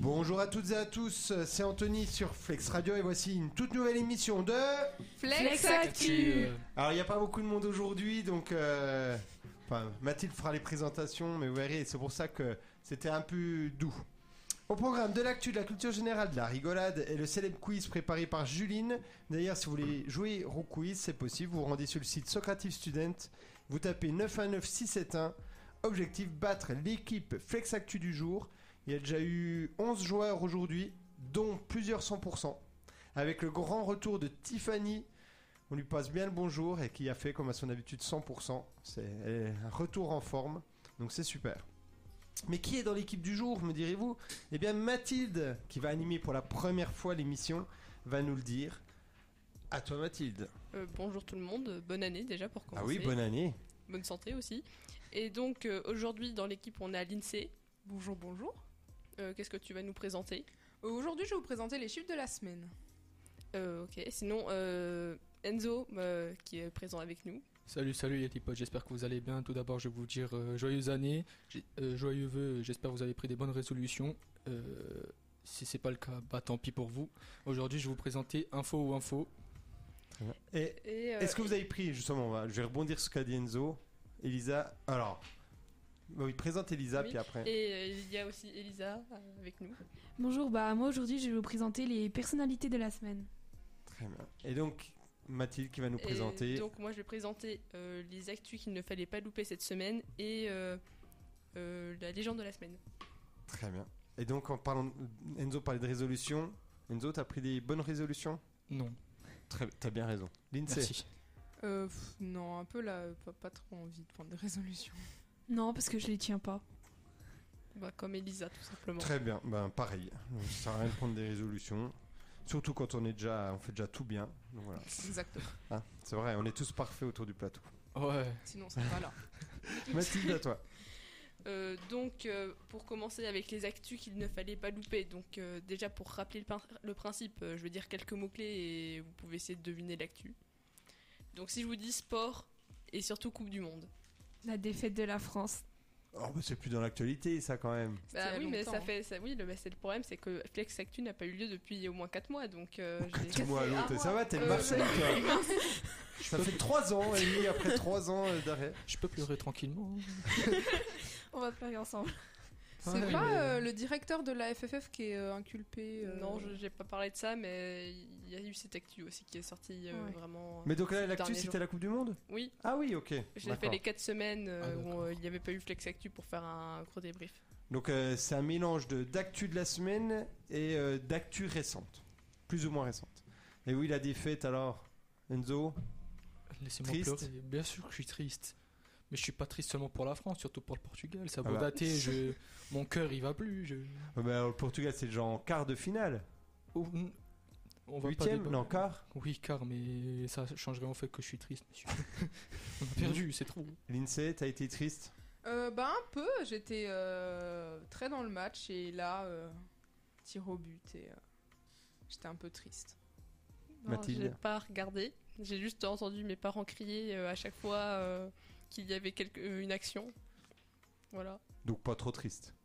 Bonjour à toutes et à tous, c'est Anthony sur Flex Radio et voici une toute nouvelle émission de... Flex Actu. Alors il n'y a pas beaucoup de monde aujourd'hui donc... euh, enfin, Mathilde fera les présentations mais vous verrez c'est pour ça que c'était un peu doux. Au programme de l'actu, de la culture générale, de la rigolade et le célèbre quiz préparé par Juline. D'ailleurs si vous voulez jouer au quiz c'est possible, vous vous rendez sur le site Socrative Student, vous tapez 919671. Objectif battre l'équipe Flex Actu du jour. Il y a déjà eu 11 joueurs aujourd'hui, dont plusieurs 100%. Avec le grand retour de Tiffany, on lui passe bien le bonjour et qui a fait comme à son habitude 100%. C'est elle est un retour en forme, donc c'est super. Mais qui est dans l'équipe du jour, me direz-vous Eh bien Mathilde, qui va animer pour la première fois l'émission, va nous le dire. À toi Mathilde. Euh, bonjour tout le monde, euh, bonne année déjà pour commencer. Ah année. Bonne santé aussi. Et donc euh, aujourd'hui dans l'équipe on a l'INSEE. Bonjour, bonjour. Qu'est-ce que tu vas nous présenter Euh, Aujourd'hui, je vais vous présenter les chiffres de la semaine. Euh, Ok, sinon euh, Enzo euh, qui est présent avec nous. Salut, salut les petits potes, j'espère que vous allez bien. Tout d'abord, je vais vous dire euh, joyeuses années, j'ai- euh, joyeux vœux, j'espère que vous avez pris des bonnes résolutions. Euh, si c'est pas le cas, bah tant pis pour vous. Aujourd'hui, je vais vous présenter info ou info. Et Et, euh, Est-ce que vous avez pris, justement, on va- je vais rebondir sur ce qu'a dit Enzo. Elisa, alors. bah oui, présente Elisa, Oui. puis après. et, euh, il y a aussi Elisa euh, avec nous. Bonjour, bah moi aujourd'hui je vais vous présenter les personnalités de la semaine. Très bien. Et donc, Mathilde qui va nous Et présenter. donc moi je vais présenter euh, les actus qu'il ne fallait pas louper cette semaine et euh, euh, la légende de la semaine. Très bien. Et donc, en parlant. Enzo parlait de résolution. Enzo, t'as pris des bonnes résolutions Non, Très bien, t'as bien raison. Lindsay. merci. Euh, pff, non, un peu là, euh, pas, pas trop envie de prendre des résolutions. Non, parce que je les tiens pas. Bah, comme Elisa tout simplement. Très bien, ben pareil. Donc, ça sert à rien de prendre des résolutions. Surtout quand on est déjà. On fait déjà tout bien. Donc voilà. Exactement. Hein, C'est vrai, on est tous parfaits autour du plateau. Ouais, Sinon, on serait pas là. Mathilde, à toi. Euh, donc, euh, pour commencer avec les actus qu'il ne fallait pas louper, donc euh, déjà pour rappeler le, pin- le principe, euh, je vais dire quelques mots-clés et vous pouvez essayer de deviner l'actu. Donc, si je vous dis sport et surtout Coupe du Monde. La défaite de la France. Oh, bah, c'est plus dans l'actualité, ça quand même. C'était il Bah y a oui, mais longtemps, ça hein. fait ça, oui, le, bah, c'est le problème, c'est que Flex Actu n'a pas eu lieu depuis au moins 4 mois, donc euh, j'ai- Tout moi à l'autre. Et Ça va, t'es de Euh, Marseille, toi Ça fait 3 ans et demi après 3 ans euh, d'arrêt. je peux pleurer tranquillement. hein. On va pleurer ensemble. C'est Ouais, pas mais- euh, le directeur de la FFF qui est euh, inculpé euh, Non, je n'ai pas parlé de ça, mais il y a eu cette actu aussi qui est sortie euh, Ouais. vraiment. Mais donc là, ces l'actu, derniers c'était jours. la Coupe du Monde Oui, Ah oui, ok. j'ai fait d'accord. les 4 semaines euh, Ah, où d'accord. euh, il n'y avait pas eu Flex Actu pour faire un gros débrief. Donc euh, c'est un mélange de- d'actu de, la semaine et euh, d'actu récente. Plus ou moins récente. Et oui, la défaite alors, Enzo Laissez-moi Triste. pleurer. Bien sûr que je suis triste. Mais je suis pas triste seulement pour la France, surtout pour le Portugal. Ça Ah va bah. dater, je... mon cœur il va plus. je- Ah bah, alors, Le Portugal, c'est déjà en quart de finale. Oh, n- On va pas Huitième débattre. Non, quart Oui, car, mais ça changerait en fait que je suis triste, monsieur. on a perdu, c'est trop. Lindsay, t'as été triste Euh, bah, un peu. J'étais euh, très dans le match et là, euh, tir au but et euh, j'étais un peu triste. Non, Mathilde. J'ai pas regardé. J'ai juste entendu mes parents crier euh, à chaque fois euh, qu'il y avait quelque, euh, une action. Voilà. Donc pas trop triste.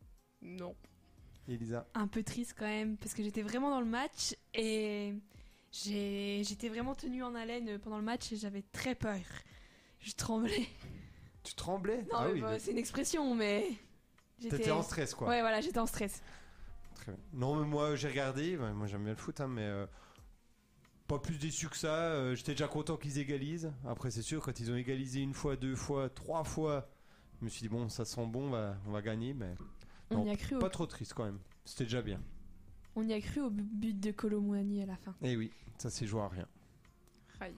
Non. Elisa Un peu triste quand même, parce que j'étais vraiment dans le match et j'ai- j'étais vraiment tenue en haleine pendant le match et j'avais très peur. Je tremblais. Tu tremblais Non, Ah mais oui, bah, c'est une expression, mais. t'étais en stress quoi. Ouais, voilà, j'étais en stress. Très bien. Non, mais moi j'ai regardé, Ouais, moi j'aime bien le foot, hein, mais euh, pas plus déçu que ça. Euh, J'étais déjà content qu'ils égalisent. Après, c'est sûr, quand ils ont égalisé une fois, deux fois, trois fois, je me suis dit, bon, ça sent bon, on va, on va gagner, mais On Non, y a cru au, pas trop triste quand même. C'était déjà bien. on y a cru au bu- but de Colomboigny à la fin. Et Eh oui, ça s'est joué à rien. Aïe,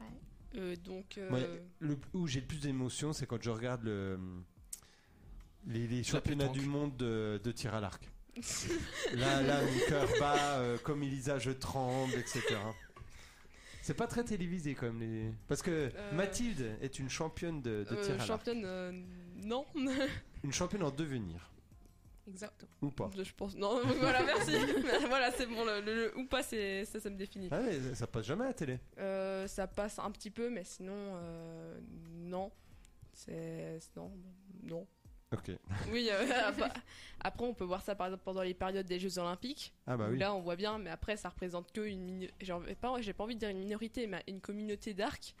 aïe. Euh, donc. euh, Moi, le, où j'ai le plus d'émotion, c'est quand je regarde le, les, les championnats pétanque. du monde de, de tir à l'arc. Là, là, mon cœur bat, euh, comme Elisa, je tremble, etc. C'est pas très télévisé quand même. Les... Parce que Euh, Mathilde est une championne de, de euh, tir à l'arc. championne, euh, non. Une championne en devenir. Exactement. Ou pas. Je pense. Non, voilà, merci. voilà, c'est bon. Le, le- le- ou pas, c'est, ça, ça me définit. Ah, mais ça passe jamais à la télé. Euh, ça passe un petit peu, mais sinon, euh, non. C'est. Non. Non. Ok. Oui, euh, après- après on peut voir ça par exemple pendant les périodes des Jeux Olympiques. Ah bah où oui. Là on voit bien, mais après ça représente que une mini- j'ai envie- pas j'ai pas envie de dire une minorité, mais une communauté d'arcs.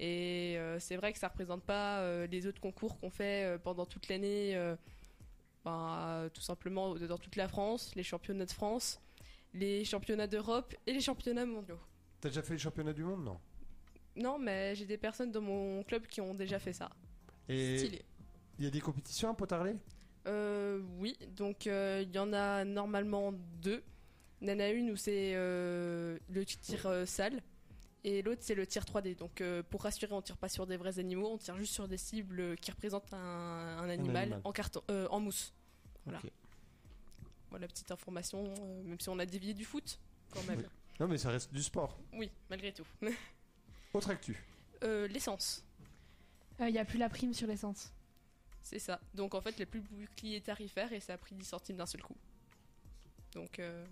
Et euh, c'est vrai que ça représente pas euh, les autres concours qu'on fait euh, pendant toute l'année, euh, ben, euh, tout simplement dans toute la France, les championnats de France, les championnats d'Europe et les championnats mondiaux. T'as déjà fait le championnat du monde, non Non, mais j'ai des personnes dans mon club qui ont déjà fait ça. Et Stylé. il y a des compétitions à Potarlé Euh, oui, donc euh, il y en a normalement deux. Il y en a une où c'est euh, le tir euh, sale et l'autre c'est le tir 3D. Donc euh, pour rassurer, on tire pas sur des vrais animaux, on tire juste sur des cibles qui représentent un, un animal, animal. en carton, euh, en mousse. Voilà. Ok. Voilà petite information, euh, même si on a dévié du foot quand même. Non, mais ça reste du sport. Oui, malgré tout. Autre actu. Euh, L'essence, Il n'y Euh, a plus la prime sur l'essence. c'est ça. Donc en fait, il n'y a plus de bouclier tarifaire et ça a pris 10 centimes d'un seul coup. Donc euh,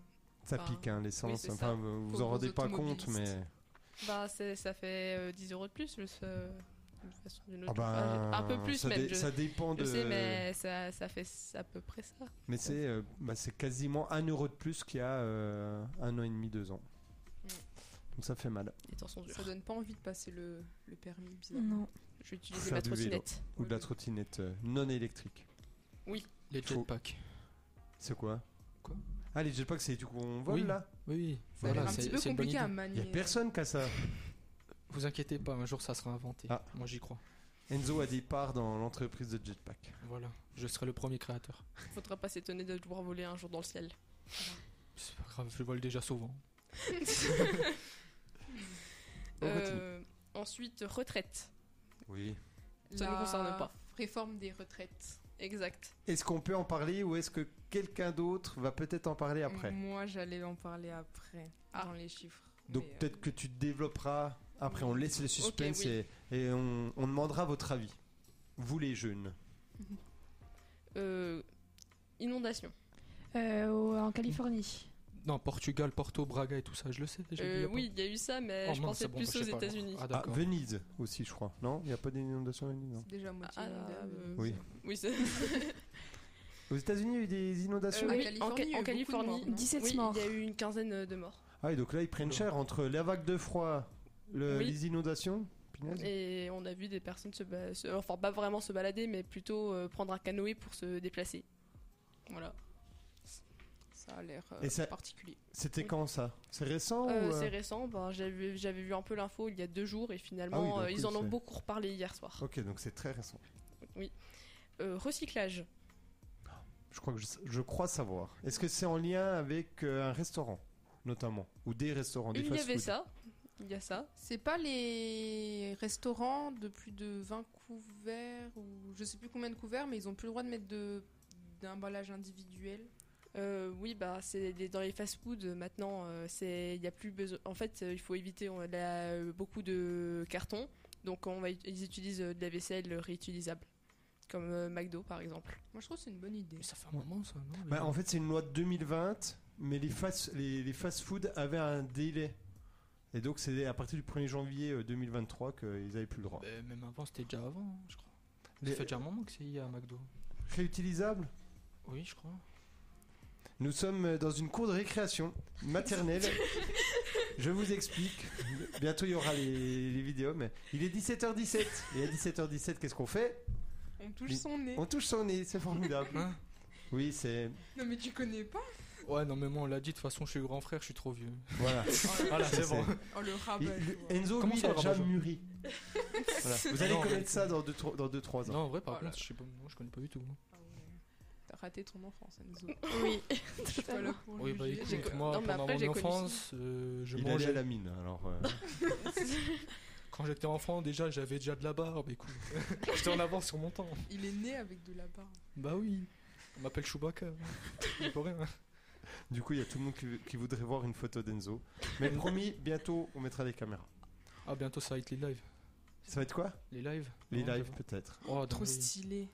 Ça Enfin, pique, hein, oui, l'essence. c'est enfin, ça. vous vous en Pauvres rendez pas compte, automobilistes. mais. Bah, c'est- ça fait euh, 10 euros de plus, je sais, euh, d'une façon ou d'une Ah autre. ben, Enfin, un peu plus ça même, dé- je, ça dépend de. je sais, mais ça, ça fait s- à peu près ça. Mais c'est euh, bah, c'est quasiment un euro de plus qu'il y a euh, un an et demi, deux ans. Mm. Donc ça fait mal. Les temps sont durs. Ça donne pas envie de passer le, le permis, bizarre. Non. Je vais utiliser Faire ma du vélo. trottinette. Ou de la Oui. trottinette euh, non électrique. Les Faut- jetpacks. C'est quoi Quoi Ah, les jetpacks, c'est du coup on vole Oui. là Oui, oui. Ça Ah, a l'air un c'est- petit peu c'est une bonne compliqué à idée. Il y manier. a personne qui a ça. Vous inquiétez pas, un jour ça sera inventé. Ah. Moi j'y crois. Enzo a des parts dans l'entreprise de jetpack. Voilà, je serai le premier créateur. Faudra pas s'étonner de devoir voler un jour dans le ciel. C'est pas grave, je vole déjà souvent. On continue. Euh, ensuite, retraite. Oui. Ça nous La concerne pas. Réforme des retraites. Exact. Est-ce qu'on peut en parler ou est-ce que quelqu'un d'autre va peut-être en parler après Moi, j'allais en parler après, Ah. dans les chiffres. Donc Mais, euh, peut-être que tu développeras. Après, on laisse le suspense oui. et, et on, on demandera votre avis. Vous les jeunes. Euh, inondation. Euh, en Californie. Non, Portugal, Porto, Braga et tout ça, je le sais déjà. Euh, il y a pas- oui, il y a eu ça, mais Oh je mince, pensais c'est bon, plus je aux sais pas, alors. États-Unis. Ah, Ah, d'accord. Venise aussi, je crois. Non Il n'y a pas d'inondation à Venise non C'est déjà moitié. Ah, inondable. euh, Oui. Oui, c'est- Aux États-Unis, il y a eu des inondations Euh, En oui, Californie, en, il y a eu Ca- en beaucoup de Californie, morts, non 17 oui, morts. il y a eu une quinzaine de morts. Ah, et donc là, ils prennent cher entre la vague de froid, le- Oui. les inondations. Punaise. Et on a vu des personnes se, ba- se- enfin pas vraiment se balader, mais plutôt euh, prendre un canoë pour se déplacer. Voilà. Ça a l'air euh, Et ça- particulier. C'était oui. quand ça C'est récent Euh, ou, euh, C'est récent, ben, j'avais j'avais vu un peu l'info il y a deux jours et Ah oui, finalement donc euh, ils oui, en ont c'est- beaucoup reparlé hier soir. Ok, donc c'est très récent. Euh, recyclage. Je crois que je, je crois savoir. Est-ce que c'est en lien avec euh, un restaurant, notamment Ou des restaurants, des il y avait fast-food ça, il y a ça. C'est pas les restaurants de plus de 20 couverts ou je sais plus combien de couverts, mais ils ont plus le droit de mettre de d'emballage individuel. Euh, oui, bah c'est des- dans les fast-food euh, maintenant. euh, c'est il y a plus besoin. En fait, euh, il faut éviter. On a euh, beaucoup de cartons, donc on va ut- ils utilisent euh, de la vaisselle réutilisable, comme euh, McDo par exemple. Moi, je trouve que c'est une bonne idée. Mais ça fait un moment ça, non Bah, les- en fait, c'est une loi de 2020, mais les fast, les, les fast food avaient un délai. Et donc, c'est à partir du 1er janvier euh, 2023 qu'ils avaient plus le droit. Bah, Même avant, c'était déjà avant, hein, je crois. Les- Ça fait déjà un moment que c'est IA à McDo. Réutilisable Oui, je crois. Nous sommes euh, dans une cour de récréation maternelle. Je vous explique. Bientôt, il y aura les, les vidéos, mais il est 17h17. Et à 17h17, qu'est-ce qu'on fait On touche Mais- son nez. On touche son nez, c'est formidable. Hein Oui, c'est. Non, mais tu connais pas ouais, non, mais moi on l'a dit, de toute façon, je suis grand frère, je suis trop vieux. Voilà. voilà, Ah, c'est bon. Ah ben, Oh, le Il- rabat. le- Enzo, Comment lui, il ça, a le déjà rabat-joie mûri. Voilà. Vous allez Non, connaître mais- ça dans 2-3 dans deux, trois ans. Non, en vrai, par Oh là contre, je sais pas, non, je connais pas du tout. hein. Ah T'as raté ton enfance, Enzo. Oui. je suis pas là pour Oui, bah juger. j'ai écoute, connu- moi non, mais pendant après, j'ai mon connu enfance, euh, je il allait à mangeais. la mine, alors. euh, Quand j'étais enfant, déjà, j'avais déjà de la barbe, écoute. j'étais en avance sur mon temps. Il est né avec de la barbe. Bah oui, on m'appelle Chewbacca. C'est pour rien. du coup, il y a tout le monde qui, qui voudrait voir une photo d'Enzo. Mais promis, bientôt, on mettra des caméras. Ah, bientôt ça va être les lives. Ça va être quoi Les lives Les Non, lives, j'avoue. peut-être. Oh, Trop dans les- stylé.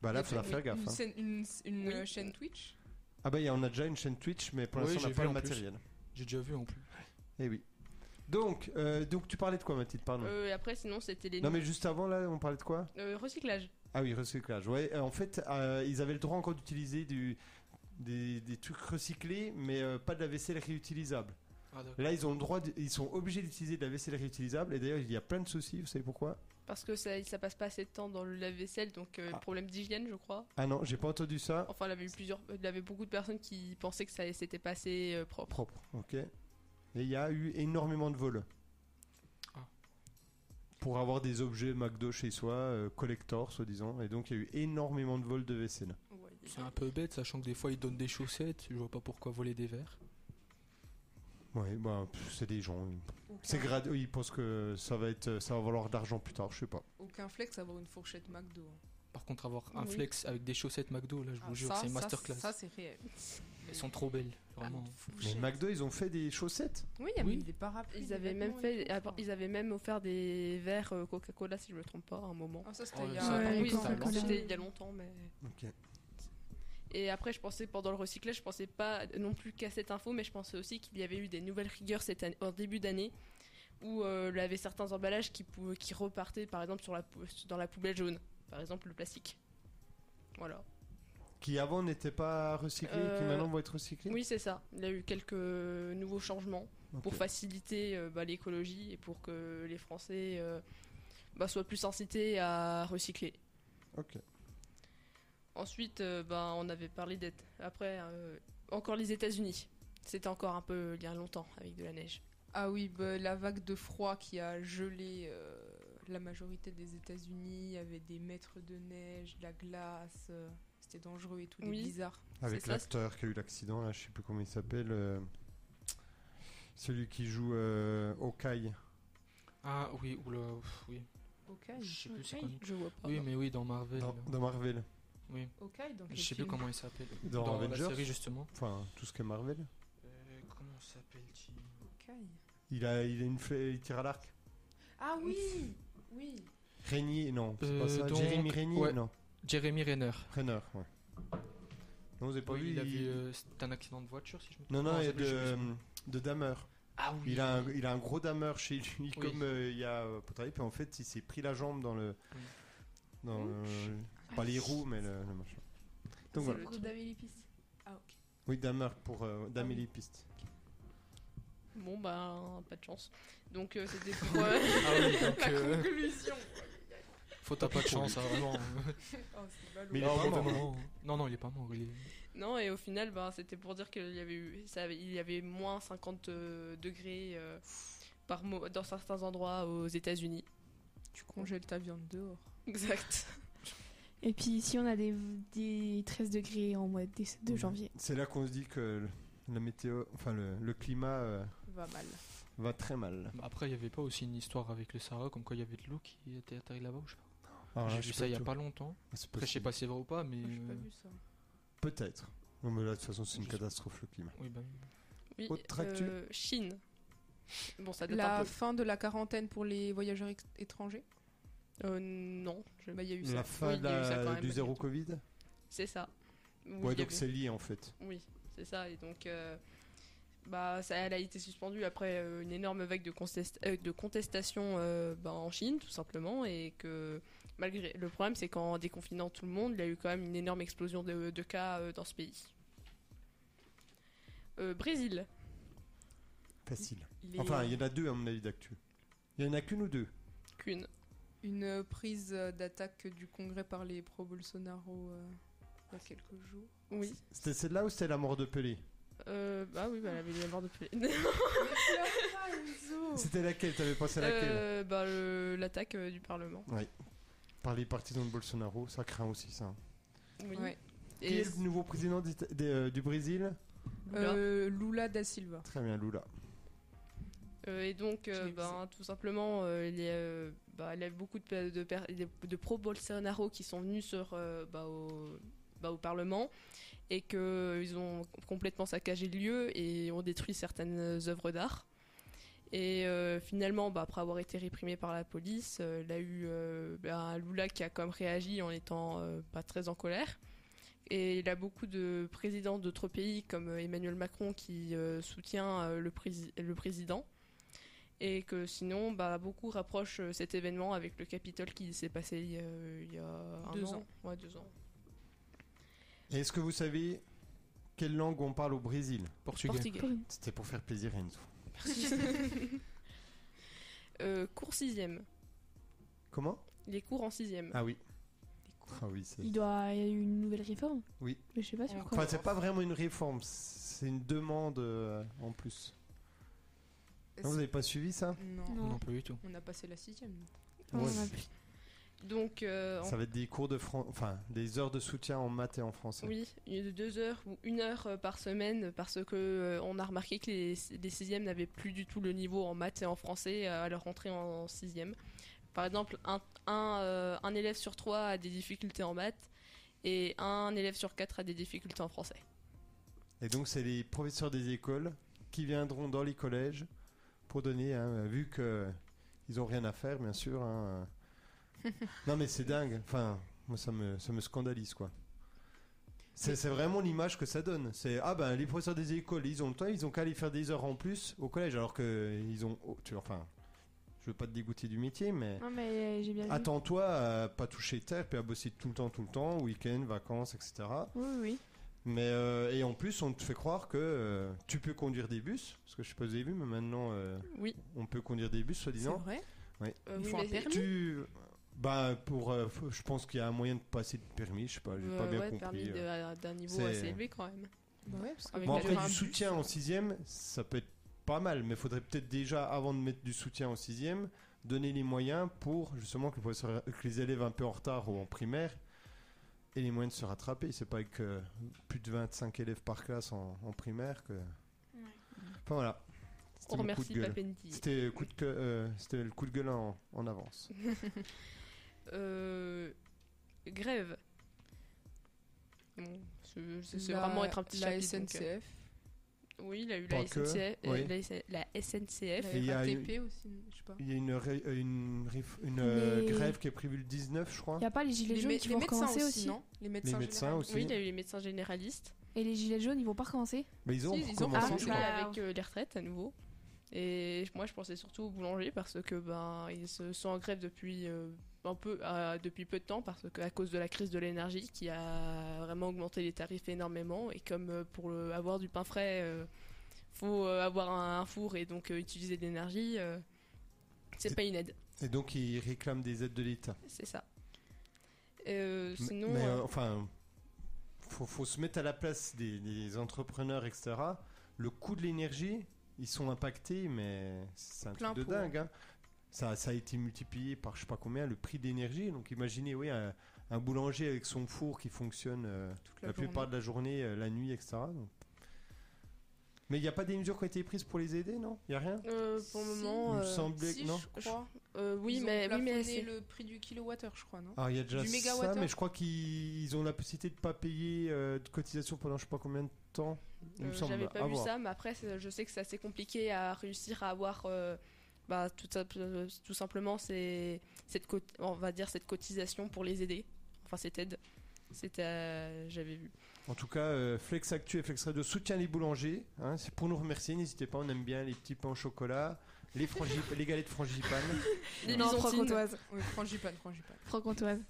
Bah là, Il y faudra a une- faire gaffe. Une, hein. scène- une- une, Oui. euh, chaîne Twitch Ah bah, il y a- on a déjà une chaîne Twitch, mais pour Oui, l'instant, on j'ai n'a pas vu le en plus. matériel. J'ai déjà vu en plus. Eh oui. Donc, euh, donc tu parlais de quoi, Mathilde Pardon. Euh, et après, sinon, c'était les non, mais juste avant, là, on parlait de quoi Euh, recyclage. Ah oui, recyclage. Ouais, euh, en fait, euh, ils avaient le droit encore d'utiliser du, des, des trucs recyclés, mais euh, pas de la vaisselle réutilisable. Ah, d'accord. Là, ils ont le droit, de- ils sont obligés d'utiliser de la vaisselle réutilisable. Et d'ailleurs, il y a plein de soucis. Vous savez pourquoi Parce que ça, ça passe pas assez de temps dans le lave-vaisselle, donc euh, Ah. problème d'hygiène, je crois. Ah non, j'ai pas entendu ça. Enfin, il y avait eu plusieurs, il y avait beaucoup de personnes qui pensaient que ça s'était pas assez euh, propre. Propre, ok. Et il y a eu énormément de vols. Ah. Pour avoir des objets McDo chez soi, euh, collector soi-disant. Et donc, il y a eu énormément de vols de vaisselle. C'est un peu bête, sachant que des fois ils donnent des chaussettes. Je vois pas pourquoi voler des verres. Ouais, bah, pff, c'est des gens. C'est grade. oui, Ils pensent que ça va être, ça va valoir d'argent plus tard. Je sais pas. Aucun flex avoir une fourchette McDo. Par contre, avoir un Oui. flex avec des chaussettes McDo, là, je vous Ah, jure, ça, c'est ça, masterclass. Ça, c'est réel. Elles sont trop belles, vraiment. Ah, une Mais fourchette. McDo, ils ont fait des chaussettes. Oui, il y a Oui. même des parapluies. Ils des avaient même vêtements et fait, ah, tout, enfin. ils avaient même offert des verres euh, Coca-Cola si je me trompe pas, à un moment. Ah, ça, Oh, c'était il y mais a. ça, par oui, contre, ça, ça, non. longtemps. c'était il y a longtemps, mais. Ok. Et après, je pensais pendant le recyclage, je pensais pas non plus qu'à cette info, mais je pensais aussi qu'il y avait eu des nouvelles rigueurs cette année, en début d'année, où euh, il y avait certains emballages qui, pou- qui repartaient, par exemple, sur la, pou- dans la poubelle jaune, par exemple le plastique. Voilà. Qui avant n'étaient pas recyclés, et qui Euh, maintenant vont être recyclés. Oui, c'est ça. Il y a eu quelques euh, nouveaux changements Ok. pour faciliter euh, bah, l'écologie et pour que les Français euh, bah, soient plus incités à recycler. Ok. Ensuite, euh, ben, on avait parlé d'être. Après, euh, encore les États-Unis. C'était encore un peu il y a longtemps avec de la neige. Ah oui, bah, la vague de froid qui a gelé euh, la majorité des États-Unis. Il y avait des mètres de neige, de la glace. euh, c'était dangereux et tout, Oui. des blizzards. Avec C'est ça, l'acteur qui a eu l'accident, là, je sais plus comment il s'appelle. euh, celui qui joue euh, Hawkeye. Ah oui, oula, ouf, oui. Ok, Je sais plus c'est quoi. Je vois pas. Oui, mais oui, dans Marvel. Dans, là. dans Marvel. Oui. ok, donc. Je sais plus comment il s'appelle. Dans la Avengers. série justement. Enfin, tout ce qui est Marvel. Euh, comment s'appelle-t-il Il a, il a une flè- il tire à l'arc. Ah oui, oui. Régnier, non, c'est Euh, pas ça. donc, Jérémy Régnier, ouais. non. Jeremy Renner. Renner, ouais. Non, vous avez pas Oui, vu il a il- vu, euh, c'était un accident de voiture si je me trompe Non, non, pas, il y a c'est lui, je sais de, plus. de Dammer. Ah oui. Il a, un, il a un gros dameur chez lui, Oui. comme euh, il y a euh, Potarip, et en fait, il s'est pris la jambe dans le. Oui. Dans le- pas les roues, mais le, le machin. Donc voilà. Ah ok. Oui, Damer pour euh, d'Amélie Piste. Bon, ben, pas de chance. Donc, euh, c'était pour euh, Ah oui, donc la euh, conclusion. faut t'as pas de chance, hein, vraiment. Oh, c'est ballot. Mais il est Ah, au pas mauvais mort. hein. moment. Non, non, il est pas mort. il est- Non, et au final, ben, c'était pour dire qu'il y avait eu, ça, avait- il y avait moins 50 euh, degrés euh, par mo- dans certains endroits aux États-Unis. Tu congèles ta viande dehors. Exact. Et puis ici, on a des, des 13 degrés en mois de de janvier. C'est là qu'on se dit que le- la météo, enfin le, le climat euh, Va mal. va très mal. Bah, Après, il y avait pas aussi une histoire avec le Sahara, comme quoi il y avait de l'eau qui était atterri là-bas. ou je sais pas. Ah, J'ai je vu sais ça il y a du pas longtemps. tout. Ah, C'est Après, je sais possible. pas si c'est vrai ou pas, mais. J'ai pas euh, vu ça. Peut-être. Non, mais là, de toute façon, c'est une Je sais pas. catastrophe le climat. Oui, bah, Oui, Autre actu euh, Chine. Bon, ça date un La peu. fin de la quarantaine pour les voyageurs ex- étrangers. Euh, non, je- Bah, il y a eu La ça. fin Oui, de il y a eu ça la- quand même, du pas zéro du tout. Covid c'est ça. Où il y Ouais, donc avait- c'est lié en fait. Oui, c'est ça. Et donc, euh, bah, ça, elle a été suspendue après euh, une énorme vague de, contest euh, de contestation euh, bah, en Chine, tout simplement. Et que malgré le problème, c'est qu'en déconfinant tout le monde, il y a eu quand même une énorme explosion de, de cas euh, dans ce pays. Euh, Brésil. Facile. Il est- Enfin, il y en a deux à mon avis d'actu. Il y en a qu'une ou deux. Qu'une. Une euh, prise euh, d'attaque du Congrès par les pro-Bolsonaro euh, il y a quelques jours. Oui. C'était celle-là ou c'était la mort de Pelé Euh, bah oui, bah, elle avait eu la mort de plus. C'était laquelle T'avais pensé à laquelle Euh, bah, le- L'attaque euh, du Parlement. Par les partisans de Bolsonaro, ça craint aussi ça. Oui. Ouais. Qui Et est le nouveau président d'Ita- des- euh, du Brésil Lula. Euh, Lula da Silva. Très bien, Lula. Euh, et donc, euh, J'ai vu ben, tout simplement, euh, il, y a, euh, bah, il y a beaucoup de, pe- de, per- de- de pro-Bolsonaro qui sont venus sur, euh, bah, au, bah, au Parlement et qu'ils ont complètement saccagé le lieu et ont détruit certaines euh, œuvres d'art. Et euh, finalement, bah, après avoir été réprimé par la police, euh, il y a eu euh, bah, Lula qui a comme réagi en étant euh, pas très en colère. Et il y a beaucoup de présidents d'autres pays comme euh, Emmanuel Macron qui euh, soutient euh, le, prési- le président. Et que sinon, bah, beaucoup rapprochent euh, cet événement avec le Capitole qui s'est passé il y a, il y a un Deux an. ans. Ouais, deux ans. Et Est-ce que vous savez quelle langue on parle au Brésil Portugais. Portugais. C'était pour faire plaisir Enzo. Euh, cours sixième. Comment Les cours en sixième. Ah oui. Ah oui, c'est. Il doit y a eu une nouvelle réforme Oui. Mais je sais pas sur quoi. Enfin, c'est pas vraiment une réforme, c'est une demande euh, en plus. Non, vous avez pas suivi ça Non. Non. Non, pas du tout. On a passé la sixième. nous. Non, Ouais. on a plus. Donc, euh, en- Ça va être des cours de fran- enfin des heures de soutien en maths et en français. oui, une- de deux heures ou une heure euh, par semaine parce que euh, on a remarqué que les, les sixièmes n'avaient plus du tout le niveau en maths et en français euh, à leur entrée en, en sixième. Par exemple, un, un, euh, un élève sur trois a des difficultés en maths et un élève sur quatre a des difficultés en français. Et donc c'est les professeurs des écoles qui viendront dans les collèges pour donner, hein, vu que ils ont rien à faire, bien sûr. hein. non mais c'est dingue. Enfin, moi ça me ça me scandalise quoi. C'est c'est vraiment l'image que ça donne. C'est ah ben les professeurs des écoles, ils ont le temps, ils ont qu'à aller faire des heures en plus au collège, alors que ils ont, oh, tu vois, enfin, je veux pas te dégoûter du métier, mais Non, mais euh, j'ai bien vu. Attends-toi à pas toucher terre, puis à bosser tout le temps, tout le temps, week-end, vacances, etc. Oui, oui. Mais euh, et en plus, on te fait croire que euh, tu peux conduire des bus, parce que je sais pas si vous avez vu, mais maintenant euh, Oui. on peut conduire des bus, C'est soi-disant. vrai Euh, Il oui, faut un mais- permis Tu, bah pour, euh, faut- je pense qu'il y a un moyen de passer de permis, je sais pas, j'ai Euh, pas bien ouais, permis compris. de- euh. à- d'un niveau C'est- assez élevé quand même. Bah ouais, parce que Avec Bon la après durée. du soutien en sixième, ça peut être pas mal, mais faudrait peut-être déjà avant de mettre du soutien en sixième, donner les moyens pour justement que, le professeur- que les élèves un peu en retard ou en primaire aient les moyens de se rattraper. C'est pas avec euh, plus de 25 élèves par classe en, en primaire que. Enfin voilà. C'était On mon coup remercie de gueule. Papendi. C'était coup de que- euh, c'était le coup de gueule en, en avance. Euh, grève. Bon, c'est- c'est c'est la- vraiment être un petit La chapitre, donc, euh, SNCF. Oui, il a eu Pas la que, SNCF, euh, oui. la S- la SNCF. Et il y La a eu- RATP aussi, je sais pas. Il y a une, ré- euh, une, rif- une, euh, Les- grève qui est prévue le 19, je crois. Il n'y a pas les gilets jaunes mé- qui vont recommencer aussi. non Les Les médecins, médecins aussi. Oui, il y a eu les médecins généralistes Et les gilets jaunes, ils vont pas recommencer Mais ils ont Si, ils ont recommencé, Ah, je bah, crois. avec euh, les retraites à nouveau. Et moi, je pensais surtout aux boulangers parce que ben ils se sont en grève depuis euh, un peu euh, depuis peu de temps parce que à cause de la crise de l'énergie qui a vraiment augmenté les tarifs énormément et comme euh, pour le- avoir du pain frais, euh, faut euh, avoir un, un four et donc euh, utiliser de l'énergie. euh, c'est pas une aide, Et donc ils réclament des aides de l'État. c'est ça. Euh, Mais- sinon, mais, euh, euh, enfin, faut, faut se mettre à la place des, des entrepreneurs, etc. Le coût de l'énergie, ils sont impactés, mais c'est un Plein truc de pot. dingue. hein. Ça, ça a été multiplié par je sais pas combien le prix d'énergie. Donc imaginez, oui, un, un boulanger avec son four qui fonctionne euh, toute la, la, plupart de la journée, euh, la nuit, etc. Donc. Mais il n'y a pas des mesures qui ont été prises pour les aider, non Il n'y a rien euh, pour le Si, moment, il me euh, semblait que Si, non. je crois. euh, oui, Ils ont mais oui, mais plafonné c'est- le prix du kilowattheure, je crois, non Alors Ah, il y a déjà Du ça, mégawattheure. mais je crois qu'ils ils ont la possibilité de pas payer euh, de cotisation pendant je sais pas combien de temps. Il me Euh, semble. J'avais pas À vu voir. ça, mais après, c'est- je sais que c'est assez compliqué à réussir à avoir euh, bah, tout, ça- euh, tout simplement ces- cette, co- on va dire, cette cotisation pour les aider. Enfin, cette aide. C'était, euh, j'avais vu. En tout cas, euh, Flex Actu et Flex Radio soutient les boulangers. hein, c'est pour nous remercier. N'hésitez pas, on aime bien les petits pains au chocolat, les, frangip- les galettes frangipane. Les Non, Byzantines. franc-comtoise. Oui, frangipane, frangipane. Franc-comtoise.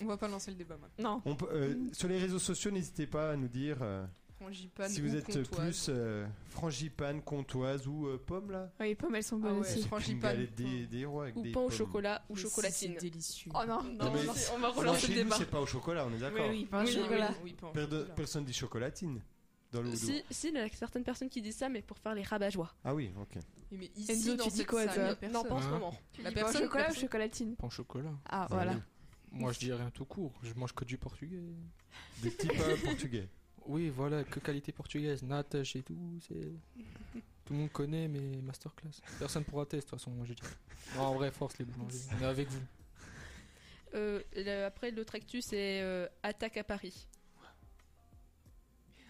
On va pas lancer le débat maintenant. Non. On peut, euh, sur les réseaux sociaux, n'hésitez pas à nous dire euh, Frangipane si vous ou êtes comtoise. plus euh, frangipane, comtoise ou euh, pomme là. Oui, les pommes, elles sont Ah bonnes ouais. aussi. C'est une frangipane. galette des, des rois avec Ou des pain au pommes. chocolat ou Mais si, chocolatine. C'est délicieux. Oh non, Non, Non, mais- on va- on va Non, relancer chez le nous, débat. c'est pas au chocolat, on est d'accord. pas Oui, oui, chocolat. Oui, pas en Perdo- chocolat. Personne dit chocolatine dans le houdou. Si, si, il y a certaines personnes qui disent ça, mais pour faire les rabat joie Ah oui, ok. Oui, Mais ici, Enzo, dans tu dis cette quoi, salle, toi y a personne. Non, Euh, pas en ce Hein moment. La Pain au personne, chocolat la ou chocolatine Pas en chocolat. Ah, voilà. Moi, je dis rien tout court. Je mange que du portugais. Des petits pains portugais. Oui, voilà, que qualité portugaise. Natas et tout. C'est. Tout le monde connaît mes masterclass. Personne pourra tester, de toute façon, moi j'ai dit. Non, en vrai, force les boulangers. On est avec vous. Euh, le- après, l'autre actu, c'est euh, attaque à Paris.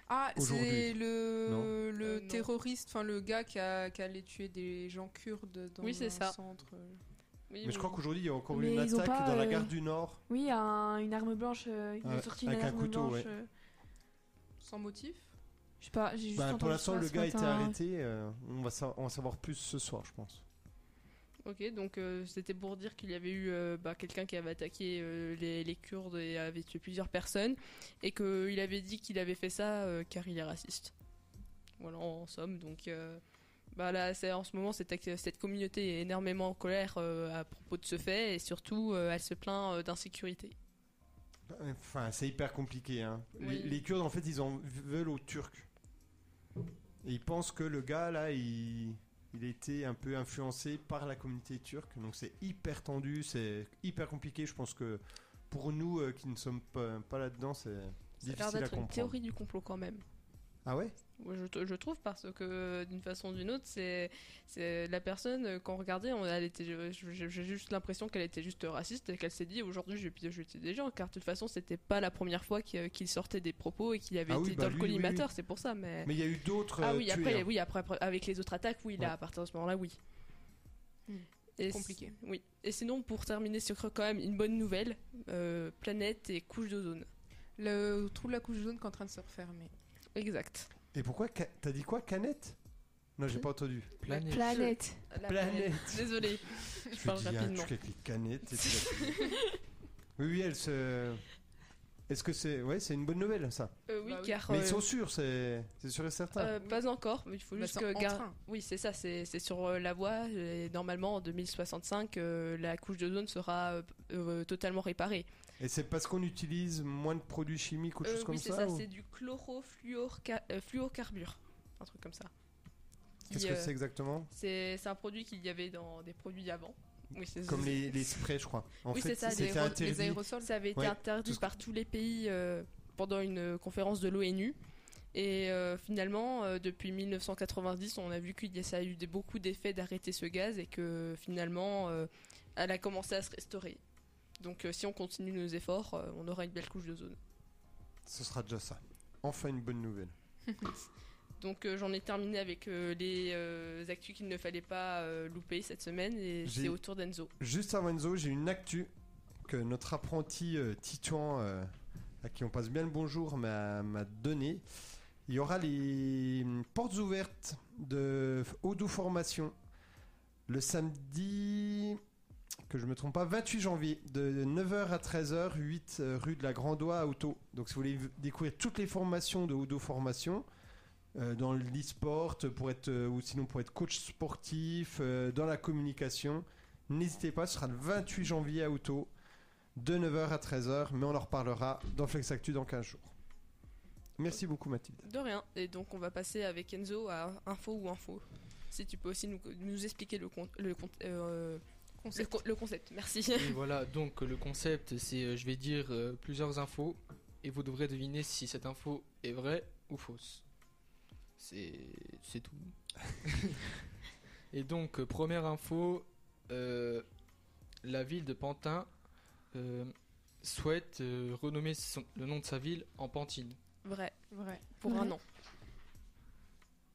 Ah, Aujourd'hui. c'est le, le Euh, non. terroriste, enfin le gars qui, a, qui allait tuer des gens kurdes dans Oui, c'est un ça. centre. euh, Oui, Mais je oui. crois qu'aujourd'hui, il y a encore eu Mais une ils ont attaque pas, dans la euh, gare du Nord. Oui, un- une arme blanche. euh, Ils Ouais, ont sorti une Ah, avec un arme couteau, blanche. ouais. euh, Sans motif Je Je sais pas, j'ai juste Bah, entendu pour l'instant, ça le ce gars était matin. arrêté. euh, on, va sa- on va savoir plus ce soir, je pense. Ok, donc euh, c'était pour dire qu'il y avait eu euh, bah, quelqu'un qui avait attaqué euh, les, les Kurdes et avait tué plusieurs personnes, et qu'il avait dit qu'il avait fait ça euh, car il est raciste. Voilà, en, en somme, donc euh, bah, là, c'est- en ce moment, cette, ac- cette communauté est énormément en colère euh, à propos de ce fait, et surtout, euh, elle se plaint euh, d'insécurité. Enfin, c'est hyper compliqué. hein. Oui. Les, les Kurdes, en fait, ils en veulent aux Turcs. Et ils pensent que le gars, là, il, il a été un peu influencé par la communauté turque. Donc c'est hyper tendu, c'est hyper compliqué. Je pense que pour nous euh, qui ne sommes pas, pas là-dedans, c'est Ça a l'air difficile à d'être une comprendre. théorie du complot quand même. Ah ouais Ouais, je, t- je trouve parce que euh, d'une façon ou d'une autre, c'est c'est la personne euh, qu'on regardait, on, elle était, je- je- j'ai juste l'impression qu'elle était juste raciste et qu'elle s'est dit aujourd'hui je vais pi- jeter des gens, car de toute façon c'était pas la première fois qu'il qu'il sortait des propos et qu'il avait Ah été oui, bah dans le lui, oui, collimateur, oui. c'est pour ça. Mais, Mais il y a eu d'autres. ah euh, oui tués, après, hein. oui après après, avec les autres attaques, oui là Ouais. à partir de ce moment-là oui. Hmm. Et Compliqué. si- Oui. Et sinon pour terminer sur quand même une bonne nouvelle, euh, planète et couche d'ozone. Le trou de la couche jaune qui est en train de se refermer. Exact. Et pourquoi ca- T'as dit quoi Canette Non, j'ai pas entendu. Planète. Planète. La Désolé. Je parle dis un rapidement. truc avec les canettes. et puis la- oui, oui, elle se. Est-ce que c'est. Ouais, c'est une bonne nouvelle, ça. Euh, oui Bah oui. car Mais euh, ils sont sûrs, c'est c'est sûr et certain. Euh, Pas encore, mais il faut Bah, juste c'est que. en gar- train. Oui, c'est ça, c'est c'est sur euh, la voie. Et normalement, en 2065, euh, la couche d'ozone sera euh, euh, totalement réparée. Et c'est parce qu'on utilise moins de produits chimiques ou de Euh, choses comme oui, c'est ça, ça, ou- c'est du chlorofluorocarbure. un truc comme ça. Qui, Qu'est-ce euh, que c'est exactement c'est c'est un produit qu'il y avait dans des produits d'avant. Oui, c'est- Comme les, les sprays, je crois. En Euh, Oui, fait, c'est ça, c'était les aéro- interdit. les aérosols. Ça avait été Ouais, interdit tout ce- par tous les pays euh, pendant une euh, conférence de l'ONU. Et euh, finalement, euh, depuis 1990, on a vu qu'il y a, ça a eu des- beaucoup d'effets d'arrêter ce gaz et que finalement, euh, elle a commencé à se restaurer. Donc euh, si on continue nos efforts, euh, on aura une belle couche de zone. Ce sera déjà ça. Enfin, une bonne nouvelle. Donc euh, j'en ai terminé avec euh, les euh, actus qu'il ne fallait pas euh, louper cette semaine et J'ai- c'est au tour d'Enzo. Juste avant Enzo, j'ai une actu que notre apprenti euh, Titouan, euh, à qui on passe bien le bonjour, m'a m'a donné. Il y aura les hum, portes ouvertes de Odoo Formation le samedi, que je me trompe pas, 28 janvier, de 9h à 13h, 8 euh, rue de la Grandoie à Auto. Donc si vous voulez v- découvrir toutes les formations de Odoo Formation, euh, dans l'e-sport, pour être, euh, ou sinon pour être coach sportif, euh, dans la communication, N'hésitez pas, ce sera le 28 janvier à Auto, de 9h à 13h, mais on en reparlera dans Flex Actu dans 15 jours. Merci beaucoup Mathilde. De rien. Et donc on va passer avec Enzo à info ou info. Si tu peux aussi nous, nous expliquer le, con- le, con- euh, le, Concept. con- le concept. Merci. Et voilà, donc le concept, c'est euh, je vais dire euh, plusieurs infos et vous devrez deviner si cette info est vraie ou fausse. C'est c'est tout. et donc, euh, première info, euh, la ville de Pantin euh, souhaite euh, renommer son- le nom de sa ville en Pantine. Vrai. Vrai. Pour Ouais. un an.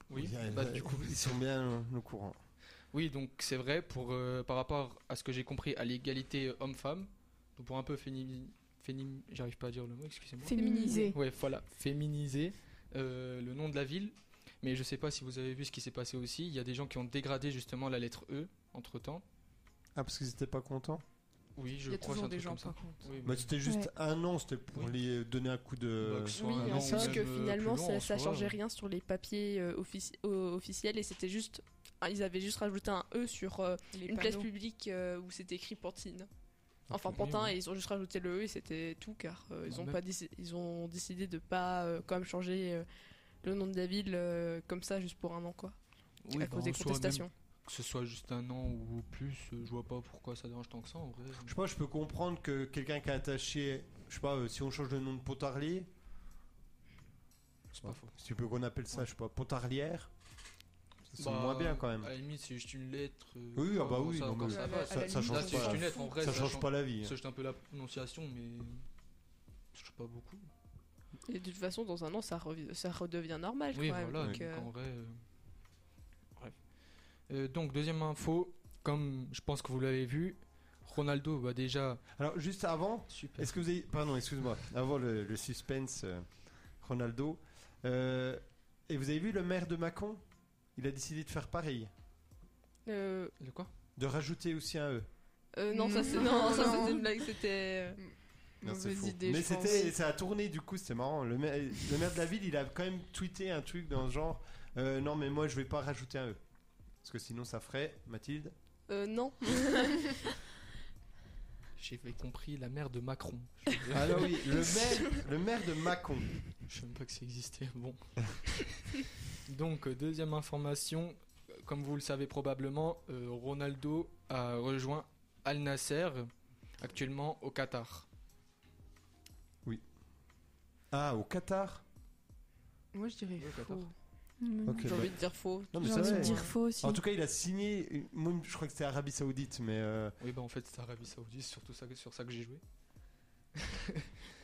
Oui, Il y a- bah, du coup, ils sont bien au courant. Oui, donc c'est vrai pour, euh, par rapport à ce que j'ai compris à l'égalité homme-femme, donc pour un peu fémini... fémini- J'arrive pas à dire le mot, excusez-moi. Féminisé. Ouais, voilà, féminiser euh, le nom de la ville. Mais je sais pas si vous avez vu ce qui s'est passé aussi. Il y a des gens qui ont dégradé justement la lettre E entre temps. Ah, parce qu'ils n'étaient pas contents Oui, je Il y a crois que c'est toujours un des truc gens comme pas ça. compte. Oui, bah, C'était juste Ouais. un an, c'était pour Oui. les donner un coup de... bah, que ce soit Oui, un et an en ou plus même, que euh, plus finalement long, ça, en ça soi, changeait ouais. rien sur les papiers euh, offici- euh, officiels et c'était juste. ah, Ils avaient juste rajouté un E sur euh, Les une place panneaux. publique euh, où c'était écrit Pantine. Enfin Oui, Pantin oui. et ils ont juste rajouté le E et c'était tout car euh, ils Bah, ont même- pas déci- ils ont décidé de pas euh, quand même changer euh, le nom de la ville euh, comme ça juste pour un an quoi. Oui, à bah, cause des en soi, même contestations. que ce soit juste un an ou plus, euh, je vois pas pourquoi ça dérange tant que ça en vrai. Je sais pas, je peux comprendre que quelqu'un qui a attaché... Je sais pas, euh, si on change le nom de Pontarlier... C'est pas faux. Si tu peux qu'on appelle ça, je sais pas, Pontarlière Ça sonne Bah, moins bien quand même. À la limite, c'est juste une lettre. euh, Oui, ah bah encore oui, ça, non, encore mais- ça À la- va. à Ça, ça change la limite, pas. c'est on juste s'en une lettre en fout. vrai. ça change pas la vie. hein. C'est juste un peu la prononciation, mais. Je sais pas beaucoup. Et de toute façon dans un an ça, revi- ça redevient normal Oui, quand même. voilà, donc, donc euh, en vrai. euh, Bref. Euh, donc, deuxième info, comme je pense que vous l'avez vu, Ronaldo, bah déjà. Alors juste avant, Super. Est-ce que vous avez. Pardon, excuse-moi. Avant le, le suspense, euh, Ronaldo. euh, Et vous avez vu le maire de Mâcon Il a décidé de faire pareil, Euh, Le quoi de rajouter aussi un E. euh, non, ça c'est non, ça, c'était une blague, c'était. euh, Non, c'est Mauvaise faux. idée, Mais je pense. c'était, ça a tourné du coup, c'était marrant. Le maire, le maire de la ville, il a quand même tweeté un truc dans le genre euh, Non, mais moi je vais pas rajouter un E. Parce que sinon ça ferait, Mathilde euh, non. J'avais compris la mère de Macron. Je Ah non, oui, le maire, le maire de Mâcon. Je sais même pas que ça existait. Bon. Donc, euh, deuxième information, euh, comme vous le savez probablement, euh, Ronaldo a rejoint Al Nasser, actuellement au Qatar. Ah, au Qatar Moi, je dirais Ouais, faux. Hmm. Ok, hein. J'ai bah- envie de dire faux. Non, mais J'ai c'est envie de vrai. dire faux aussi. En tout cas, il a signé, moi, je crois que c'était Arabie Saoudite, mais euh, Oui, bah en fait, c'est Arabie Saoudite, c'est surtout ça, que- sur ça que j'ai joué.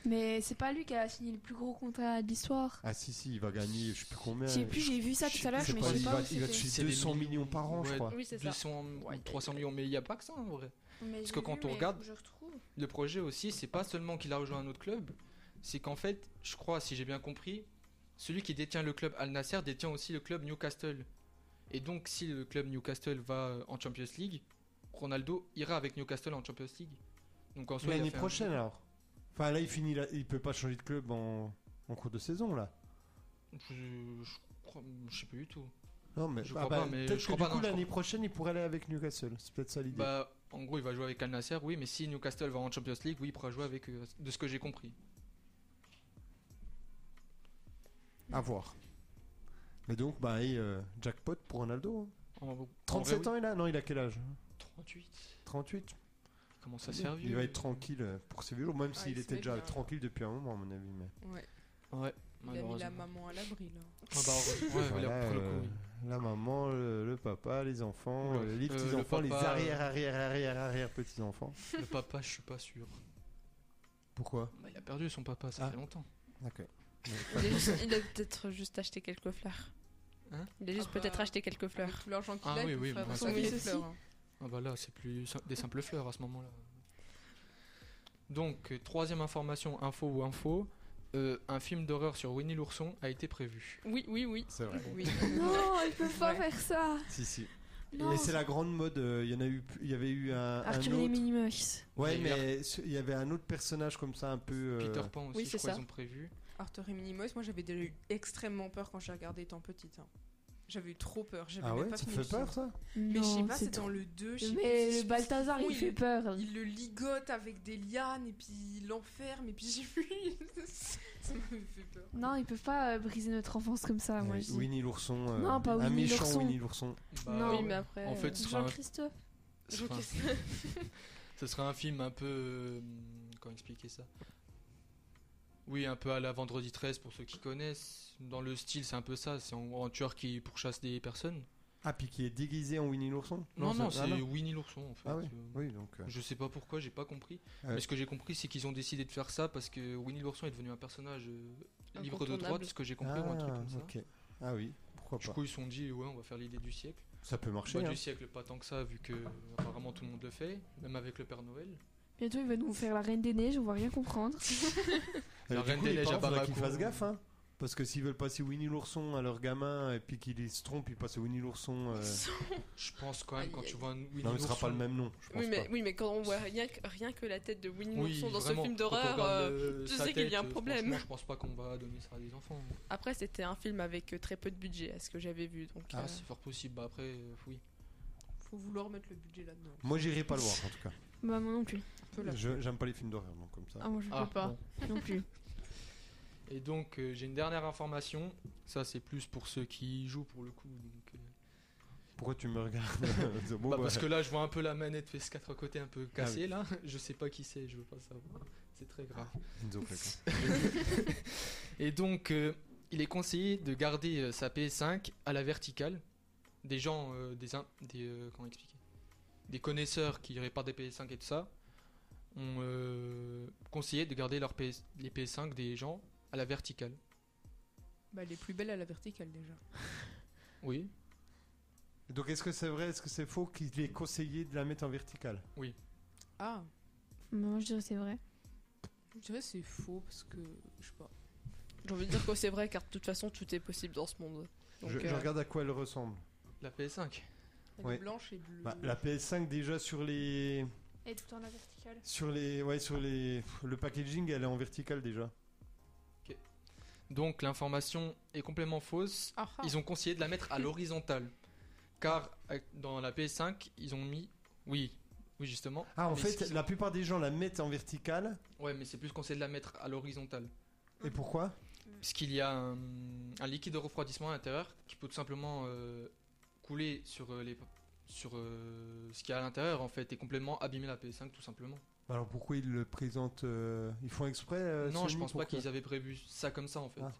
Mais c'est pas lui qui a signé le plus gros contrat de l'histoire. ah si, si, il va gagner, je sais plus combien. Je sais plus, j'ai vu ça je tout sais à l'heure, Je sais mais pas, je sais il pas va, où il va c'était. toucher C'est des 200 millions. millions par an, je Ouais, crois. Oui, c'est ça. 200, Ouais. 300 millions, mais il n'y a pas que ça en vrai. Mais Parce j'ai que quand vu, on mais regarde- faut que je retrouve. Le projet aussi, c'est pas seulement qu'il a rejoint un autre club, c'est qu'en fait, je crois, si j'ai bien compris, celui qui détient le club Al Nasser détient aussi le club Newcastle. Et donc, si le club Newcastle va euh, en Champions League, Ronaldo ira avec Newcastle en Champions League. Donc en soi, il a L'année fait un- prochaine alors. Enfin là, il finit, là, il peut pas changer de club en, en cours de saison là. Je, je crois, je sais plus du tout. Non mais, Je ah crois pas, mais peut-être je que crois du pas, coup non, je l'année prochaine, il pourrait aller avec Newcastle. C'est peut-être ça l'idée. Bah, en gros, il va jouer avec Al Nasser, oui, mais si Newcastle va en Champions League, oui, il pourra jouer avec. euh, de ce que j'ai compris. À voir. Mais donc, bah, et, euh, jackpot pour Ronaldo. hein. En- en vrai, 37 oui. ans il a Non, il a quel âge 38 38. Il commence à se faire vieux. Il va être tranquille euh, pour ses vieux jours, même Ah, s'il il se était met déjà bien. tranquille depuis un moment à mon avis. Mais Ouais. Ouais, Il a mis la malheureusement. maman à l'abri, là. Ah bah, ouais, ouais, Voilà, là, pour le coup, euh, oui. la maman, le, le papa, les enfants, Ouais. euh, les Euh, petits le enfants, les papa, euh. arrière arrière arrière arrière petits enfants. Le papa, je suis pas sûr. Pourquoi Bah, il a perdu son papa, ça Ah. fait longtemps. Ok. Il a, juste- il a peut-être juste acheté quelques fleurs. Hein il a juste Ah bah, peut-être acheté quelques Avec fleurs. tout l'argent qu'il Ah a, oui, il peut oui, faire bon, son ça, billet oui. de fleurs, hein. Ah bah là, c'est plus sim- des simples fleurs à ce moment-là. Donc, euh, troisième information, info ou info, euh, un film d'horreur sur Winnie l'ourson a été prévu. Oui, oui, oui. C'est vrai. Oui. Non, il peut pas Ouais. faire ça. si si. Non. Et c'est la grande mode. euh, Il y en a eu, il y avait eu un, un Arthur et les autre. Minimus. Ouais, Il y a eu mais ce- il y avait un autre personnage comme ça un peu. euh, Peter Pan aussi, oui, je c'est crois ça. ils ont prévu. Arthur et Minimoys, moi j'avais déjà eu extrêmement peur quand j'ai regardé étant petite. hein. J'avais eu trop peur. J'avais Ah même ouais, pas ça fini fait le film. peur ça Mais je sais Non, pas, c'est trop- dans le 2. je sais plus, je Mais sais le plus Balthazar, trop, il fait peur. Il le ligote avec des lianes et puis il l'enferme et puis j'ai vu. ça m'avait fait peur. Non, ils peuvent pas euh, briser notre enfance comme ça, moi Oui, je dis. Winnie l'ourson. euh, Non, pas Un Winnie méchant l'ourson. Winnie l'ourson. Bah, Non. ouais. oui, mais après. euh, En fait, ce sera, un, Euh, Jean-Christophe. ce sera un- ce sera un film un peu... euh, comment expliquer ça Oui, un peu à la Vendredi 13 pour ceux qui connaissent. Dans le style, c'est un peu ça, c'est en- un tueur qui pourchasse des personnes. Ah, puis qui est déguisé en Winnie l'ourson Non, non, c'est ah, Winnie l'ourson en fait. Ah oui, Euh, oui, donc. euh, Je sais pas pourquoi, j'ai pas compris. Ah ouais. Mais ce que j'ai compris, c'est qu'ils ont décidé de faire ça parce que Winnie l'ourson est devenu un personnage euh, libre de Incontournable. droite, ce que j'ai compris, ou un truc comme ça. ah, ok. Ah oui, pourquoi Du pas coup, ils se sont dit, ouais, on va faire l'idée du siècle. Ça peut marcher. Bah, hein. Du siècle, pas tant que ça, vu que euh, apparemment tout le monde le fait, même avec le Père Noël. Bientôt, il va nous faire la Reine des Neiges, on va rien comprendre. Et La du Reine coup, des les Neiges à parents, faudrait qu'ils Bamako. fassent gaffe, hein. Parce que s'ils veulent passer Winnie l'ourson à leur gamin et puis qu'ils se trompent, ils passent Winnie l'ourson. euh, Je pense quand même, Aïe, quand aïe. tu vois un Winnie Non, mais ce sera pas l'ourson- le même nom, je pense Oui mais, pas. oui, mais quand on voit rien que, rien que la tête de Winnie Oui, l'ourson dans vraiment, ce film quand on d'horreur, regarde, euh, euh, je sa sais qu'il y a tête, un euh, problème. franchement, Je pense pas qu'on va donner ça à des enfants. après c'était un film avec euh, très peu de budget à ce que j'avais vu. Donc, Ah, euh, c'est fort possible. Bah, après, euh, oui. Faut vouloir mettre le budget là-dedans. Moi, j'irai pas le voir en tout cas. Bah, moi non plus. Un peu là. Je- J'aime pas les films d'horreur, donc comme ça. Ah, moi je Ah, peux pas. bon. Non plus. Et donc euh, j'ai une dernière information, ça c'est plus pour ceux qui jouent pour le coup. Donc, euh, Pourquoi tu me regardes Bon, bah, bah, Parce que là je vois un peu la manette PS4 à côté un peu cassée là, je sais pas qui c'est, je veux pas savoir, c'est très grave. Enzo, fais Et donc euh, il est conseillé de garder euh, sa PS5 à la verticale. Des gens, euh, des, in- des euh, comment expliquer Des connaisseurs qui réparent des PS5 et tout ça, ont euh, conseillé de garder leur PS, les PS5 des gens à la verticale. Bah, elle est plus belle à la verticale déjà. Oui, quoi. Donc, est-ce que c'est vrai, est-ce que c'est faux qu'il est conseillé de la mettre en verticale Ah, Moi je dirais c'est vrai. je dirais c'est faux parce que je sais pas. J'ai envie de dire que c'est vrai, car de toute façon, tout est possible dans ce monde. Donc, je, je euh, regarde à quoi elle ressemble. La PS5. Elle Ouais. est blanche et bleue. Bah, la PS5 déjà sur les Et tout en la verticale. sur les ouais sur les pff, le packaging elle est en verticale déjà. Donc l'information est complètement fausse. Ah, ah. Ils ont conseillé de la mettre à l'horizontale. Car euh, dans la PS5, ils ont mis. Oui, oui, justement. Ah en Mais fait c'est- la plupart des gens la mettent en verticale Ouais, mais c'est plus conseillé de la mettre à l'horizontale. et pourquoi Parce qu'il y a un, un liquide de refroidissement à l'intérieur qui peut tout simplement euh, couler sur, euh, les, sur euh, ce qu'il y a à l'intérieur en fait et complètement abîmer la PS5 tout simplement. Bah Alors pourquoi ils le présentent euh, Ils font exprès euh, non, je Sony, pense pas pourquoi qu'ils avaient prévu ça comme ça en fait. Ah.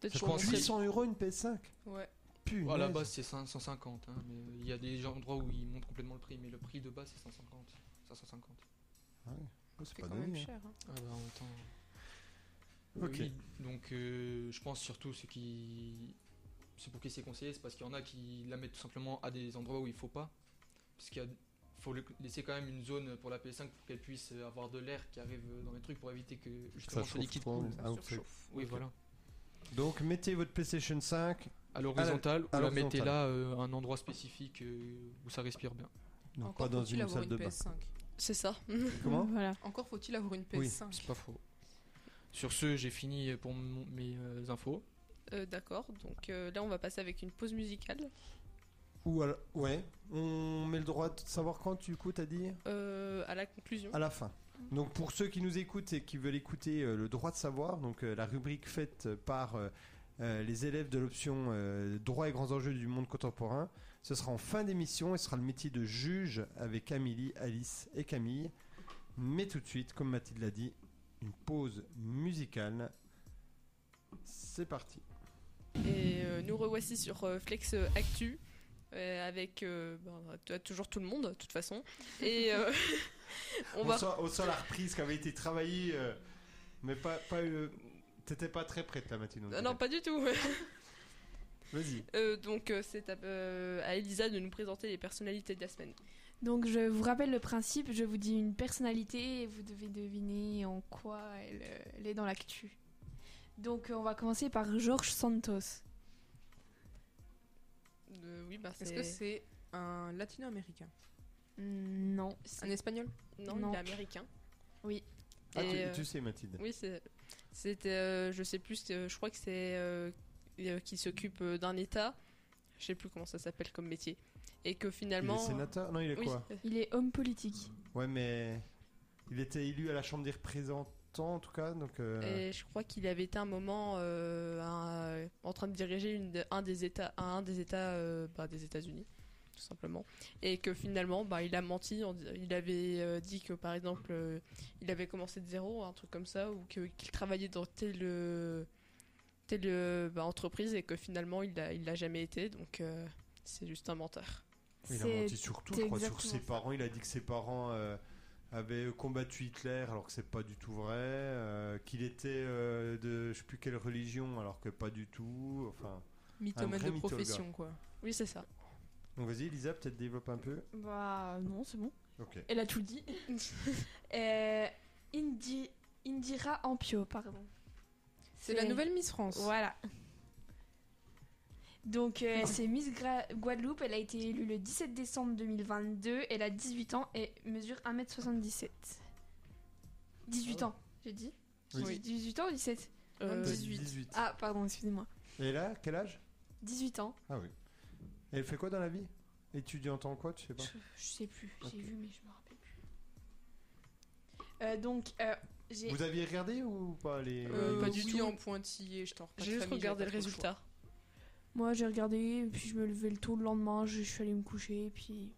peut-être je sur pense mon que- site, 800 euros une PS5 Ouais. Punaise. Oh, à la base c'est 5- 150, hein, mais il y a des endroits où ils montent complètement le prix, mais le prix de base c'est 150. 550. Oh, c'est C'est pas quand même donné, hein. cher. hein. Ah bah, en même temps. Ok. Oui, donc euh, je pense surtout ceux qui. C'est pour qui c'est conseillé, c'est parce qu'il y en a qui la mettent tout simplement à des endroits où il faut pas. Parce qu'il y a- faut le- laisser quand même une zone pour la PS5 pour qu'elle puisse avoir de l'air qui arrive dans les trucs pour éviter que justement Ça ce chauffe liquide trop, coule. ça Ah, surchauffe. Oui, Ok. voilà. Donc mettez votre PlayStation 5. À l'horizontale, Ah, à ou la mettez l'horizontale. là euh, un endroit spécifique euh, où ça respire bien. Non, pas Encore dans faut-il une avoir salle de une bain. PS5. c'est ça. Comment Voilà. Encore faut-il avoir une Oui. PS5. C'est pas faux. Sur ce, j'ai fini pour mon- mes euh, infos. Euh, D'accord, donc euh, là, on va passer avec une pause musicale. Ou alors- ouais, on met le droit de savoir quand du coup t'as dit Euh, à la conclusion. à la fin. Donc pour ceux qui nous écoutent et qui veulent écouter euh, le droit de savoir, donc euh, la rubrique faite euh, par euh, euh, les élèves de l'option euh, droit et grands enjeux du monde contemporain, ce sera en fin d'émission et ce sera le métier de juge avec Amélie, Alice et Camille. Mais tout de suite, comme Mathilde l'a dit, une pause musicale. C'est parti. Et euh, nous revoici sur euh, Flex Actu euh, avec euh, ben, t- toujours tout le monde, de toute façon. Et euh, on On, va. sent, on sent la reprise qui avait été travaillée, euh, mais pas. pas euh, T'étais pas très prête la matinée. on Ah non, dirait. pas du tout. Vas-y. Euh, donc, euh, c'est à, euh, à Elisa de nous présenter les personnalités de la semaine. Donc je vous rappelle le principe, je vous dis une personnalité et vous devez deviner en quoi elle, euh, elle est dans l'actu. Donc euh, on va commencer par Georges Santos. Euh, oui, bah, Est-ce c'est- que c'est un latino-américain Mm, Non. Un espagnol Non, Non. il est américain. Oui. Ah, Et, tu, euh, tu sais, Mathilde. Oui, c'est. C'était. euh, je sais plus, euh, je crois que c'est. euh, euh, qui s'occupe euh, d'un état. Je sais plus comment ça s'appelle comme métier. Et que finalement. euh, Il est sénateur Non, il est Oui, quoi Il est homme politique. Ouais, mais il était élu à la Chambre des représentants en tout cas, donc. euh, Et je crois qu'il avait été un moment euh, un- en train de diriger une de- un des États, un des États euh, bah, des États-Unis, tout simplement. Et que finalement, bah, il a menti. en dis- il avait euh, dit que, par exemple, euh, il avait commencé de zéro, un truc comme ça, ou que- qu'il travaillait dans telle, euh, telle euh, bah, entreprise et que finalement, il l'a il l'a jamais été. Donc, euh, c'est juste un menteur. Il a C'est- menti sur tout, c'est je crois, sur exactement ses ça. parents. Il a dit que ses parents euh, avaient combattu Hitler, alors que c'est pas du tout vrai. euh, Qu'il était euh, de je sais plus quelle religion, alors que pas du tout. Enfin, Mythomane de mytho, le gars. profession, quoi. Oui, c'est ça. donc vas-y, Elisa, peut-être développe un peu. Bah non, c'est bon. Ok. Elle a tout dit. Euh, Indi- Indira Ampio, pardon. C'est la nouvelle Miss France. Voilà. Donc, euh, Ah. c'est Miss Gra- Guadeloupe. Elle a été élue le 17 décembre 2022. Elle a 18 ans et mesure 1m77. 18 ans, j'ai dit J'ai Ah Oui. dit 18 ans ou 17 Euh, 18. Ah, pardon, excusez-moi. Et là, quel âge 18 ans, Ah oui. Et elle fait quoi dans la vie Étudiante en quoi, tu sais pas je, je sais plus. J'ai Ok. vu, mais je me rappelle plus. Euh, donc, euh, j'ai. Vous aviez regardé ou pas les Euh, pas du oui, tout. en pointillé, je t'en reparle. J'ai juste regardé le résultat. Moi, j'ai regardé, et puis je me levais le tôt le lendemain. Je, je suis allée me coucher, et puis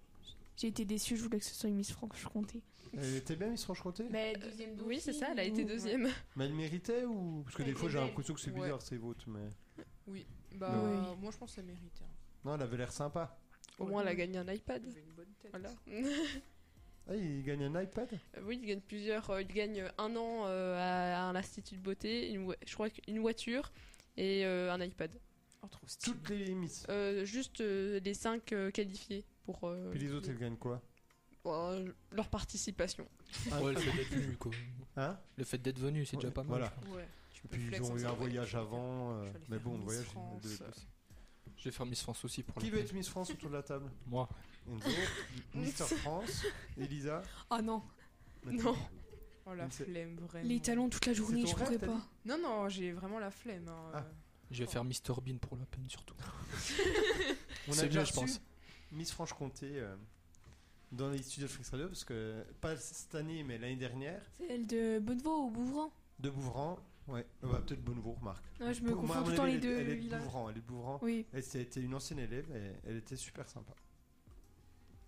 j'ai été déçue. Je voulais que ce soit une Miss Euh, Franck, je comptais. Elle était bien, Miss Rocheroté Mais deuxième Oui, c'est ça. Elle a été deuxième. Mais elle méritait ou Parce que Elle des fois, était j'ai belle. l'impression que c'est Ouais. bizarre ces votes, mais. Oui, bah Oui. moi je pense que ça mérite. hein. Non, elle avait l'air sympa. Au moins, elle a gagné un iPad. Elle avait une bonne tête. Voilà. Ah, il gagne un iPad Euh, Oui, il gagne plusieurs. euh, Il gagne un an euh, à, à un institut de beauté, une, vo- je crois qu'une voiture et euh, un iPad. Oh, trop stylé. Toutes les Miss. Euh, juste euh, les cinq euh, qualifiés pour euh, Puis les autres, elles gagnent quoi euh, leur participation. Ah. Ouais, le fait d'être venu quoi. Hein Le fait d'être venu, c'est déjà Ouais, pas mal. voilà. je pense. Ouais. tu peux Puis ils flex en ont eu disant, un ouais, voyage je vais faire- avant. euh, je vais aller Mais faire bon, Miss voyage. il y en a France, deux euh, possibles. Je vais faire Miss France aussi pour Qui le veut être Miss France autour de la table Moi. Enzo, Mister France, Elisa. Ah non, Nathalie. Non. Oh la Mais c'est- flemme, vraiment. les talons toute la journée, ton je rêve, pourrais t'as pas. dit Non, non, j'ai vraiment la flemme. hein, Ah. euh. Je vais faire Mister Bean pour la peine surtout. On C'est a déjà mieux, je reçu pense. Miss Franche-Comté euh, dans les studios de Frix Radio, parce que pas cette année, mais l'année dernière, Celle de Bonnevaux ou Bouvran de Bouvran. Ouais, Euh, bah, peut-être Bonnevaux, remarque. Non, je me Moi, à confonds mon tout le temps avis, les elle est- deux Elle est de villages. Bouvran, elle est de Bouvran. Oui, Elle c'était une ancienne élève et elle était super sympa.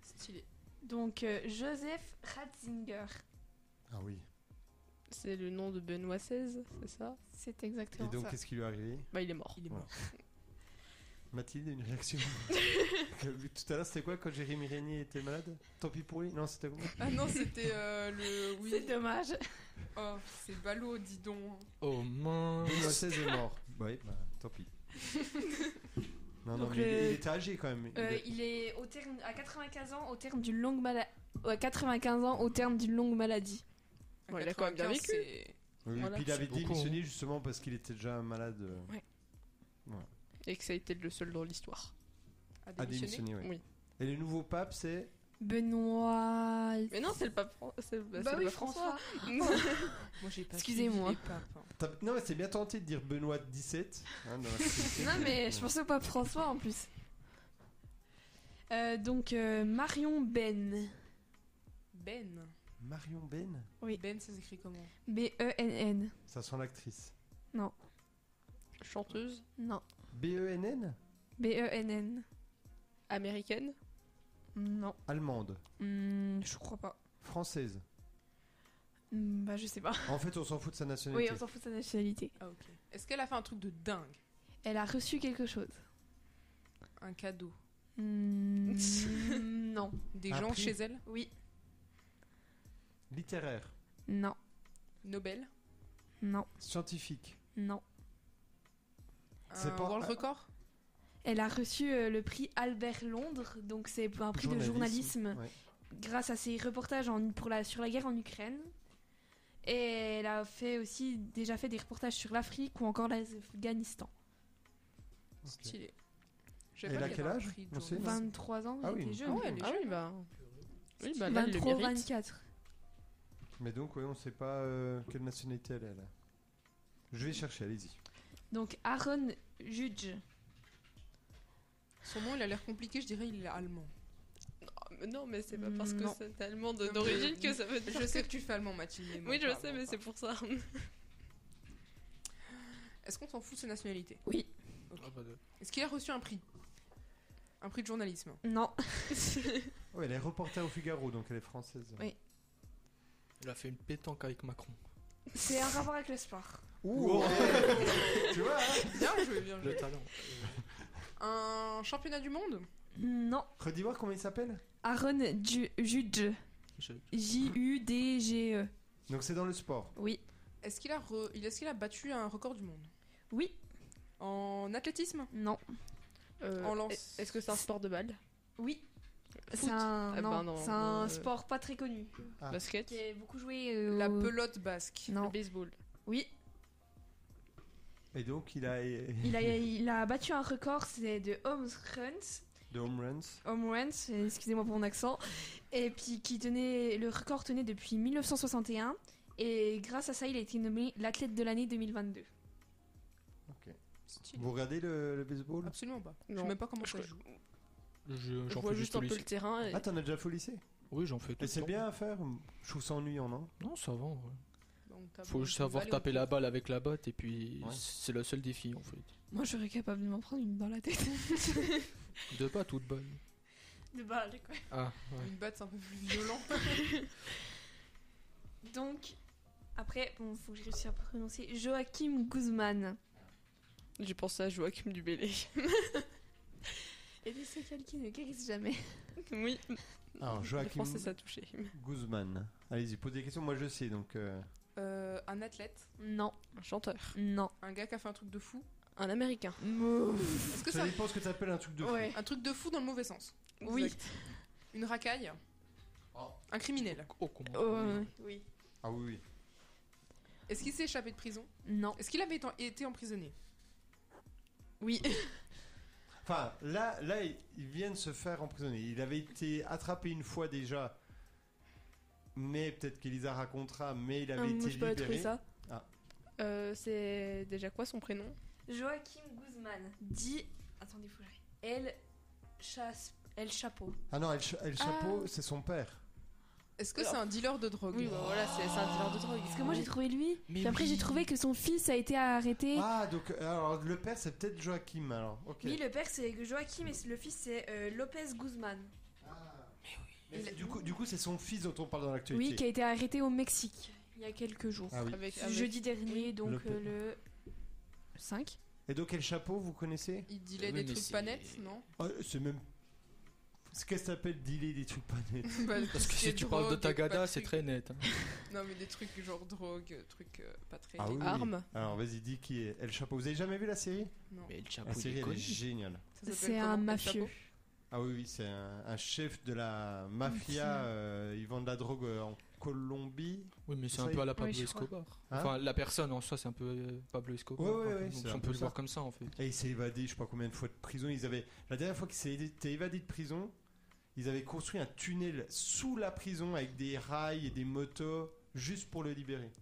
Stylé. Donc, euh, Joseph Ratzinger. Ah oui. C'est le nom de Benoît XVI, c'est ça C'est Et exactement donc, ça. qu'est-ce qui lui est arrivé Bah, il est mort. Il est Voilà. mort. Mathilde, une réaction Tout à l'heure, c'était quoi quand Jérémy Régnier était malade Tant pis pour lui Non, c'était quoi Ah non, c'était euh, le. Oui. c'est dommage. Oh, c'est ballot, dis donc. Oh mince. Benoît XVI est mort. Oui, bah, tant pis. non, non, Donc, mais il- le- il était âgé quand même. Il Euh, est- il est au terme, à 95 ans au terme d'une longue maladie. 95 ans au terme d'une longue maladie. À Ouais, il a quand même bien 95, vécu. c'est- Oui, voilà, puis il avait c'est beaucoup, démissionné justement parce qu'il était déjà malade. euh, Et que ça a été le seul dans l'histoire. à à démissionner. Ah, démissionner, ouais. Oui. Et le nouveau pape, c'est. Benoît. Mais non, c'est le pape Fran- c'est le- bah, Bah c'est le oui, pape François. Moi, j'ai pas Excusez-moi. suivi les papes, hein. T'as- Non, mais c'est bien tenté de dire Benoît XVII. hein, dans la société, Non, mais je pensais au pape François en plus. Euh, donc euh, Marion Ben. Ben. Marion Ben Oui. Ben, ça s'écrit comment E B-E-N-N. Ça sent l'actrice. Chanteuse Non. B-E-N-N E B-E-N-N. américaine. Non. Allemande. Hmm, je crois pas. Française. Hmm, bah, je sais pas. En fait, on s'en fout de sa nationalité. Oui, on s'en fout de sa nationalité. Ah, ok. Est-ce qu'elle a fait un truc de dingue Elle a reçu quelque chose. Un cadeau Hmm, non. Des Un gens prix chez elle Oui. Littéraire. Non. Nobel Non. Scientifique. Non. C'est Un pas- World Record Elle a reçu euh, le prix Albert Londres, donc c'est un prix de journalisme ouais. grâce à ses reportages en- pour la, sur la guerre en Ukraine. Et elle a fait aussi déjà fait des reportages sur l'Afrique ou encore l'Afghanistan. Stylé. Elle a quel âge On sait, non 23 ans, Ah elle oui. était jeune. Ah ouais, elle est Ah oui, jeune. bah. Oui, bah là, il le 23 mérite. 24. Mais donc, ouais, on sait pas euh, quelle nationalité elle est. là. Je vais chercher, allez-y. Donc Aaron Judge. Son nom, il a l'air compliqué, je dirais il est allemand. Ah, mais Non, mais c'est pas parce que Non. c'est allemande mais- d'origine que ça veut dire. Je sais que tu fais allemand, Mathilde. mais moi, Oui, je pas sais, vraiment mais pas. c'est pour ça. Est-ce qu'on s'en fout de sa nationalité Ah, bah, de- Est-ce qu'il a reçu un prix Un prix de journalisme Non. Ouais, Oh, elle est reporter au Figaro, donc elle est française. Oui. Elle a fait une pétanque avec Macron. C'est un rapport avec le sport. Ouh, oh. tu vois hein Bien joué, bien joué. talent. Un championnat du monde Non. Redis voir comment il s'appelle Aaron Ju- Judge. Je- J-U-D-G-E. Donc c'est dans le sport. Oui. Est-ce qu'il a, re- il- est-ce qu'il a battu un record du monde Oui. En athlétisme Non. En lance. Euh, Est-ce que c'est un sport de balle Oui. Foot. C'est un, Eh non, ben non, c'est un euh, sport pas très connu. Ah. Basket Qui est beaucoup joué. euh, La au- pelote basque. Le Non. baseball. Oui. Et donc il a Il a, il a battu un record, c'est de home runs. de home runs. Home runs, excusez-moi pour mon accent. Et puis qui tenait, le record tenait depuis 1961. Et grâce à ça, il a été nommé l'athlète de l'année 2022. Stylé. Vous regardez le, le baseball Absolument pas. Je Non. sais même pas comment Je ça crois- joue. Je- Je J'en vois fais juste juste un au peu le lycée. terrain. et- Ah, t'en as déjà fait au lycée Oui, j'en fais tout Et le c'est temps. bien à faire Je trouve ça ennuyant, non Non, ça va. en vrai. Bah, on tape- on Faut juste savoir balle et on taper court. la balle avec la botte et puis Ouais. c'est le seul défi en fait. Moi, j'aurais capable de m'en prendre une dans la tête. Deux pas toute balle. de balle, quoi. Ah, ouais. Une batte, c'est un peu plus violent. Donc, après, bon, faut que je réussisse à prononcer Joachim Guzman. J'ai pensé à Joachim Dubélé. Et c'est quelqu'un qui ne guérissent jamais. oui. Alors, Le Ah, Joachim français, ça a touché. Guzman. Allez-y, posez des questions, moi je sais donc. euh, Euh, un athlète, Non, Un chanteur. non. un gars qui a fait un truc de fou. Un américain. Est-ce que Ça ça. dépend ce que t'appelles un truc de fou. Ouais. Un truc de fou dans le mauvais sens. Oui. Une racaille. Un criminel. Oh, comment Euh, Ah oui, oui. Est-ce qu'il s'est échappé de prison Non. Est-ce qu'il avait été- été emprisonné Oui. Enfin, là, là, il il vient de se faire emprisonner. Il avait été attrapé une fois déjà. Mais peut-être qu'Elisa racontera, mais il avait été Ah, je peux libéré. trouver ça. Ah. Euh, c'est déjà quoi son prénom Joachim Guzman dit. Attendez, faut que j'arrive. El, chasse... El Chapeau. Ah non, El, Cha- El Chapeau, c'est son père. Est-ce que c'est un dealer de drogue Oui, bah voilà, c'est c'est un dealer de drogue. Parce que moi j'ai trouvé lui. Mais Puis après oui. j'ai trouvé que son fils a été arrêté. Ah, donc alors, le père, c'est peut-être Joachim, alors. Ok. Oui, le père c'est Joachim et le fils c'est euh, Lopez Guzman. Mais c'est- du coup, du coup, c'est son fils dont on parle dans Oui, qui l'actualité. a été arrêté au Mexique il y a quelques jours. Ah oui. Avec, Ce avec- Jeudi dernier, donc Le- euh, le, 5. Et donc, El Chapeau, vous connaissez Il dealait Oui, des mais trucs c'est- pas nets, non Ah, C'est même. C'est qu'est-ce que t'appelles dealer des trucs pas nets Bah, Parce que si tu parles de Tagada, c'est très net. hein. Non, mais des trucs genre drogue, euh, trucs euh, pas très. Ah oui. Arme. Alors, vas-y, dis qui est El Chapeau. Vous avez jamais vu la série Mais le chapeau, La série, il est elle est connu. géniale. Ça s'appelle C'est comment, un El mafieux. Chapeau Ah oui, oui, c'est un, un chef de la mafia. euh, ils vendent de la drogue euh, en Colombie. Oui, mais c'est Ça un y peu à la Pablo Oui, je crois. Escobar. enfin, la personne en soi, c'est un peu euh, Pablo Escobar. Ouais, ouais, quoi. ouais, Donc, c'est un on peu peut le ça. voir comme ça, en fait. Et il s'est évadé, je sais pas combien de fois de prison. Ils avaient la dernière fois qu'il s'est été évadé de prison, ils avaient construit un tunnel sous la prison avec des rails et des motos juste pour le libérer,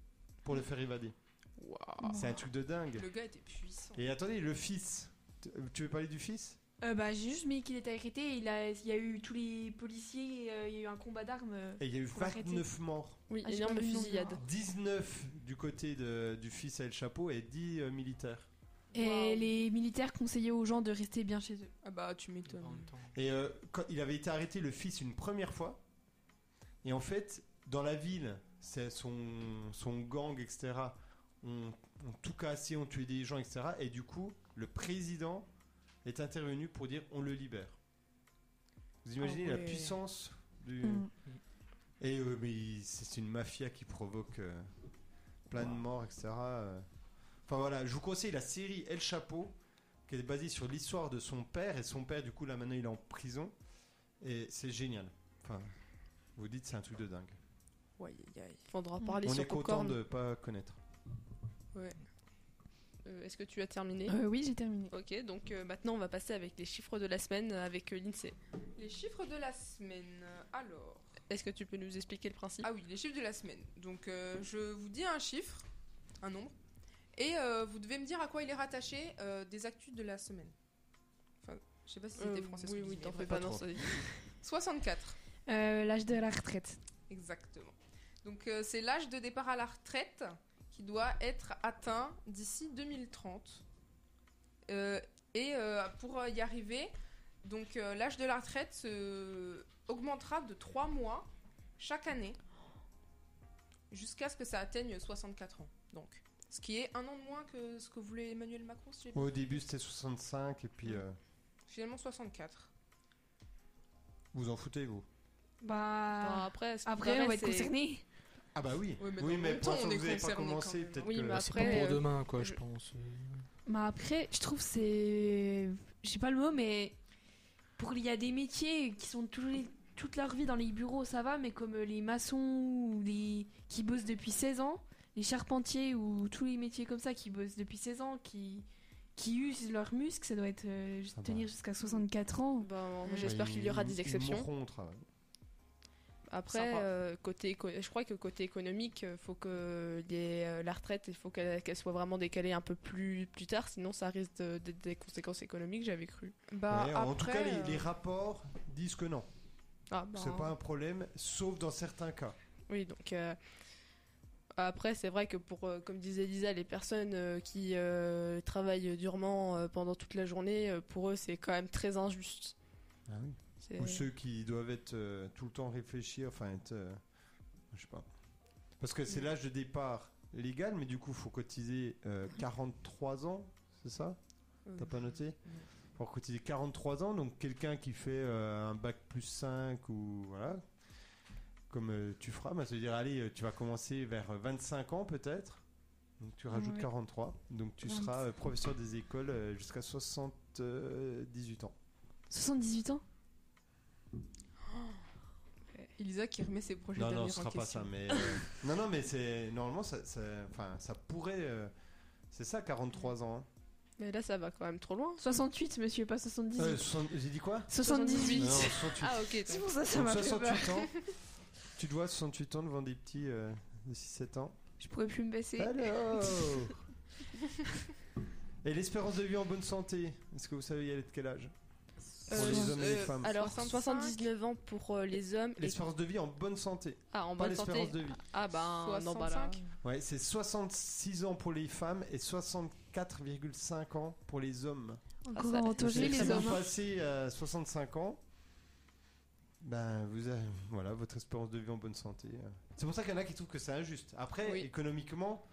pour le faire évader. Waouh. C'est un truc de dingue. Le gars était puissant. Et attendez, le fils. Tu- Tu veux parler du fils Euh, bah, j'ai juste mis qu'il était arrêté. et Il, a, il y a eu tous les policiers, euh, il y a eu un combat d'armes. euh. Et il y a eu Faut l'arrêter. 29 morts. Oui, Ah, j'ai énorme pas vu le nom. fusillade. 19 du côté de- du fils à El Chapeau et 10 euh, militaires. Et Waouh. les militaires conseillaient aux gens de rester bien chez eux. Ah bah, tu m'étonnes. Et euh, quand il avait été arrêté le fils une première fois. Et en fait, dans la ville, c'est son, son gang, etc., ont, ont tout cassé, ont tué des gens, etc. Et du coup, le président est intervenu pour dire on le libère. Vous imaginez Ah la ouais. puissance du. Mm. Et euh, mais il- c'est une mafia qui provoque euh, plein de morts, etc. euh. Enfin voilà, je vous conseille la série El Chapeau, qui est basée sur l'histoire de son père. Et son père, du coup, là maintenant, il est en prison. Et c'est génial. Enfin, vous dites, c'est un truc de dingue. Ouais, aïe, aïe. Faudra parler On sur est content Popcorn. de pas connaître. Euh, Est-ce que tu as terminé Euh, oui, j'ai terminé. Ok, donc euh, maintenant on va passer avec les chiffres de la semaine avec euh, l'INSEE. Les chiffres de la semaine. Alors. Est-ce que tu peux nous expliquer le principe Ah oui, les chiffres de la semaine. Donc, euh, je vous dis un chiffre, un nombre, et euh, vous devez me dire à quoi il est rattaché euh, des actus de la semaine. Enfin, je sais pas si c'était Euh, français. ce Oui, que je oui, dis, t'en mais fais bref. pas, non, ça- 64, Euh, L'âge de la retraite. exactement. Donc, euh, c'est l'âge de départ à la retraite qui doit être atteint d'ici 2030. Euh, et euh, pour euh, y arriver, donc euh, l'âge de la retraite euh, augmentera de 3 mois chaque année jusqu'à ce que ça atteigne 64 ans. Donc, ce qui est un an de moins que ce que voulait Emmanuel Macron, si j'ai bien- Au début, c'était 65, et puis euh, finalement 64. vous en foutez, vous Enfin, Bah. après, est-ce que Après, le on va reste, être c'est- concerné. Ah bah oui. Oui, mais oui, dans mais le pour temps, l'instant, on est vous n'avez pas concerné commencé. quand même. Peut-être Oui, que- mais C'est pas Après, pour euh, demain, quoi, je- je pense. Bah, après, je trouve c'est. Je sais pas le mot, mais. Pour... Il y a des métiers qui sont tous les- toute leur vie dans les bureaux, ça va, mais comme euh, les maçons ou les... qui bossent depuis 16 ans, les charpentiers ou tous les métiers comme ça qui bossent depuis 16 ans, qui, qui usent leurs muscles, ça doit être euh, juste Ah bah. tenir jusqu'à 64 ans. Ben, Mm. J'espère Ils- qu'il y Mmh. aura ils des exceptions. mourront au travail. Après, Sympa. euh, côté, éco- je crois que côté économique, euh, faut que les, euh, la retraite, il faut qu'elle qu'elle soit vraiment décalée un peu plus, plus tard, sinon ça risque de- d'être des conséquences économiques, j'avais cru. Bah, Ouais, en tout cas, après, les- euh, les rapports disent que non. Ah, ben, C'est pas un problème, sauf dans certains cas. Oui, donc euh, après, c'est vrai que pour, euh, comme disait Lisa, les personnes euh, qui euh, travaillent durement euh, pendant toute la journée, euh, pour eux, c'est quand même très injuste. Bah C'est- Ou ceux qui doivent être euh, tout le temps réfléchir, enfin être. euh, je sais pas. Parce que c'est l'âge de départ légal, mais du coup, faut cotiser euh, 43 ans, c'est ça euh, T'as pas noté Faut cotiser 43 ans, donc quelqu'un qui fait euh, un bac plus 5 ou voilà. Comme euh, tu feras, bah, ça veut dire, allez, euh, tu vas commencer vers euh, 25 ans peut-être. Donc tu rajoutes Ouais. 43. Donc tu seras euh, professeur des écoles euh, jusqu'à 78 ans. 78 ans Elisa qui remet ses projets Non, d'avenir non, en ce sera pas ça, question. mais. euh, non, non, mais c'est. Normalement, ça, ça, enfin, ça pourrait. euh, c'est ça, 43 ans. hein. Mais là, ça va quand même trop loin. 68, monsieur, pas 78. Euh, soixante- J'ai dit quoi 78. Non, 68. Ah, ok. C'est donc- pour ça que ça Donc, m'a fait peur. 68 ans. Tu dois 68 ans devant des petits euh, de 6-7 ans. Je pourrais plus me baisser. Hello Et l'espérance de vie en bonne santé Est-ce que vous savez, elle est de quel âge Pour Euh, les hommes et les euh, femmes. Alors, 65. 79 ans pour euh, les hommes et. L'espérance de vie en bonne santé. Ah, en Pas bonne santé. l'espérance de vie. Ah, bah, non, bah là. 65. Ouais, c'est 66 ans pour les femmes et 64,5 ans pour les hommes. Encore Ah, ça- en danger, C'est-à-dire que les si hommes. vous passez à 65 euh, ans, ben vous avez- voilà votre espérance de vie en bonne santé. euh. C'est pour ça qu'il y en a qui trouvent que c'est injuste. Après, Oui. économiquement,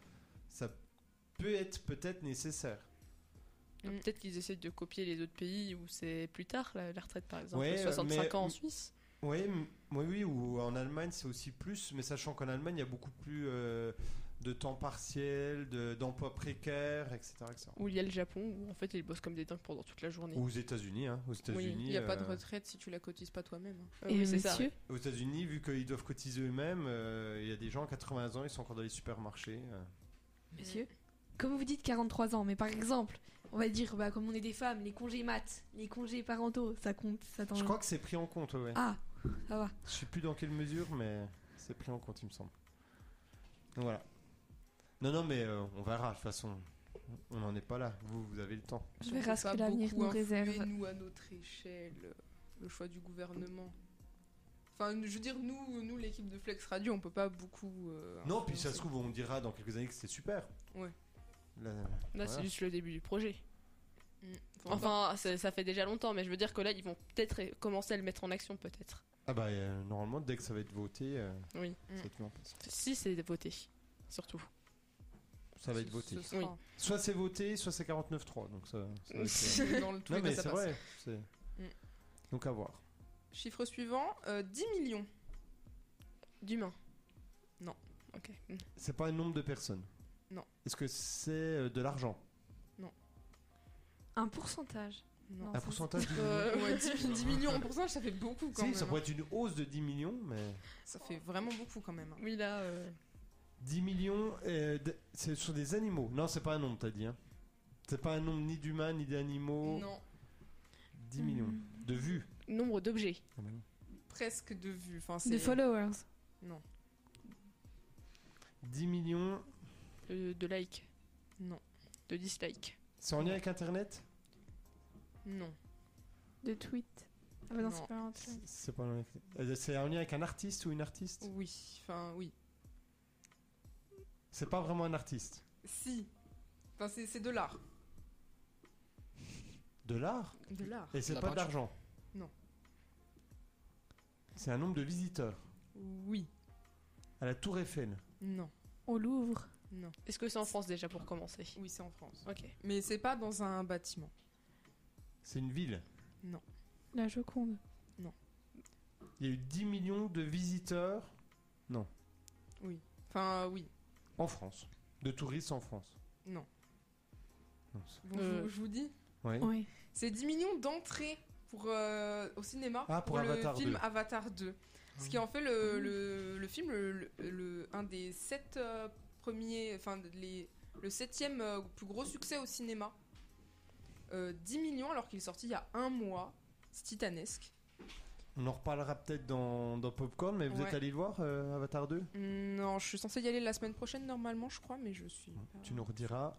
ça peut être peut-être nécessaire. Donc, Peut-être qu'ils essaient de copier les autres pays où c'est plus tard, la, la retraite par exemple. Ouais, euh, 65 mais- ans en Suisse. Oui, m- oui, oui, ou en Allemagne c'est aussi plus, mais sachant qu'en Allemagne il y a beaucoup plus euh, de temps partiel, de- d'emplois précaires, etc., etc. Ou il y a le Japon où en fait ils bossent comme des dingues pendant toute la journée. Ou aux États-Unis, hein, aux Oui, États-Unis. Il n'y a pas de euh, retraite si tu la cotises pas toi-même. Euh, Et oui, c'est ça. monsieur, Aux États-Unis, vu qu'ils doivent cotiser eux-mêmes, euh, il y a des gens à 80 ans, ils sont encore dans les supermarchés. euh. monsieur, comme vous dites 43 ans, mais par exemple, on va dire, bah, comme on est des femmes, les congés maths, les congés parentaux, ça compte, ça t'en- Je crois que c'est pris en compte, ouais. Ah, ça va. Je sais plus dans quelle mesure, mais c'est pris en compte, il me semble. Donc voilà. Non, non, mais euh, on verra, de toute façon. On n'en est pas là. Vous, vous avez le temps. Je verrai ce Pas que l'avenir beaucoup nous influer, réserve. nous, à notre échelle, euh, le choix du gouvernement. Enfin, je veux dire, nous, nous l'équipe de Flex Radio, on peut pas beaucoup. euh, Non, puis ça se influencer. trouve, on dira dans quelques années que c'était super. Ouais. Là, Là, c'est voilà. juste le début du projet. Mm. Enfin, ça ça fait déjà longtemps, mais je veux dire que là, ils vont peut-être eh, commencer à le mettre en action, peut-être. Ah bah, euh, normalement, dès que ça va être voté, euh, Oui. Mm. ça, te met en place. Si c'est voté, surtout. Ça va être Ce- voté. ce sera Oui. Soit c'est voté, soit c'est 49-3. Donc ça, ça va être, euh, dans le tous Non, les cas, mais ça c'est passe. vrai. c'est- Mm. Donc à voir. Chiffre suivant euh, 10 millions. D'humain. Non. Ok. C'est pas un nombre de personnes. Non. Est-ce que c'est euh, de l'argent Un pourcentage. Non. Un pourcentage du Euh, ouais, 10, 10 millions en pourcentage, ça fait beaucoup quand Si, même. ça hein. pourrait être une hausse de 10 millions, mais. Ça fait vraiment beaucoup quand même. hein. Oui, là. euh, 10 millions, euh, de- c'est sur des animaux. Non, c'est pas un nombre, t'as dit. Hein. C'est pas un nombre ni d'humains ni d'animaux. Non, 10 millions. De vues. Nombre d'objets. presque de vues. Enfin, De c'est followers. 10 millions, De, de likes. Non. De dislikes. c'est en lien avec Internet Non. De tweet. Ah bah non, c'est pas un truc. C'est- C'est pas en lien avec- euh, C'est en lien avec un artiste ou une artiste Oui, enfin oui. C'est pas vraiment un artiste. Si. Enfin, c'est c'est de l'art. De l'art De l'art. Et c'est La pas de peinture. l'argent Non. C'est un nombre de visiteurs Oui. à la Tour Eiffel. Non. Au Louvre. Non. Est-ce que c'est en France déjà pour commencer Oui, c'est en France. Ok. Mais c'est pas dans un bâtiment. C'est une ville. La Joconde. Il y a eu 10 millions de visiteurs Enfin, oui. en France. De touristes en France. Non. Non, c'est- Bon, Euh. je, vous- je vous dis. Ouais. Oui. C'est 10 millions d'entrées pour euh, au cinéma Ah, pour le Avatar Ah. film 2. Avatar 2. Ce qui en fait le, le- le film, le, le- le- un des sept euh, premiers, enfin les, le septième euh, plus gros succès au cinéma. Euh, 10 millions alors qu'il est sorti il y a un mois. C'est titanesque. On en reparlera peut-être dans, dans Popcorn, mais vous Ouais. êtes allé le voir, euh, Avatar 2 Hmm, Non, je suis censée y aller la semaine prochaine normalement, je crois, mais je suis. pas- Hein, Tu nous rediras.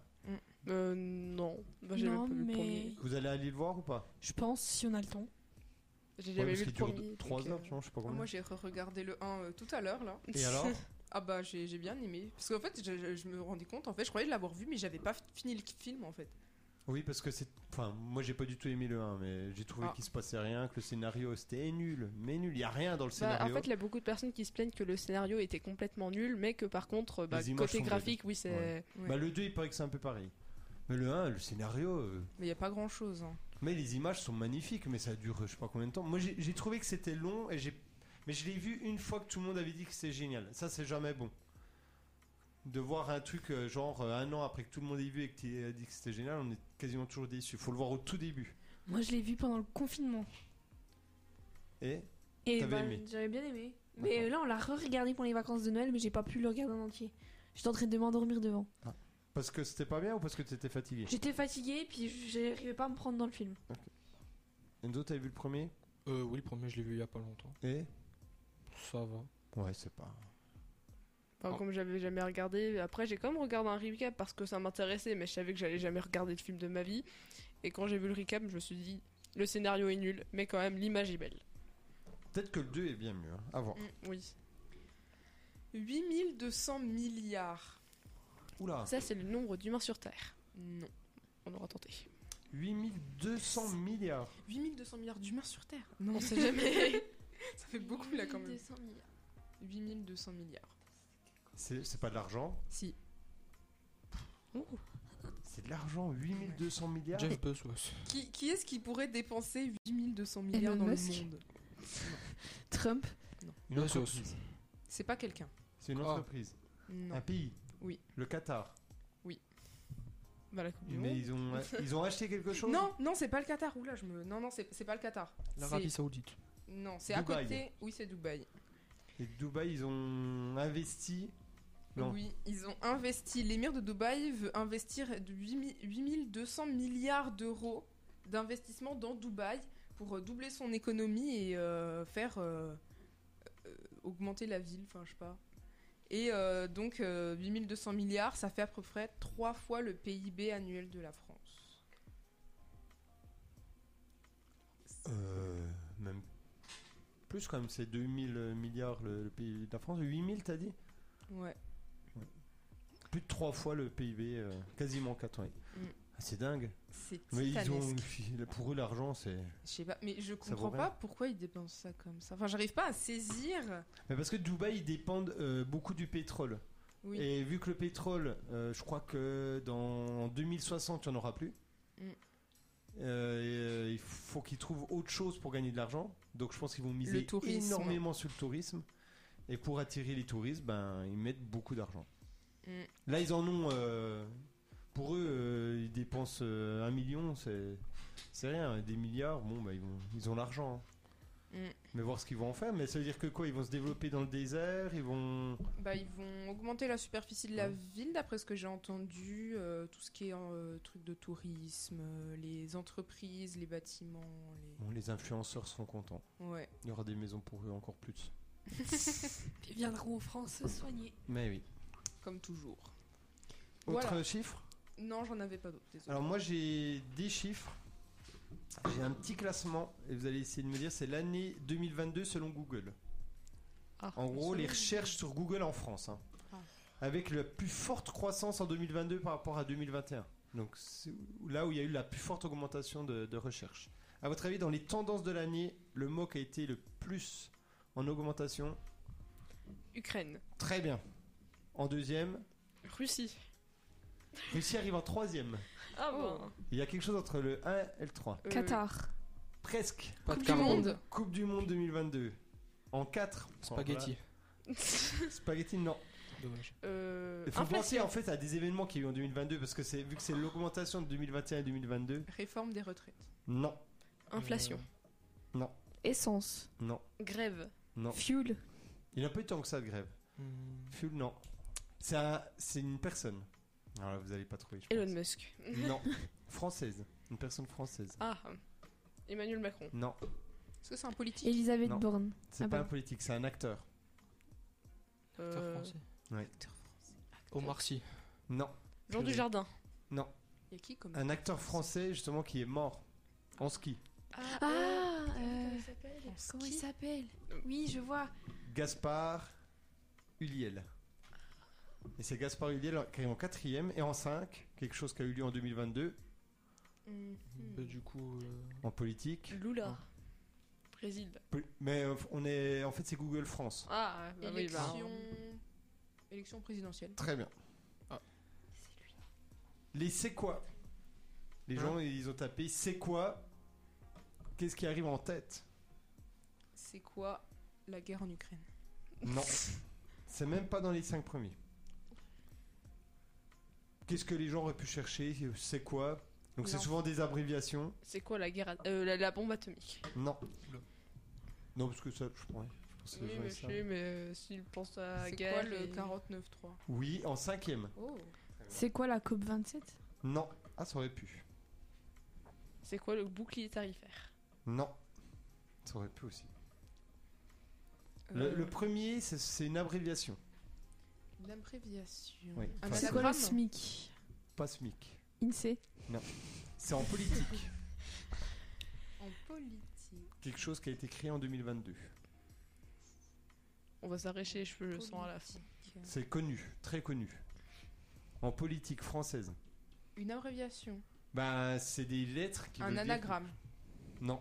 Euh, non. Bah, j'ai Non, même pas vu le mais premier. Vous allez aller le voir ou pas je pense, si on a le temps. J'ai jamais Ouais, vu le parce qu'il dure premier. 3 donc, heures, euh, genre, je sais pas Ah, combien. moi j'ai re-regardé le 1 euh, tout à l'heure là. Et alors Ah bah j'ai j'ai bien aimé. Parce qu'en fait je, je- je me rendais compte, en fait je croyais l'avoir vu mais j'avais pas f- fini le film en fait. Oui, parce que c'est. Enfin, moi j'ai pas du tout aimé le 1, mais j'ai trouvé Ah. qu'il se passait rien, que le scénario c'était nul, mais nul. Il y a rien dans le Bah, scénario. en fait, il y a beaucoup de personnes qui se plaignent que le scénario était complètement nul, mais que par contre, bah, Les images côté sont graphique, oui, c'est. Ouais. Bah, le 2, il paraît que c'est un peu pareil. Mais le 1, le scénario. euh, Mais il y a pas grand chose. Hein. Mais les images sont magnifiques, mais ça dure je sais pas combien de temps. Moi j'ai j'ai trouvé que c'était long et j'ai. Mais je l'ai vu une fois que tout le monde avait dit que c'était génial. Ça c'est jamais bon. De voir un truc euh, genre euh, un an après que tout le monde ait vu et que tu aies dit que c'était génial, on est quasiment toujours déçu. Faut le voir au tout début. Moi, je l'ai vu pendant le confinement. Et Et T'avais bah, aimé. j'avais bien aimé. Mais euh, là, on l'a re-regardé pour les vacances de Noël, mais j'ai pas pu le regarder en entier. J'étais en train de m'endormir devant. Parce que c'était pas bien ou parce que t'étais fatigué J'étais fatiguée, puis j'arrivais pas à me prendre dans le film. Enzo, t'avais vu le premier Euh, oui, le premier, je l'ai vu il y a pas longtemps. Et Ça va. Ouais, c'est pas. Enfin, comme j'avais jamais regardé. Après, j'ai quand même regardé un recap parce que ça m'intéressait, mais je savais que j'allais jamais regarder de film de ma vie. Et quand j'ai vu le recap, je me suis dit, le scénario est nul, mais quand même, l'image est belle. Peut-être que le 2 est bien mieux. hein. À voir. Oui. 8200 milliards. Oula Ça, c'est le nombre d'humains sur Terre. Non. On aura tenté. 8200 milliards 8200 milliards d'humains sur Terre. On sait jamais. Ça fait beaucoup là quand même. 200 milliards. 8200 milliards. C'est c'est pas de l'argent Si. C'est de l'argent, 8200 milliards Jeff Bezos. Qui, qui est-ce qui pourrait dépenser 8200 Elon milliards dans Musk. le monde Trump, Une Bezos. entreprise. C'est pas quelqu'un. C'est Ah, une Ah. entreprise. Non. Un pays Oui. Le Qatar. Bah, la Coupe du Mais Monde. ils ont, ils ont acheté quelque chose Non, non, c'est pas le Qatar. Oula, je me. Non, non, c'est c'est pas le Qatar. L'Arabie C'est- Saoudite. Non, c'est à Dubaï. côté. Oui, c'est Dubaï. Et Dubaï, ils ont investi. Non. Oui, ils ont investi. L'émir de Dubaï veut investir de 8200 milliards d'euros d'investissement dans Dubaï pour euh, doubler son économie et euh, faire euh, euh, augmenter la ville. Enfin, je sais pas. Et euh, donc, 8200 milliards, ça fait à peu près trois fois le PIB annuel de la France. Euh, même plus quand même, c'est 2000 euh, milliards le, le PIB de la France. 8000, t'as dit Ouais. Plus de 3 fois le PIB, euh, quasiment 4 ans. Mm. Ah, C'est dingue. C'est Mais ils ont, titanesque. pour eux, l'argent, c'est. Je sais pas, mais je Ça vaut comprends rien. pas pourquoi ils dépensent ça comme ça. Enfin, j'arrive pas à saisir. Mais parce que Dubaï, ils dépendent euh, beaucoup du pétrole. Oui. Et vu que le pétrole, euh, je crois que dans 2060, il n'y en aura plus. Mm. Euh, et, euh, il faut qu'ils trouvent autre chose pour gagner de l'argent. Donc je pense qu'ils vont miser Le tourisme. énormément sur le tourisme. Et pour attirer les touristes, ben, ils mettent beaucoup d'argent. Mm. Là, ils en ont. euh, pour eux, euh, ils dépensent euh, un million, c'est c'est rien. Des milliards, bon, ben, ils, vont- ils ont l'argent. hein. Mm. Mais voir ce qu'ils vont en faire. Mais ça veut dire que quoi Ils vont se développer dans le désert Ils vont. Bah, ils vont augmenter la superficie de la Ouais. ville, d'après ce que j'ai entendu. euh, tout ce qui est euh, truc de tourisme, euh, les entreprises, les bâtiments. Bon, les influenceurs seront contents. Les... Ouais. Il y aura des maisons pour eux encore plus. ils viendront en France se soigner. Mais oui. Comme toujours. Autre Voilà. chiffre Non, j'en avais pas d'autres. désolé. Alors moi j'ai des chiffres. J'ai un petit classement et vous allez essayer de me dire c'est l'année 2022 selon Google. Ah, En gros les recherches sur Google en France. hein. Ah. Avec la plus forte croissance en 2022 par rapport à 2021. Donc c'est là où il y a eu la plus forte augmentation de, de recherche. À votre avis dans les tendances de l'année, le mot qui a été le plus en augmentation Ukraine. Très bien. En deuxième, Russie. Russie arrive en troisième. Ah Oh. bon. Il y a quelque chose entre le 1 et le 3. Euh, Qatar, Presque. Pas de Coupe du carbone. monde Coupe du Monde 2022. En 4. Spaghetti. Spaghetti, non. Dommage. euh, Il faut penser inflation. en fait à des événements qu'il y a eu en 2022 parce que c'est vu que c'est l'augmentation de 2021 et 2022. Réforme des retraites. Non, Inflation. essence, non, Mm. Grève. non. fuel, Il n'y a pas eu tant que ça de grève. Euh, hmm, Fuel, non. C'est un- c'est une personne. Alors là, vous n'allez pas trouver. je Elon pense. Musk. Non. Française. Une personne française. Ah. Emmanuel Macron. Non. Est-ce que c'est un politique Elisabeth Non. Borne, C'est Ah pas bon. un politique, c'est un acteur. acteur Euh, français. Acteur français. Omar Sy. Non. Jean Purée. Dujardin. Non. Il y a qui comme. Un acteur français justement qui est mort en ski. Ah, euh, euh, Comment il s'appelle Oui, je vois. Gaspard Huliel. Et c'est Gaspard Huliel qui est en quatrième et en 5, quelque chose qui a eu lieu en 2022 Mm. Mhm. Bah, du coup, euh, en politique. Lula. Brésil. Poli- Mais euh, on est, en fait, c'est Google France. Ah, bah oui, bah. Élection. Élection présidentielle. Très bien. Les c'est quoi Les gens, ils ont tapé c'est quoi Qu'est-ce qui arrive en tête C'est quoi la guerre en Ukraine Non. c'est même pas dans les 5 premiers. Qu'est-ce que les gens auraient pu chercher C'est quoi Donc c'est Non. souvent des abréviations. C'est quoi la guerre à- euh, la, la bombe atomique Non. Oula. Non, parce que ça, je pourrais. Je pense que Oui, j'aurais ça. monsieur, mais euh, s'il pense à C'est quoi Gaël le et- 49.3 Oui, en cinquième. Oh. C'est quoi la COP27 Non. Ah, ça aurait pu. C'est quoi le bouclier tarifaire Non. Ça aurait pu aussi. Euh, Le, le premier, c'est- c'est une abréviation. L'abréviation. Oui. Mm. Un Enfin, C'est quoi le anagramme SMIC Pas SMIC. INSEE C'est en politique. en politique. Quelque chose qui a été créé en 2022. On va s'arracher les cheveux, je le sens à la fin. C'est connu, très connu. En politique française. Une abréviation. Ben, c'est des lettres qui. veulent Un dire- anagramme. Non.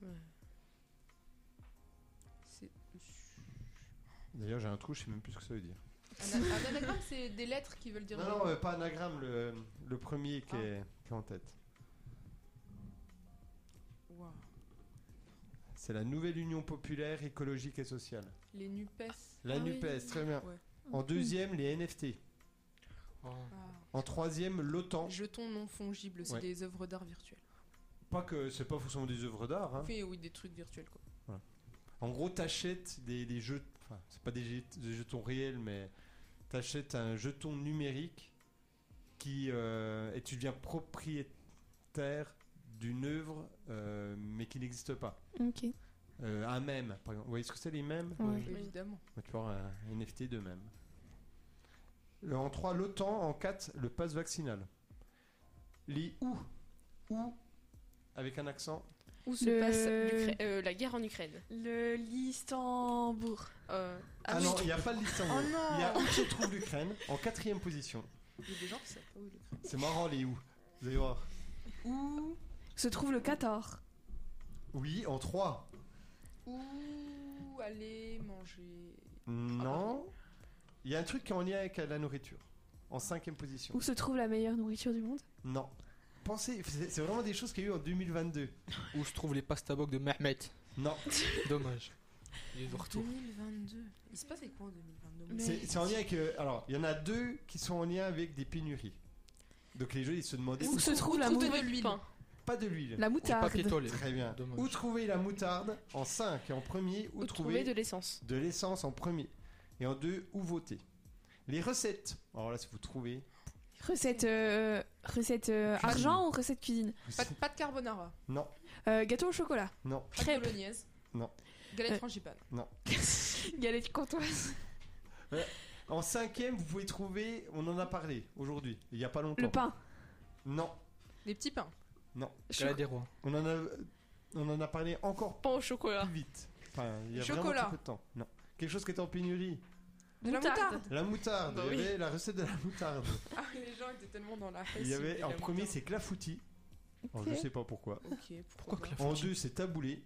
C'est- D'ailleurs, j'ai un trou, je sais même plus ce que ça veut dire. Un, a- un anagramme, c'est des lettres qui veulent dire. Non, non, euh, pas anagramme, le, le premier qui, Ah. est, qui est en tête. Ouah. C'est la Nouvelle Union Populaire, Écologique et Sociale. Les Nupes. La Ah oui. NUPES, très bien. Ouais. Hmm. En deuxième, les NFT. Ah. En troisième, l'OTAN. Jetons non fongibles, c'est Ouais. des œuvres d'art virtuelles. Pas que c'est pas forcément des œuvres d'art. hein. Oui, oui, des trucs virtuels quoi. En gros, t'achètes des, des jeux. Enfin, c'est pas des, jet- des jetons réels, mais t'achètes un jeton numérique qui. euh, et tu deviens propriétaire d'une œuvre, euh, mais qui n'existe pas. Ok. Euh, un mème, par exemple. Vous voyez ce que c'est les mèmes Ouais. Évidemment. Bah, Tu vas avoir un NFT de mème. Le- Euh, En 3, l'OTAN. En 4, le pass vaccinal. Les OU. OU, avec un accent. Où se Le- passe l'Ucra- euh, la guerre en Ukraine Le Listembourg. Euh, Ah, non, il n'y a pas le Luxembourg. Oh non Il y a où se trouve l'Ukraine en quatrième position. Il y a des gens qui savent pas où il est. C'est marrant les où. Vous allez voir. Où Se trouve le Qatar. Oui, en 3. Où aller manger Non. Il y a un truc qui est en lien avec la nourriture. En cinquième position. Où se trouve la meilleure nourriture du monde Non. Pensez, c'est c'est vraiment des choses qu'il y a eu en 2022. Où se trouvent les pastabocs de Mehmet Non. Dommage. Il est de retour. 2022. Il se passe quoi en 2022 Mais- C'est c'est en lien avec. euh, alors, il y en a deux qui sont en lien avec des pénuries. Donc les gens ils se demandaient Où se trouve la, trouver mou- de l'huile pas de l'huile. la J'ai pas moutarde pétolé. Très bien. Dommage. Où trouver la moutarde en 5 et en premier Où, Où trouver de l'essence de l'essence en premier. Et en deux, où voter Les recettes. Alors là, si vous trouvez. Recette, euh, recette euh, Cuisine. argent ou recette cuisine pas, de- pas de carbonara. Non, Euh, Gâteau au chocolat. non, Pas de Crêpes. bolognaise. Non. Galette Euh. frangipane. Galette comtoise. En cinquième, vous pouvez trouver, on en a parlé aujourd'hui, il n'y a pas longtemps. Le pain. Non, Des petits pains. Galade des rois. on en a, on en a parlé encore Pain au chocolat. plus vite. Enfin, il y a Chocolat. vraiment très peu de temps. Non. Quelque chose qui est en pénurie. De la Moutarde. moutarde. La moutarde, Bah il y oui. avait la recette de la moutarde. Ah, les gens étaient tellement dans la fesse. il y avait, la en premier, moutarde. c'est clafoutis. Alors, je Ok. sais pas pourquoi. Ok, Pourquoi pourquoi que pas. la En foutu- deux, c'est taboulé.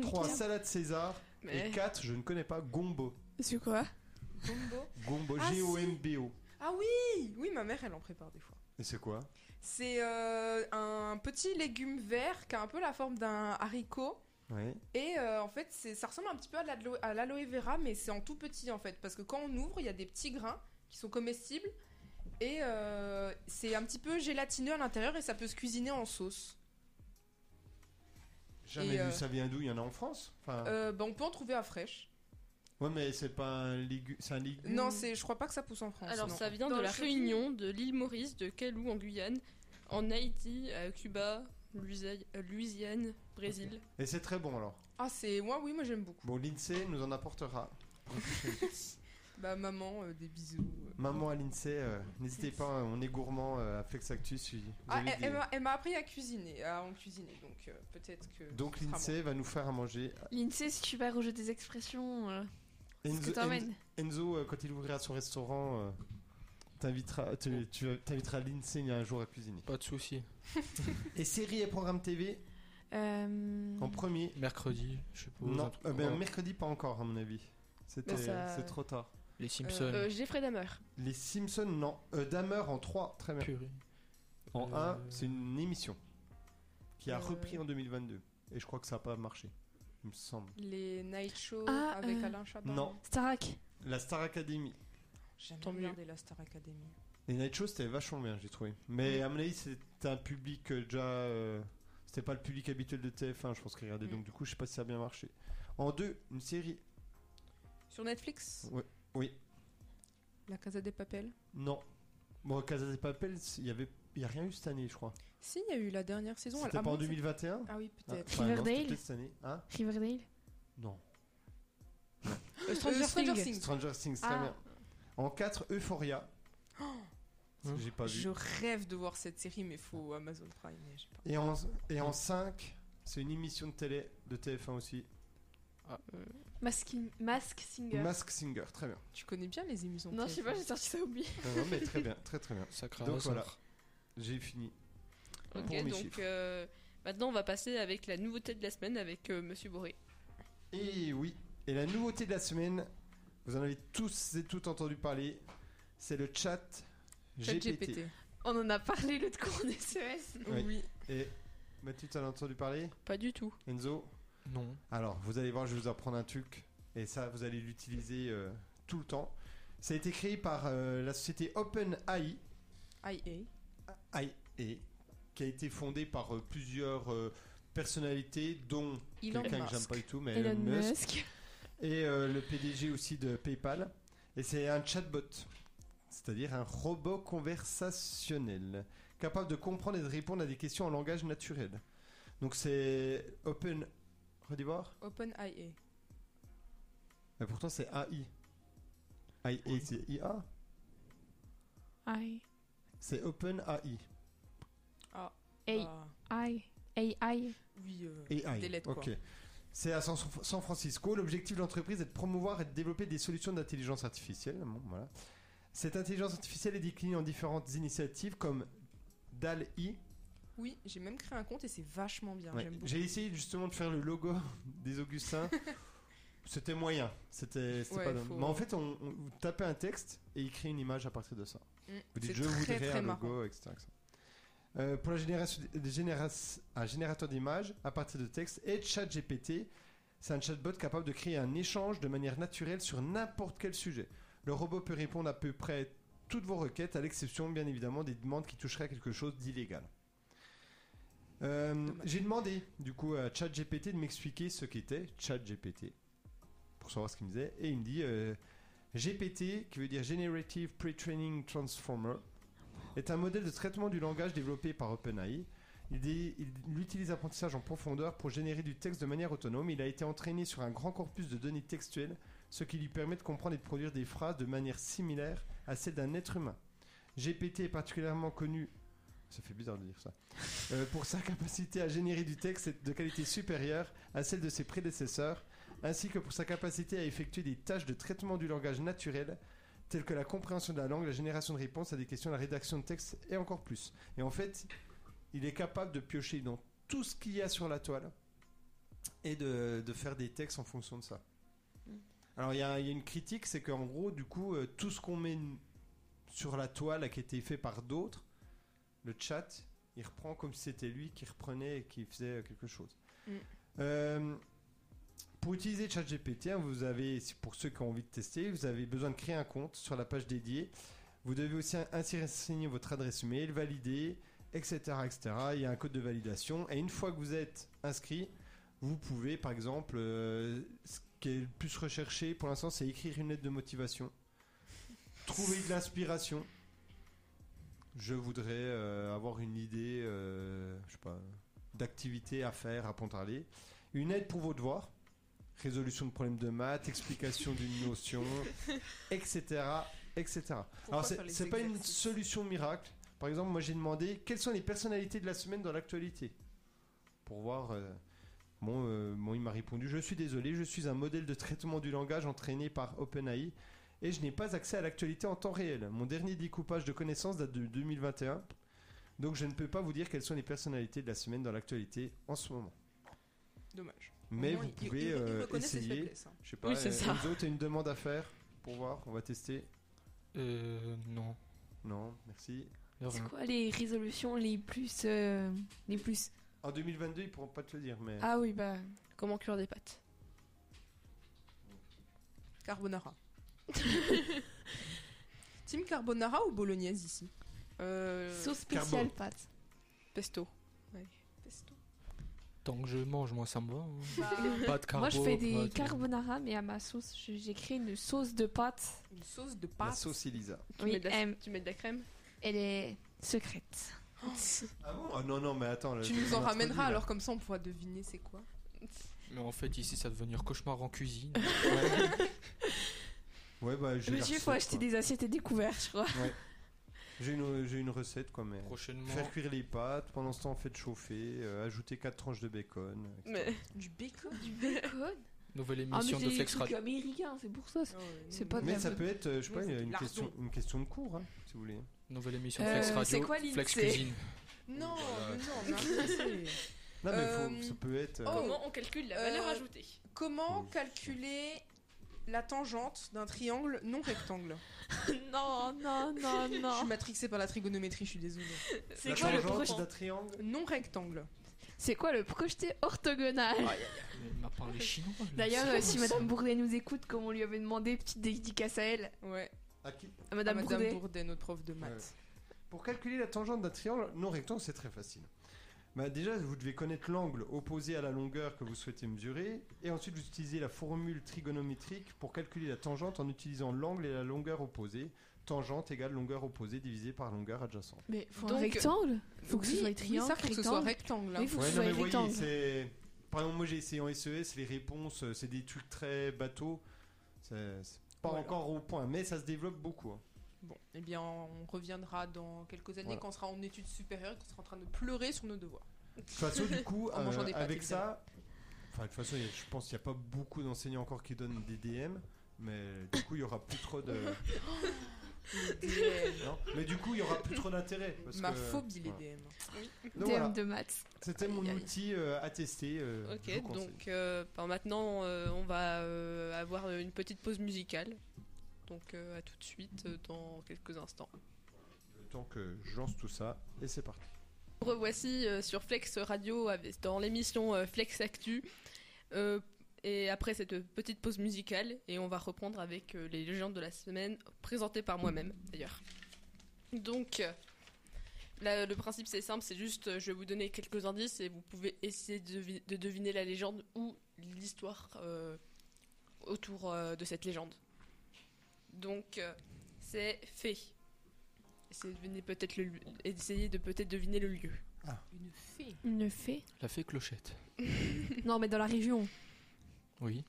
Trois, salade César. Et Mais quatre, je ne connais pas, gombo. C'est quoi Gombo. Gombo, Ah, si. G-O-M-B-O. Ah oui Oui, ma mère, elle en prépare des fois. Et c'est quoi C'est euh, un petit légume vert qui a un peu la forme d'un haricot. Ouais. Et euh, en fait, c'est- ça ressemble un petit peu à de l'alo- à l'aloe vera, mais c'est en tout petit en fait. Parce que quand on ouvre, il y a des petits grains qui sont comestibles. Et euh, c'est un petit peu gélatineux à l'intérieur et ça peut se cuisiner en sauce. Jamais Et, vu, euh, ça vient d'où Il y en a en France Enfin, Euh, bah, on peut en trouver à fraîche. Ouais, mais c'est pas un légume. C'est un légume. Non, c'est, je crois pas que ça pousse en France. Mmh. alors non. ça vient Dans de le la shopping. Réunion, de l'île Maurice, de Calou en Guyane, en Haïti, à Cuba, Lusaï- euh, Louisiane, Brésil. Et c'est très bon alors. Ah, c'est. Ouais, oui, moi j'aime beaucoup. Bon, l'INSEE nous en apportera. Bah, maman, euh, des bisous. euh. Maman à l'INSEE, euh, n'hésitez pas, euh, on est gourmand euh, à Flex Actus. si vous Ah, avez elle, des- elle m'a, elle m'a appris à cuisiner, à en cuisiner, donc euh, peut-être que. Donc ce sera l'INSEE va nous faire à manger. L'INSEE, si tu vas au jeu des expressions, euh, ce que Enzo, t'emmènes. En- Enzo, euh, quand il ouvrira son restaurant, euh, t'inviteras- tu, tu- t'inviteras l'INSEE un jour à cuisiner. Pas de soucis. Et séries et programmes TV Euh, en premier Mercredi, Mm. je sais pas. un Non, truc euh, ben, comme ça. mercredi pas encore à mon avis. C'était, euh, Mais ça- C'est trop tard. Les Simpsons. Euh, Jeffrey Dahmer. Les Simpsons, non. Euh, Dahmer en 3, très bien. Purée. En Euh, 1, c'est une émission qui a Euh. repris en 2022. Et je crois que ça n'a pas marché, il me semble. Les night shows Ah, avec euh, Alain Chabat. Non, Starak. la Star Academy. J'aime Tant mieux. regarder la Star Academy. Les Night Shows, c'était vachement bien, j'ai trouvé. Mais à mon avis, c'était un public euh, déjà. euh, c'était C'était pas le public habituel de TF1, je pense qu'il regardait. Mm. Donc, du coup, je sais pas si ça a bien marché. En deux, une série. Sur Netflix Oui. La Casa des Papels Non. Bon, Casa de Papel, il y avait. Il n'y a rien eu cette année, je crois. Si, il y a eu la dernière saison. C'était elle- ah pas en bon, c'est- 2021 Ah oui, Ah, peut-être. enfin, non, c'était Riverdale peut-être cette année. Hein Riverdale non. Ah. Euh, Stranger, Euh, Stranger Things. Things. Stranger Things, très Ah. bien. En 4, Euphoria. Oh. Hein J'ai pas vu. Ah. Je rêve de voir cette série, mais faut Amazon Prime. mais j'ai pas. Et en, et en 5, c'est une émission de télé de TF1 aussi. Masking- Mask Singer. Mask Singer, très bien. Tu connais bien les émissions non, je sais pas, j'ai sorti ça au biais. Non, non, mais très bien, très très bien. Sacré Donc hasard. voilà. J'ai fini. Ok, Pour mes donc chiffres. euh, maintenant on va passer avec la nouveauté de la semaine avec euh, Monsieur Boré. Et oui, et la nouveauté de la semaine, vous en avez tous et toutes entendu parler, c'est le chat, Chat GPT. GPT. On en a parlé l'autre cours en SES. Oui. Oui. Et Mathieu, t'en as entendu parler Pas du tout. Enzo Non. Alors, vous allez voir, je vais vous apprendre un truc. Et ça, vous allez l'utiliser euh, tout le temps. Ça a été créé par euh, la société OpenAI. IA. IA, qui a été fondée par euh, plusieurs euh, personnalités, dont Elon quelqu'un que Musk. j'aime pas du tout, mais Elon Musk. Musk. et euh, le PDG aussi de PayPal. Et c'est un chatbot, c'est-à-dire un robot conversationnel, capable de comprendre et de répondre à des questions en langage naturel. Donc c'est Open. Redis-voir Open IA. Mais pourtant c'est AI. AI, c'est IA I. C'est Open AI. A. Ah, I. A. I. oui. euh, AI. Des lettres, quoi. ok. C'est à San San Francisco. L'objectif de l'entreprise est de promouvoir et de développer des solutions d'intelligence artificielle. Bon, voilà. Cette intelligence artificielle est déclinée en différentes initiatives comme DAL-I. Oui, j'ai même créé un compte et c'est vachement bien. Ouais. J'aime beaucoup. J'ai essayé justement de faire le logo des Augustins. C'était moyen. C'était c'était Ouais, pas dingue. faut- Mais en fait, on, on- vous tapez un texte et il crée une image à partir de ça. Mm. Vous dites C'est je voudrais très très un marrant. logo, etc. etc. Euh, pour la génération, des généras- un générateur d'images à partir de texte et ChatGPT, c'est un chatbot capable de créer un échange de manière naturelle sur n'importe quel sujet. Le robot peut répondre à peu près toutes vos requêtes, à l'exception bien évidemment des demandes qui toucheraient à quelque chose d'illégal. Euh, Dommage. J'ai demandé du coup à ChatGPT de m'expliquer ce qu'était ChatGPT pour savoir ce qu'il me disait et il me dit euh, GPT qui veut dire Generative Pre-Training Transformer est un modèle de traitement du langage développé par OpenAI. Il, dit- il utilise l'apprentissage en profondeur pour générer du texte de manière autonome. Il a été entraîné sur un grand corpus de données textuelles, ce qui lui permet de comprendre et de produire des phrases de manière similaire à celle d'un être humain. GPT est particulièrement connu, ça fait bizarre de dire ça, euh, pour sa capacité à générer du texte de qualité supérieure à celle de ses prédécesseurs, ainsi que pour sa capacité à effectuer des tâches de traitement du langage naturel, telles que la compréhension de la langue, la génération de réponses à des questions, la rédaction de texte et encore plus. Et en fait, il est capable de piocher dans tout ce qu'il y a sur la toile et de, de faire des textes en fonction de ça. Alors il y, a il y a une critique, c'est qu'en gros, du coup, euh, tout ce qu'on met n- sur la toile a qui a été fait par d'autres, le chat, il reprend comme si c'était lui qui reprenait et qui faisait euh, quelque chose. Mm. Euh, pour utiliser ChatGPT, hein, vous avez, si- pour ceux qui ont envie de tester, vous avez besoin de créer un compte sur la page dédiée. Vous devez aussi in- ainsi renseigner votre adresse mail, valider, etc., etc. Il y a un code de validation. Et une fois que vous êtes inscrit, vous pouvez, par exemple, euh, ce qui est le plus recherché pour l'instant, c'est écrire une lettre de motivation, trouver de l'inspiration. Je voudrais euh, avoir une idée, euh, je sais pas, d'activité à faire à Pontarlier. Une aide pour vos devoirs, résolution de problèmes de maths, explication d'une notion, etc., etc. Pourquoi Alors, c'est faire les c'est pas une exercices solution miracle. Par exemple, moi j'ai demandé quelles sont les personnalités de la semaine dans l'actualité pour voir. euh, bon, euh, bon, il m'a répondu Je suis désolé, je suis un modèle de traitement du langage entraîné par OpenAI et je n'ai pas accès à l'actualité en temps réel. Mon dernier découpage de connaissances date de 2021, donc je ne peux pas vous dire quelles sont les personnalités de la semaine dans l'actualité en ce moment. Dommage. Mais Au moins, vous ils- pouvez ils- ils euh, reconnaissent les essayer. faiblesses, hein. Je sais pas, Oui, c'est euh, ça. Enzo, t'as une demande à faire pour voir, on va tester. Euh, non. Non, merci. Y a C'est rien. quoi les résolutions les plus. euh, les plus. En 2022, ils pourront pas te le dire, mais. Ah oui, bah. Comment cuire des pâtes Carbonara. Team carbonara ou bolognaise ici euh, Sauce spéciale Carbo. pâte. Pesto. Tant que je mange, moi, ça me va. hein. Bah, Pas de carbo. Moi, je fais pas des de- carbonara, mais à ma sauce, je- j'ai créé une sauce de pâtes. une sauce de La pâte. sauce Elisa. Tu, Oui, mets de la, M. tu mets de la crème Elle est secrète. Ah bon Ah non, non, mais attends. là, Tu je Oh, nous en l'introduis, ramèneras là. alors comme ça on pourra deviner c'est quoi. Mais en fait, ici, ça va devenir cauchemar en cuisine. Ouais, bah, j'ai la Monsieur, faut recette, acheter quoi. des assiettes et des couverts, je crois. J'ai une, j'ai une recette, quoi, mais. Prochainement. Faire cuire les pâtes, pendant ce temps, faites chauffer, euh, ajouter 4 tranches de bacon. etc. Mais Du bacon Du bacon Nouvelle Ah, mais émission c'est de des Flex trucs Radio. américains, c'est pour ça. C'est pas de Mais la ça vraie- peut être, euh, je sais Non, pas, c'est une du question, une question de cours, hein, si vous voulez. Nouvelle émission Euh, de Flex c'est Radio. quoi Flex l'INSEE Cuisine. Non, Oh Voilà. mais non, mais après, c'est- Non, mais Euh, faut- ça peut être. euh, oh, Comment on calcule la Euh, valeur ajoutée Comment Oui. calculer la tangente d'un triangle non rectangle non, Oh, non, non, Je suis non. matrixée par la trigonométrie, je suis désolée. C'est la quoi le tangente proche- d'un triangle Non rectangle. C'est quoi le projeté orthogonal Mais Elle m'a parlé chinois. là, D'ailleurs, c'est euh, si quoi, ça Madame Bourdet nous écoute, comme on lui avait demandé, petite dédicace à elle, Ouais. À qui- à Ah, Madame, Madame Bourdet. Bourdet, notre prof de maths. Pour calculer la tangente d'un triangle non rectangle, c'est très facile. Bah, déjà, vous devez connaître l'angle opposé à la longueur que vous souhaitez mesurer, et ensuite vous utilisez la formule trigonométrique pour calculer la tangente en utilisant l'angle et la longueur opposée. Tangente égale longueur opposée divisée par longueur adjacente. Mais faut Donc, un rectangle Faut que ce Oui, soit oui, triangle, ça, faut que ce soit rectangle. rectangle. hein. Oui, faut que ce soit mais rectangle. c'est. Par exemple, moi j'ai essayé en SES, les réponses, euh, c'est des trucs très bateaux. C'est c'est pas Voilà. encore au point, mais ça se développe beaucoup. hein. Bon, eh bien, on reviendra dans quelques années Voilà. quand on sera en études supérieures et qu'on sera en train de pleurer sur nos devoirs. De toute façon, du coup, En mangeant euh, des pâtes, avec ça, enfin, de toute façon, il y a- je pense qu'il n'y a pas beaucoup d'enseignants encore qui donnent des DM, mais du coup, il y aura plus trop de. Non mais du coup, il y aura plus trop d'intérêt. parce Ma que- phobie, les voilà. DM. Donc DM voilà, de maths. c'était mon Aïe, aïe. outil euh, à tester. euh, je vous Ok, conseille. donc euh, ben, maintenant euh, on va euh, avoir une petite pause musicale. Donc euh, à tout de suite euh, dans quelques instants. Le temps que je lance tout ça, et c'est parti. Nous Revoici euh, sur Flex Radio avec- dans l'émission euh, Flex Actu. Euh, et après cette petite pause musicale, et on va reprendre avec euh, les légendes de la semaine présentées par moi-même d'ailleurs. Donc, euh, la- le principe c'est simple, c'est juste euh, je vais vous donner quelques indices et vous pouvez essayer de, devi- de deviner la légende ou l'histoire euh, autour euh, de cette légende. Donc, euh, c'est fait. Essayez de deviner peut-être le lieu- essayez de peut-être deviner le lieu. Une fée. Une fée La fée Clochette. Non, mais dans la région. Oui.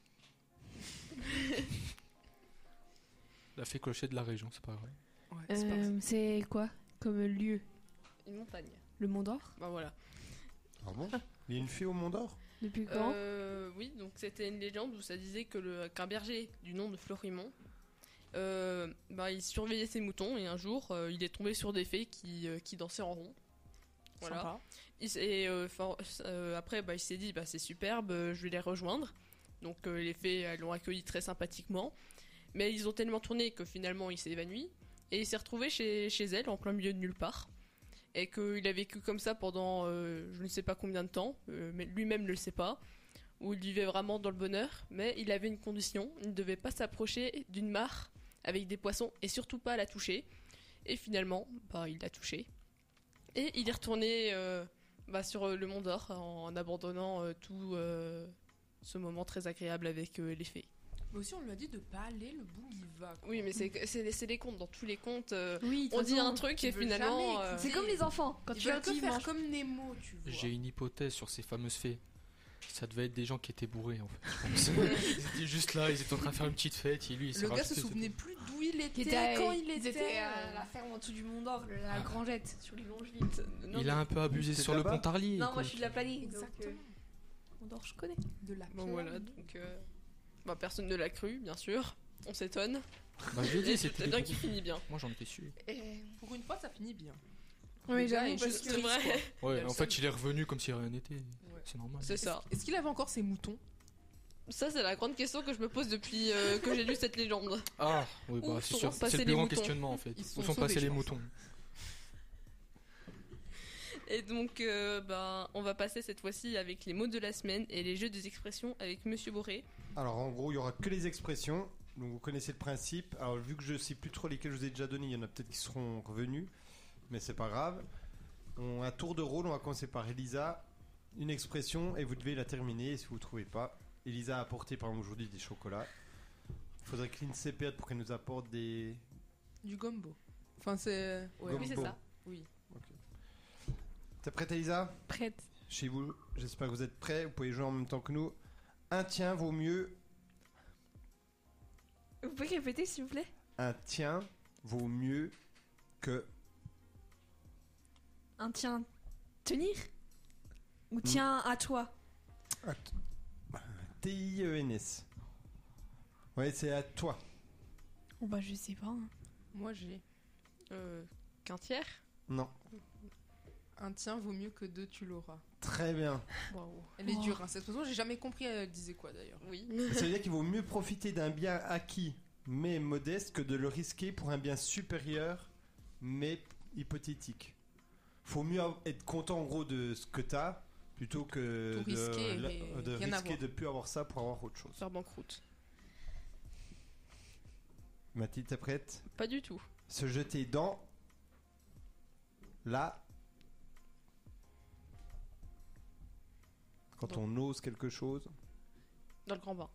la fée Clochette de la région, c'est pas grave. Ouais, Euh, c'est pas grave. C'est quoi comme lieu Une montagne. Le Mont d'Or Ben voilà. Ah bon Il y a une fille au Mont d'Or Depuis quand Euh, Oui, donc c'était une légende où ça disait que le- qu'un berger du nom de Florimond, euh, bah, il surveillait ses moutons et un jour euh, il est tombé sur des fées qui, euh, qui dansaient en rond. Voilà. Sympa. Il s- et euh, for- euh, après, bah, il s'est dit, bah, c'est superbe, euh, je vais les rejoindre. Donc euh, les fées elles l'ont accueilli très sympathiquement. Mais ils ont tellement tourné que finalement il s'est évanoui. Et il s'est retrouvé chez, chez elle, en plein milieu de nulle part. Et qu'il a vécu comme ça pendant euh, je ne sais pas combien de temps, euh, mais lui-même ne le sait pas. Où il vivait vraiment dans le bonheur. Mais il avait une condition, il ne devait pas s'approcher d'une mare avec des poissons et surtout pas la toucher. Et finalement, bah, il l'a touchée. Et il est retourné... euh, bah, sur euh, le Mont d'Or en, en abandonnant euh, tout euh, ce moment très agréable avec euh, les fées. Mais aussi, on lui a dit de pas aller le bout où il va. quoi. Oui, mais c'est c'est- c'est les contes dans tous les contes. euh, Oui, on dit t'as un raison. truc tu et veux finalement. jamais euh, C'est comme les enfants, quand Ils tu veulent leur que dis faire mange- comme Nemo, tu vois. J'ai une hypothèse sur ces fameuses fées. Ça devait être des gens qui étaient bourrés en fait. je pense. ils étaient juste là, ils étaient en train de faire une petite fête. Et lui, il s'est Le gars se rajouté, c'est souvenait plus d'où il était, Qui était- quand il ils était. euh, étaient à la ferme en dessous du Mont d'Or, la Ah. Grangette, sur les Longeville. tout. non, Il a un peu abusé T'es sur le là-bas Pontarlier. Non, quoi. moi je suis de la planète. Exactement. euh. Mont d'Or, je connais. De la Bon peur. voilà, donc. euh, bah, personne ne l'a cru, bien sûr. On s'étonne. Bah, je l'ai dit, C'est c'était bien des qui bourrés. finit bien. Moi j'en étais sûr. Pour une fois, ça finit bien. Oui, Le gars j'avoue, est parce juste que- C'est triste, vrai. quoi. Ouais, Même en ça, fait, il est revenu comme si rien n'était. C'est normal. C'est ça. Est-ce qu'il avait encore ses moutons Ça, c'est la grande question que je me pose depuis euh, que j'ai lu cette légende. Ah, oui, bah, Où c'est sont sûr. passés C'est le les plus grand moutons questionnement en fait. Ils Où sont sont, sauvés, passés je les pense. moutons Et donc, euh, bah, on va passer cette fois-ci avec les mots de la semaine et les jeux des expressions avec Monsieur Boré. Alors en gros, il y aura que les expressions. Donc vous connaissez le principe. Alors vu que je sais plus trop lesquelles je vous ai déjà donné, il y en a peut-être qui seront revenus, mais c'est pas grave. On un tour de rôle, on va commencer par Elisa. une expression et vous devez la terminer. Et si vous ne trouvez pas, Elisa a apporté par exemple aujourd'hui des chocolats. Il faudrait que l'INSEE perde pour qu'elle nous apporte des. Du gombo. Enfin, c'est. ouais. Gombo. Oui, c'est ça. T'es prête, Elisa Prête. Chez vous, j'espère que vous êtes prêts. Vous pouvez jouer en même temps que nous. Un tien vaut mieux. Vous pouvez répéter s'il vous plaît Un tien vaut mieux que. Un tien tenir Ou tiens à toi T-I-E-N-S. E Ouais, c'est à toi. Oh bah je sais pas. hein. Moi, j'ai. Euh, Qu'un tiers Non. Un tien vaut mieux que deux, tu l'auras. Très bien. Waouh. Elle est Oh. dure, hein, cette expression. J'ai jamais compris, elle disait quoi d'ailleurs. Oui. Ça veut dire qu'il vaut mieux profiter d'un bien acquis mais modeste que de le risquer pour un bien supérieur mais hypothétique. Faut mieux av- être content en gros de ce que t'as plutôt que Tout de, risquer la- et de rien risquer avoir. de plus avoir ça pour avoir autre chose. Faire banqueroute. Mathilde, t'es prête Pas du tout. Se jeter dans la quand Dans- on ose quelque chose, Dans le grand bain.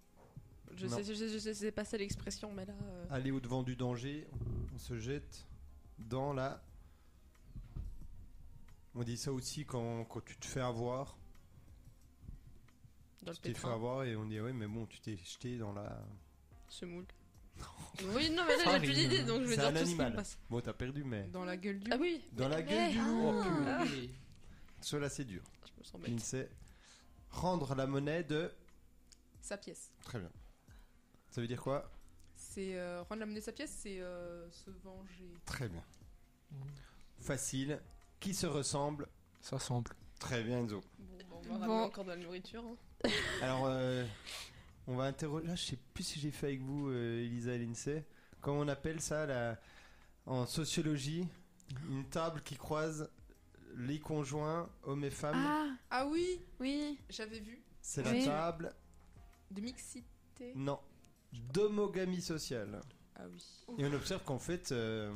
Je Non. sais, je sais, je sais, c'est pas ça l'expression, mais là. euh, aller au devant du danger, on se jette dans la. On dit ça aussi quand, quand tu te fais avoir. dans le tu t'es fait pétrin. avoir et on dit ouais mais bon tu t'es jeté dans la. Semoule. oui, non, mais là, Ah, j'ai plus Farine. d'idée, donc je vais C'est dire un tout ce qui me animal. passe. Bon t'as perdu mais. Dans la gueule du. Ah oui, Dans la Mais- gueule du loup. Oh purée. Cela c'est dur. je me sens Il bête. sait rendre la monnaie de. Sa pièce. Très bien. Ça veut dire quoi C'est. euh, rendre la monnaie sa pièce, c'est euh, se venger. Très bien. Mhm. Facile. Qui se ressemble Ça semble. Très bien Enzo. Bon, bah, on Bon. va ramener encore de la nourriture. hein. Alors, euh, on va interroger. Là, je sais plus si j'ai fait avec vous, euh, Elisa et l'INSEE. Comment on appelle ça la... en sociologie Une table qui croise les conjoints, hommes et femmes. Ah Ah oui, oui. j'avais vu. C'est la oui. table. De mixité. Non. D'homogamie sociale. Ah oui. Et on observe qu'en fait, euh,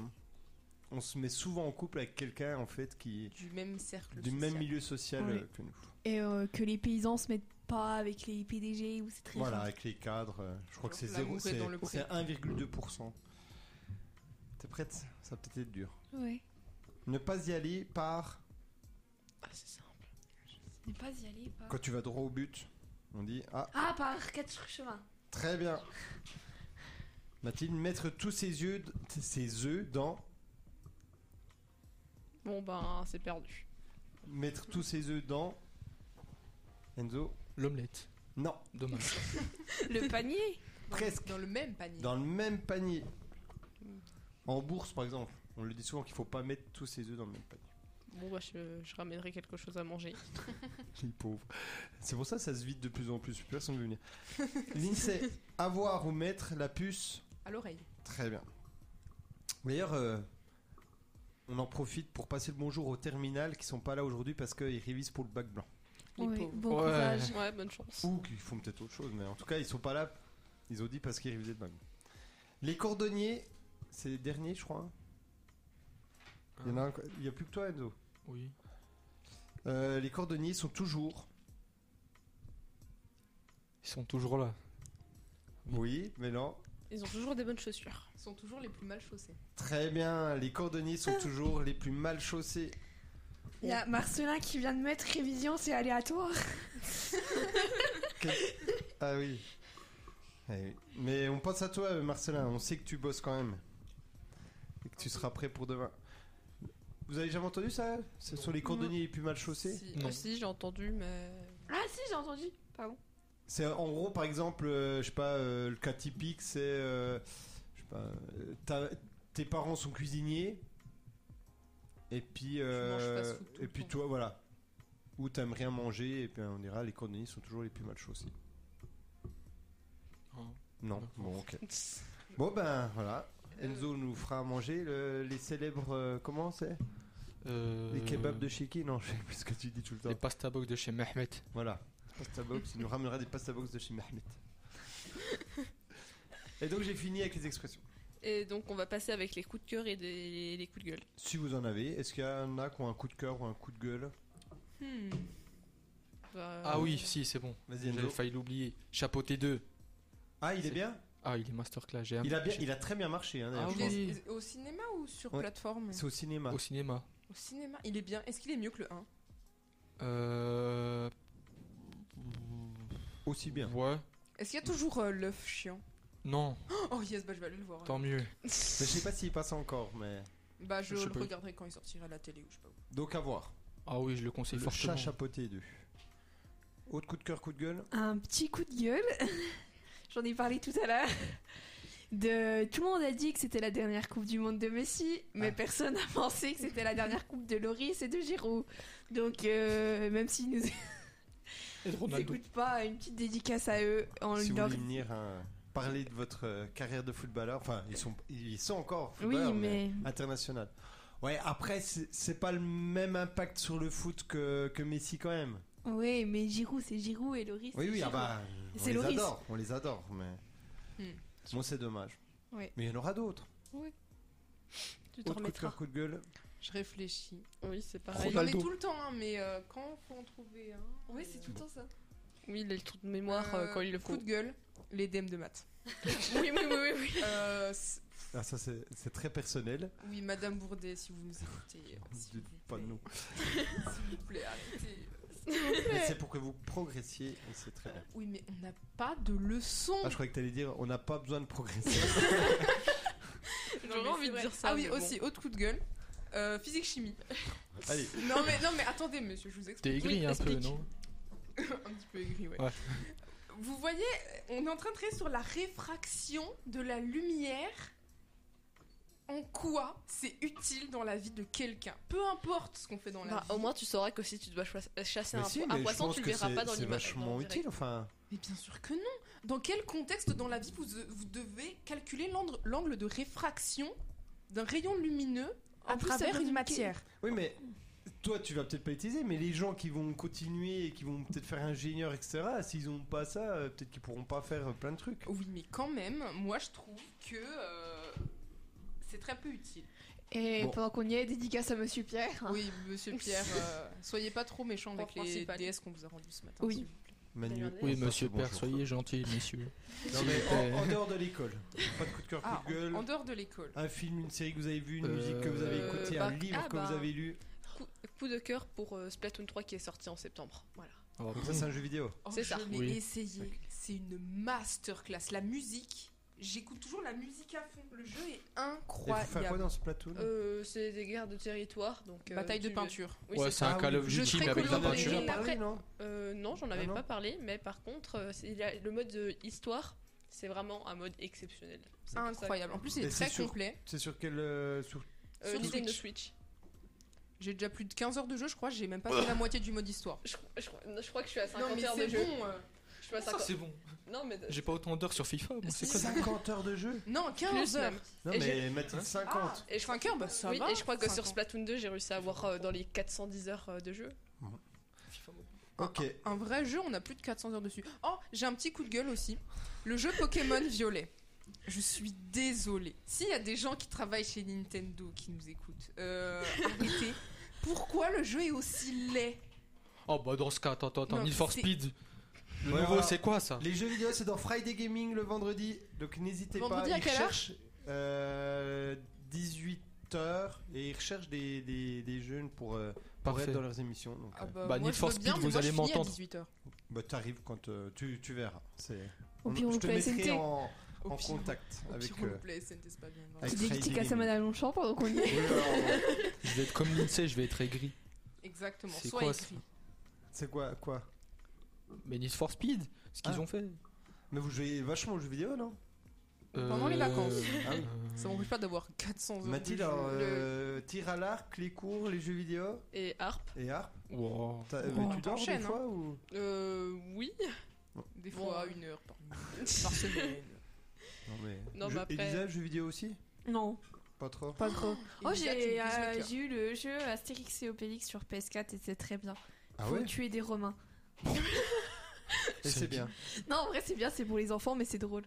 on se met souvent en couple avec quelqu'un en fait qui Du même cercle. du même milieu social Oui. euh, que nous. Et euh, que les paysans se mettent pas avec les PDG ou c'est très Voilà, rare. avec les cadres, euh, je crois que c'est zéro, L'amour c'est est dans le pré. c'est 1,2%. T'es prête Ça va peut-être être dur. Ouais. Ne pas y aller par. Ah, c'est simple. Ne pas y aller pas. Quand tu vas droit au but, on dit Ah, Ah par quatre sur chemin. très bien. Mathilde, mettre tous ses yeux, ses œufs dans. Bon, ben, c'est perdu. Mettre tous ses œufs dans. Enzo L'omelette. Non, Dommage. Le panier presque. Dans le même panier. Dans le même panier. En bourse, par exemple, on le dit souvent qu'il faut pas mettre tous ses œufs dans le même panier. Bon, bah, je, je ramènerai quelque chose à manger. Les pauvres. C'est pour ça que ça se vide de plus en plus. Personne ne veut venir. L'INSEE, avoir ou mettre la puce. À l'oreille. Très bien. D'ailleurs, euh, on en profite pour passer le bonjour aux terminales qui sont pas là aujourd'hui parce qu'ils révisent pour le bac blanc. Les Ouais, pauvres. Bon Ouais. courage. Ouais, bonne chance. Ou qu'ils font peut-être autre chose, mais en tout cas, ils sont pas là. Ils ont dit parce qu'ils révisaient le bac blanc. Les cordonniers, c'est les derniers, je crois. hein. Il y en a, un- il y a plus que toi, Enzo. Ah, Oui. Euh, les cordonniers sont toujours. Ils sont toujours là. Oui, mais non. Ils ont toujours des bonnes chaussures. Ils sont toujours les plus mal chaussés. Très bien, les cordonniers sont toujours les plus mal chaussés. Il y a Marcelin qui vient de mettre révision, c'est aléatoire. Ah oui. Ah oui. Mais on pense à toi, euh, Marcelin. On sait que tu bosses quand même. Et que tu seras prêt pour demain. Vous avez jamais entendu ça Ce sont les cordonniers les plus mal chaussés Si, Non. ah, si, j'ai entendu, mais. Ah si, j'ai entendu. Pardon. C'est en gros, par exemple, euh, je sais pas, euh, le cas typique, c'est. euh, je sais pas. euh, ta- tes parents sont cuisiniers. Et puis. euh, fast food tout et le puis temps. toi, voilà. Ou t'aimes rien manger, et puis on dira les cordonniers sont toujours les plus mal chaussés. Oh. Non, Non. bon, ok. Bon, ben voilà. Euh, Enzo nous fera manger le- les célèbres. euh, comment c'est Euh, Les kebabs de Chiki Non, je sais plus ce que tu dis tout le temps. Les pasta box de chez Mehmet. Voilà. Pasta box, il nous ramènera des pasta box de chez Mehmet. et donc j'ai fini avec les expressions. Et donc, on va passer avec les coups de cœur et des- les coups de gueule. Si vous en avez, est-ce qu'il y en a qui ont un coup de cœur ou un coup de gueule Hmm. euh, Ah oui, si, c'est bon. Vas-y, J'avais Enzo. failli l'oublier. Chapeauté 2. Ah, il est C'est- bien Ah, il est masterclass. J'ai il a, bien j'ai- il a très bien marché. hein, Ah d'ailleurs, je Il crois. oui. est au cinéma ou sur Ouais. plateforme C'est au cinéma. Au cinéma. Au cinéma, il est bien. Est-ce qu'il est mieux que le 1 Euh. Aussi bien. Ouais. Est-ce qu'il y a toujours euh, l'œuf chiant Non, Oh yes, bah je vais aller le voir. tant mieux. Mais je sais pas s'il passe encore, mais. Bah je, Je sais le pas. regarderai quand il sortira à la télé ou je sais pas où. Donc à voir. Ah oui, je le conseille le fortement. chat chapeauté 2. Autre coup de cœur, coup de gueule un petit coup de gueule. J'en ai parlé tout à l'heure. De... Tout le monde a dit que c'était la dernière Coupe du Monde de Messi, mais Ah. personne n'a pensé que c'était la dernière Coupe de Loris et de Giroud. Donc, euh, même s'ils nous Et de Ronaldo. écoutent pas, une petite dédicace à eux en Si vous leur- voulez venir hein, parler de votre euh, carrière de footballeur, enfin, ils sont, ils sont encore Oui, footballeurs, mais. international. Ouais, après, c'est c'est pas le même impact sur le foot que, que Messi quand même. Oui, mais Giroud, c'est Giroud et Loris. Oui, c'est oui, ah Giroud. bah, on C'est les Loris. adore, on les adore, mais Hmm. bon, c'est dommage. Ouais. Mais il y en aura d'autres. Autre coup tu t'en de remettras. cœur, coup de gueule. Je réfléchis. Oui, c'est pareil. J'en ai Ronaldo. tout le temps, hein, mais euh, quand faut en trouver un Oui, c'est tout le temps ça. Oui, il a le trou de mémoire euh, Euh, quand il le Coup faut. de gueule, les DM de maths. Oui, oui, oui, oui. oui. Euh, c'est- Ah, ça, c'est c'est très personnel. oui, Madame Bourdet, si vous nous écoutez. euh, s'il Dites vous Pas plaît. nous. S'il vous plaît, arrêtez. Mais c'est pour que vous progressiez, et c'est très bien. Oui, mais on n'a pas de leçon. Ah, je croyais que t'allais dire, on n'a pas besoin de progresser. Non, mais J'aurais envie c'est de vrai. dire ça. Ah oui, mais bon. aussi, autre coup de gueule. Euh, physique chimie. Allez, Non mais, non mais attendez monsieur, je vous explique. T'es aigri Oui, un peu, explique. non Un petit peu aigri, ouais. Ouais. Vous voyez, on est en train de travailler sur la réfraction de la lumière. En quoi c'est utile dans la vie de quelqu'un Peu importe ce qu'on fait dans la Bah, vie. au moins, tu sauras que si tu dois choi- chasser Mais un, si, po- mais un je poisson, pense tu le que verras c'est- pas dans C'est l'image. vachement en direct. utile, enfin. Mais bien sûr que non Dans quel contexte dans la vie vous, vous devez calculer l'angle- l'angle de réfraction d'un rayon lumineux En à plus, ça travers donne une une- matière Oui, mais toi, tu vas peut-être pas utiliser, mais les gens qui vont continuer et qui vont peut-être faire ingénieur, etc., s'ils ont pas ça, euh, peut-être qu'ils pourront pas faire euh, plein de trucs. Oui mais quand même, moi je trouve que euh, c'est très peu utile. Et Bon. pendant qu'on y est, dédicace à Monsieur Pierre. hein. Oui, monsieur Pierre, euh, soyez pas trop méchant avec Point les principal. DS qu'on vous a rendus ce matin. Oui. s'il vous plaît. Manu, Oui, bonsoir, monsieur Père, bonjour. soyez gentil, messieurs. Non, mais en, en dehors de l'école. Pas de coup de cœur, Ah, coup de gueule. en, en dehors de l'école. Un film, une série que vous avez vue, une Euh, musique que vous avez écoutée, un bah, livre ah, que vous bah. avez lu. Coup, coup de cœur pour euh, Splatoon 3 qui est sorti en septembre. Voilà. Ah, Donc bon. ça, c'est un jeu vidéo. Oh, C'est ça. Je l'ai Oui. essayé. C'est une masterclass. La musique, j'écoute toujours la musique à fond. Le jeu Et est vous faites quoi incroyable. dans ce plateau Euh, c'est des guerres de territoire, donc. euh, Bataille de tu- peinture. Oui, ouais, c'est c'est ça. un Ah Call oui, of je Duty serais avec de la coloré. peinture. déjà parlé, après- non Euh, non, j'en Ah avais non. pas parlé, mais par contre, euh, c'est- il y a- le mode euh, histoire, c'est vraiment un mode exceptionnel. C'est pour ça que- Incroyable. En plus, il Et est très c'est sûr. complet. C'est sur quel. euh, sur- Euh, Sur Nintendo Switch. Switch. J'ai déjà plus de 15 heures de jeu, je crois. J'ai même pas fait la moitié du mode histoire. Je, crois- je crois- non, je crois que je suis à 50 Non, mais heures c'est de jeu. bon. euh. Je suis à 50... bon. Non, mais. J'ai pas autant d'heures sur FIFA. moi, c'est quoi ça 50 heures de jeu Non, 15 Plus heures. même. Non, Et mais Mathilde, Hein 50. Et je crois 5 heures, bah ça oui, va. et je crois que cinq sur ans. Splatoon 2, j'ai réussi à avoir euh, dans les 410 heures euh, de jeu. Ok. Un vrai jeu, on a plus de 400 heures dessus. Oh, j'ai un petit coup de gueule aussi. Le jeu Pokémon Violet. Je suis désolée. S'il y a des gens qui travaillent chez Nintendo qui nous écoutent, euh, arrêtez. Pourquoi le jeu est aussi laid Oh bah dans ce cas, attends, attends, attends, Non, Need for c'est- Speed. Le Ouais, nouveau, voilà. c'est quoi ça Les jeux vidéo, c'est dans Friday Gaming le vendredi. Donc n'hésitez pas. Vendredi à ils quelle heure recherchent, euh, 18 h et ils recherchent des, des, des jeunes pour, euh, pour être Parfait. dans leurs émissions. Ah Donc, euh, Bah, Need for Speed, vous allez m'entendre. 18h. bah, t'arrives quand euh, tu, tu verras. C'est. Au on- pire, on je te peut mettrai SNT. en, Au en pire, contact au avec. pire, on euh, le play, SNT, c'est pas bien grave. avec Petite Friday dédicace à Gaming. Madame Longchamp pendant qu'on y est. Oui, alors, Je vais être comme Lindsay, je vais être aigri. Exactement. C'est Soit quoi, écrit. c'est quoi quoi Mais Need for Speed, ce qu'ils Ah. ont fait. Mais vous jouez vachement aux jeux vidéo, non Pendant les vacances. Euh, Ah oui. Ça m'empêche pas d'avoir 400 heures. Mathilde, de jeu. alors, Le- euh, tire à l'arc, les cours, les jeux vidéo Et Harp, et harpe. Wow. T'as- euh, on tu dors des enchaîne, hein. fois ou euh, oui. Des fois, Bon. une heure par, par semaine. Non mais. Non, Jeux- mais après- Elisa, jeux vidéo aussi Non, Pas trop. pas trop. Oh, Elisa, tu me dis Bah, j'ai ça, euh, tu vois. j'ai eu le jeu Astérix et Obélix sur PS4 et c'est très bien. Ah Faut tuer des Romains. Et c'est C'est bien. Non, en vrai, c'est bien, c'est pour les enfants, mais c'est drôle.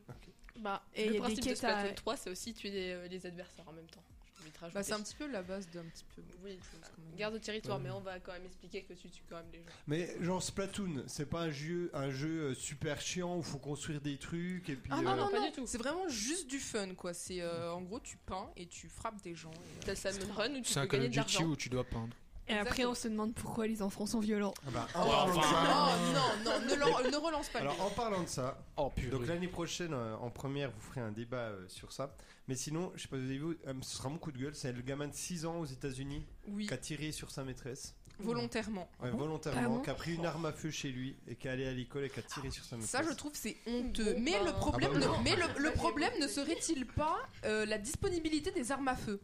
Bah, Et il y le a des principe de quêtes à- Splatoon 3, c'est aussi tuer les, les euh, adversaires en même temps. Je envie de rajouter. Bah, c'est un petit peu la base d'un petit peu. Oui, tu vois. quand même. Garde au territoire, Ouais. mais on va quand même expliquer que tu tues quand même les gens. Mais genre Splatoon, c'est pas un jeu, un jeu euh, super chiant où faut construire des trucs et puis. Ah non, euh, non, pas non, du tout. C'est vraiment juste du fun, quoi. C'est euh, en gros, tu peins et tu frappes des gens. et, euh, T'as Salmon Run où tu C'est peux un Call gagner of de Duty l'argent. où tu dois peindre. Et après, on se demande pourquoi les enfants sont violents. ah bah, en Ouais, parlant de ça- Oh non, non, ne, lan- ne relance pas le Alors débat. en parlant de ça, Oh purée. donc l'année prochaine euh, en première vous ferez un débat euh, sur ça. Mais sinon, je sais pas si vous avez vu, euh, ce sera mon coup de gueule, c'est le gamin de 6 ans aux États-Unis Oui, qui a tiré sur sa maîtresse volontairement. ouais, Ah volontairement, bon qui a pris une arme à feu chez lui et qui est allé à l'école et qui a tiré sur sa maîtresse. Ça, je trouve, c'est honteux. Bon, mais bah, le problème, Ah bah, ne, non. mais le, le Ça, j'ai problème ne compris. serait-il pas euh, la disponibilité des armes à feu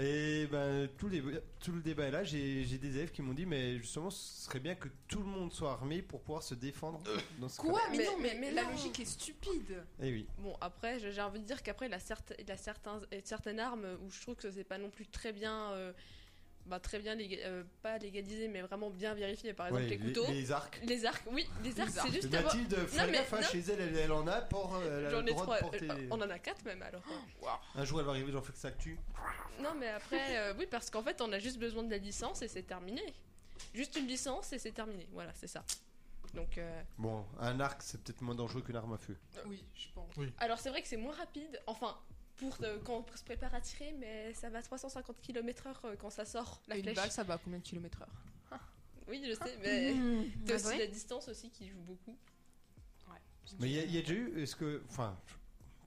Et ben tout, les- tout le débat est là. J'ai j'ai des élèves qui m'ont dit mais justement ce serait bien que tout le monde soit armé pour pouvoir se défendre. Dans ce Quoi cas-là. mais, Mais- non, mais, mais- mais la non. logique est stupide. Eh oui. Bon, après, j'ai j'ai envie de dire qu'après, il a, certes- il a certains, et certaines armes où je trouve que c'est pas non plus très bien. euh, bah, très bien, léga- euh, pas légalisé, mais vraiment bien vérifié. Par exemple, Ouais, les couteaux, les, les arcs. arcs, oui, les arcs, c'est arcs. juste avoir. Mathilde, fais mais- gaffe, hein, non. chez elle, elle, elle en a pour elle a J'en le ai droit trois. de euh, porter. euh, On en a quatre même Oh. alors. Un jour elle va arriver, j'en fais que ça que tu. Non, mais après, euh, oui, parce qu'en fait, on a juste besoin de la licence et c'est terminé. Juste une licence et c'est terminé. Voilà, c'est ça. Donc, euh, Bon, un arc c'est peut-être moins dangereux qu'une arme à feu. Oui, je pense. alors c'est vrai que c'est moins rapide. Enfin, pour euh, quand on se prépare à tirer, mais ça va à 350 km/h euh, quand ça sort la Une flèche. balle, ça va à combien de kilomètres heure Oui, je sais, mais Mmh. t'as Ah, Euh, aussi ouais la distance aussi qui joue beaucoup. Mais il y, a- il y a déjà eu, est-ce que, enfin,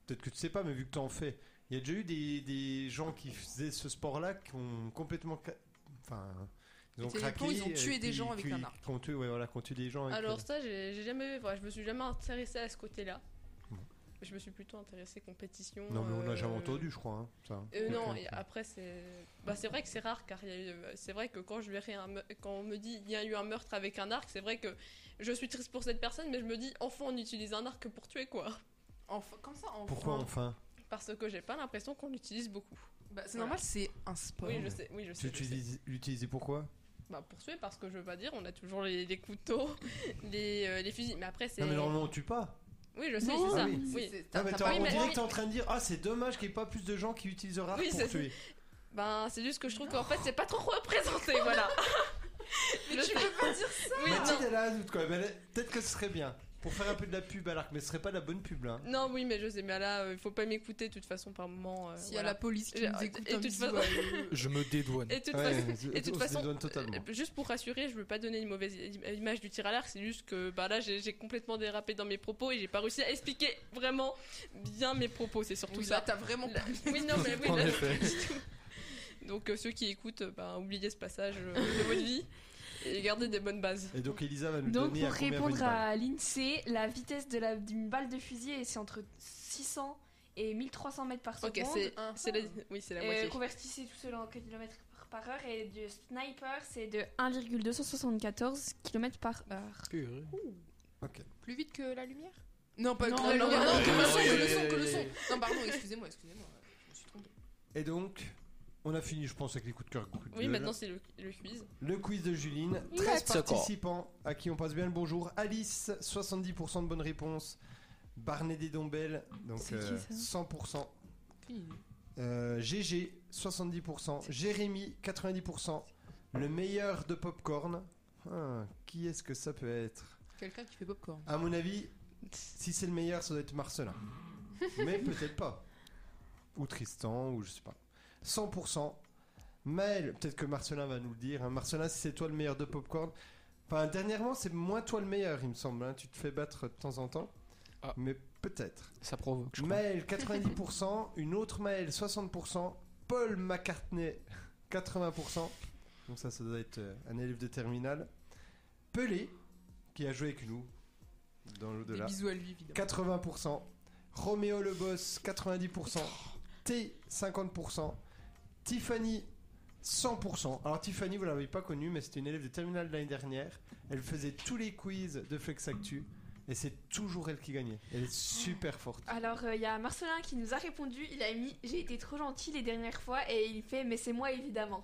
peut-être que tu sais pas, mais vu que t'en fais, il y a déjà eu des, des gens qui faisaient ce sport-là qui ont complètement, ca- enfin, ils ont Pété les craqué, plombs, ils ont et tué des puis- gens avec puis- un arc. qui ont tué, ouais, voilà, qui ont tué des gens. avec- euh, Alors ça, j'ai j'ai jamais, voilà, je me suis jamais intéressée à ce côté-là. Bon. Je me suis plutôt intéressée compétition. non, mais on l'a euh, jamais entendu, je crois. hein, ça. Euh, non, Ok. et après c'est bah, c'est vrai que c'est rare car il y a eu- euh, c'est vrai que quand je verrai un me- quand on me dit il y a eu un meurtre avec un arc, c'est vrai que je suis triste pour cette personne mais je me dis enfin on utilise un arc pour tuer quoi Enfin, comme ça, enfin. Pourquoi enfin parce que j'ai pas l'impression qu'on l'utilise beaucoup. Bah, C'est Voilà. normal, c'est un sport. oui, mais je sais, oui, je sais. Tu je sais. utilises- l'utilisais pourquoi Bah pour tuer parce que je veux pas dire, on a toujours les, les couteaux, les, euh, les fusils mais après c'est Non, mais normalement on tue pas. Oui, je sais, Non, c'est ah ça. oui. Oui. C'est- Ah, t'as- mais t'as t'as- pas on mais- dirait que t'es en train de dire, ah, c'est dommage qu'il n'y ait pas plus de gens qui utilisent leur arc Oui, pour c'est- tuer. Ben c'est juste que je trouve qu'en fait c'est pas trop représenté, voilà. Mais Je tu sais. peux pas dire ça Oui, non. Mathilde, elle a un doute quand même. Elle est- Peut-être que ce serait bien pour faire un peu de la pub à l'arc, mais ce serait pas de la bonne pub là. Non, oui, mais je sais, mais là, euh, il faut pas m'écouter de toute façon par moment. euh, S'il y a voilà. la police qui Et- nous écoute, et euh, un toute bisou façon- à eux. Je me dédouane. Et de toute Ouais, façon, on- et de toute on se façon, dédouane totalement. euh, juste pour rassurer, je veux pas donner une mauvaise im- euh, image du tir à l'arc, c'est juste que bah là j'ai j'ai complètement dérapé dans mes propos et j'ai pas réussi à expliquer vraiment bien mes propos, c'est surtout Oui, là, ça. t'as vraiment Là- oui, non, mais oui, En là- effet. Donc euh, ceux qui écoutent, bah, oubliez ce passage euh, de votre vie et gardez des bonnes bases. Et donc Elisa va nous Donc donner pour à combien va répondre une balle. à l'INSEE, la vitesse de la- d'une balle de fusil c'est entre 600 et 1300 mètres par Ok, seconde. c'est c'est la, oui, c'est la Euh, moitié. convertissez tout cela en kilomètres par heure et du sniper c'est de 1,274 km par heure. Purée. Plus vite que la lumière Non, pas Non, que la non, lumière. non, Non, que le non, son, non, que le non, son, que le non, son. non, Non, pardon, excusez-moi, excusez-moi. Je me suis trompée. Et donc, on a fini, je pense, avec les coups de cœur. coups de Oui, gueule. maintenant c'est le, le quiz. Le quiz de Juline. 13 participants à qui on passe bien le bonjour. Alice, 70% de bonnes réponses. Barney des Dombelles, donc C'est qui, euh, ça 100%. Euh, GG, 70%. Jérémy, 90%. Le meilleur de Popcorn. Ah, qui est-ce que ça peut être Quelqu'un qui fait popcorn. À mon avis, si c'est le meilleur, ça doit être Marcelin. Mais peut-être pas. Ou Tristan, ou je sais pas. 100%. Maël, peut-être que Marcelin va nous le dire. hein. Marcelin, si c'est toi le meilleur de Popcorn. Enfin, dernièrement, c'est moins toi le meilleur, il me semble. hein. Tu te fais battre de temps en temps. Ah. Mais peut-être. Ça provoque, je crois. Maël, 90%. une autre Maël, 60%. Paul McCartney, 80%. Donc ça, ça doit être euh, un élève de terminale. Pelé, qui a joué avec nous dans Des l'au-delà. bisous à lui, évidemment. 80%. Roméo Le Boss, 90%. T, 50%. Tiffany, 100%. Alors, Tiffany, vous l'avez pas connue, mais c'était une élève de terminale de l'année dernière. Elle faisait tous les quiz de Flex Actu. Et c'est toujours elle qui gagnait. Elle est super forte. Alors il y a Marcelin qui nous a répondu, il a mis j'ai été trop gentil les dernières fois et il fait mais c'est moi évidemment.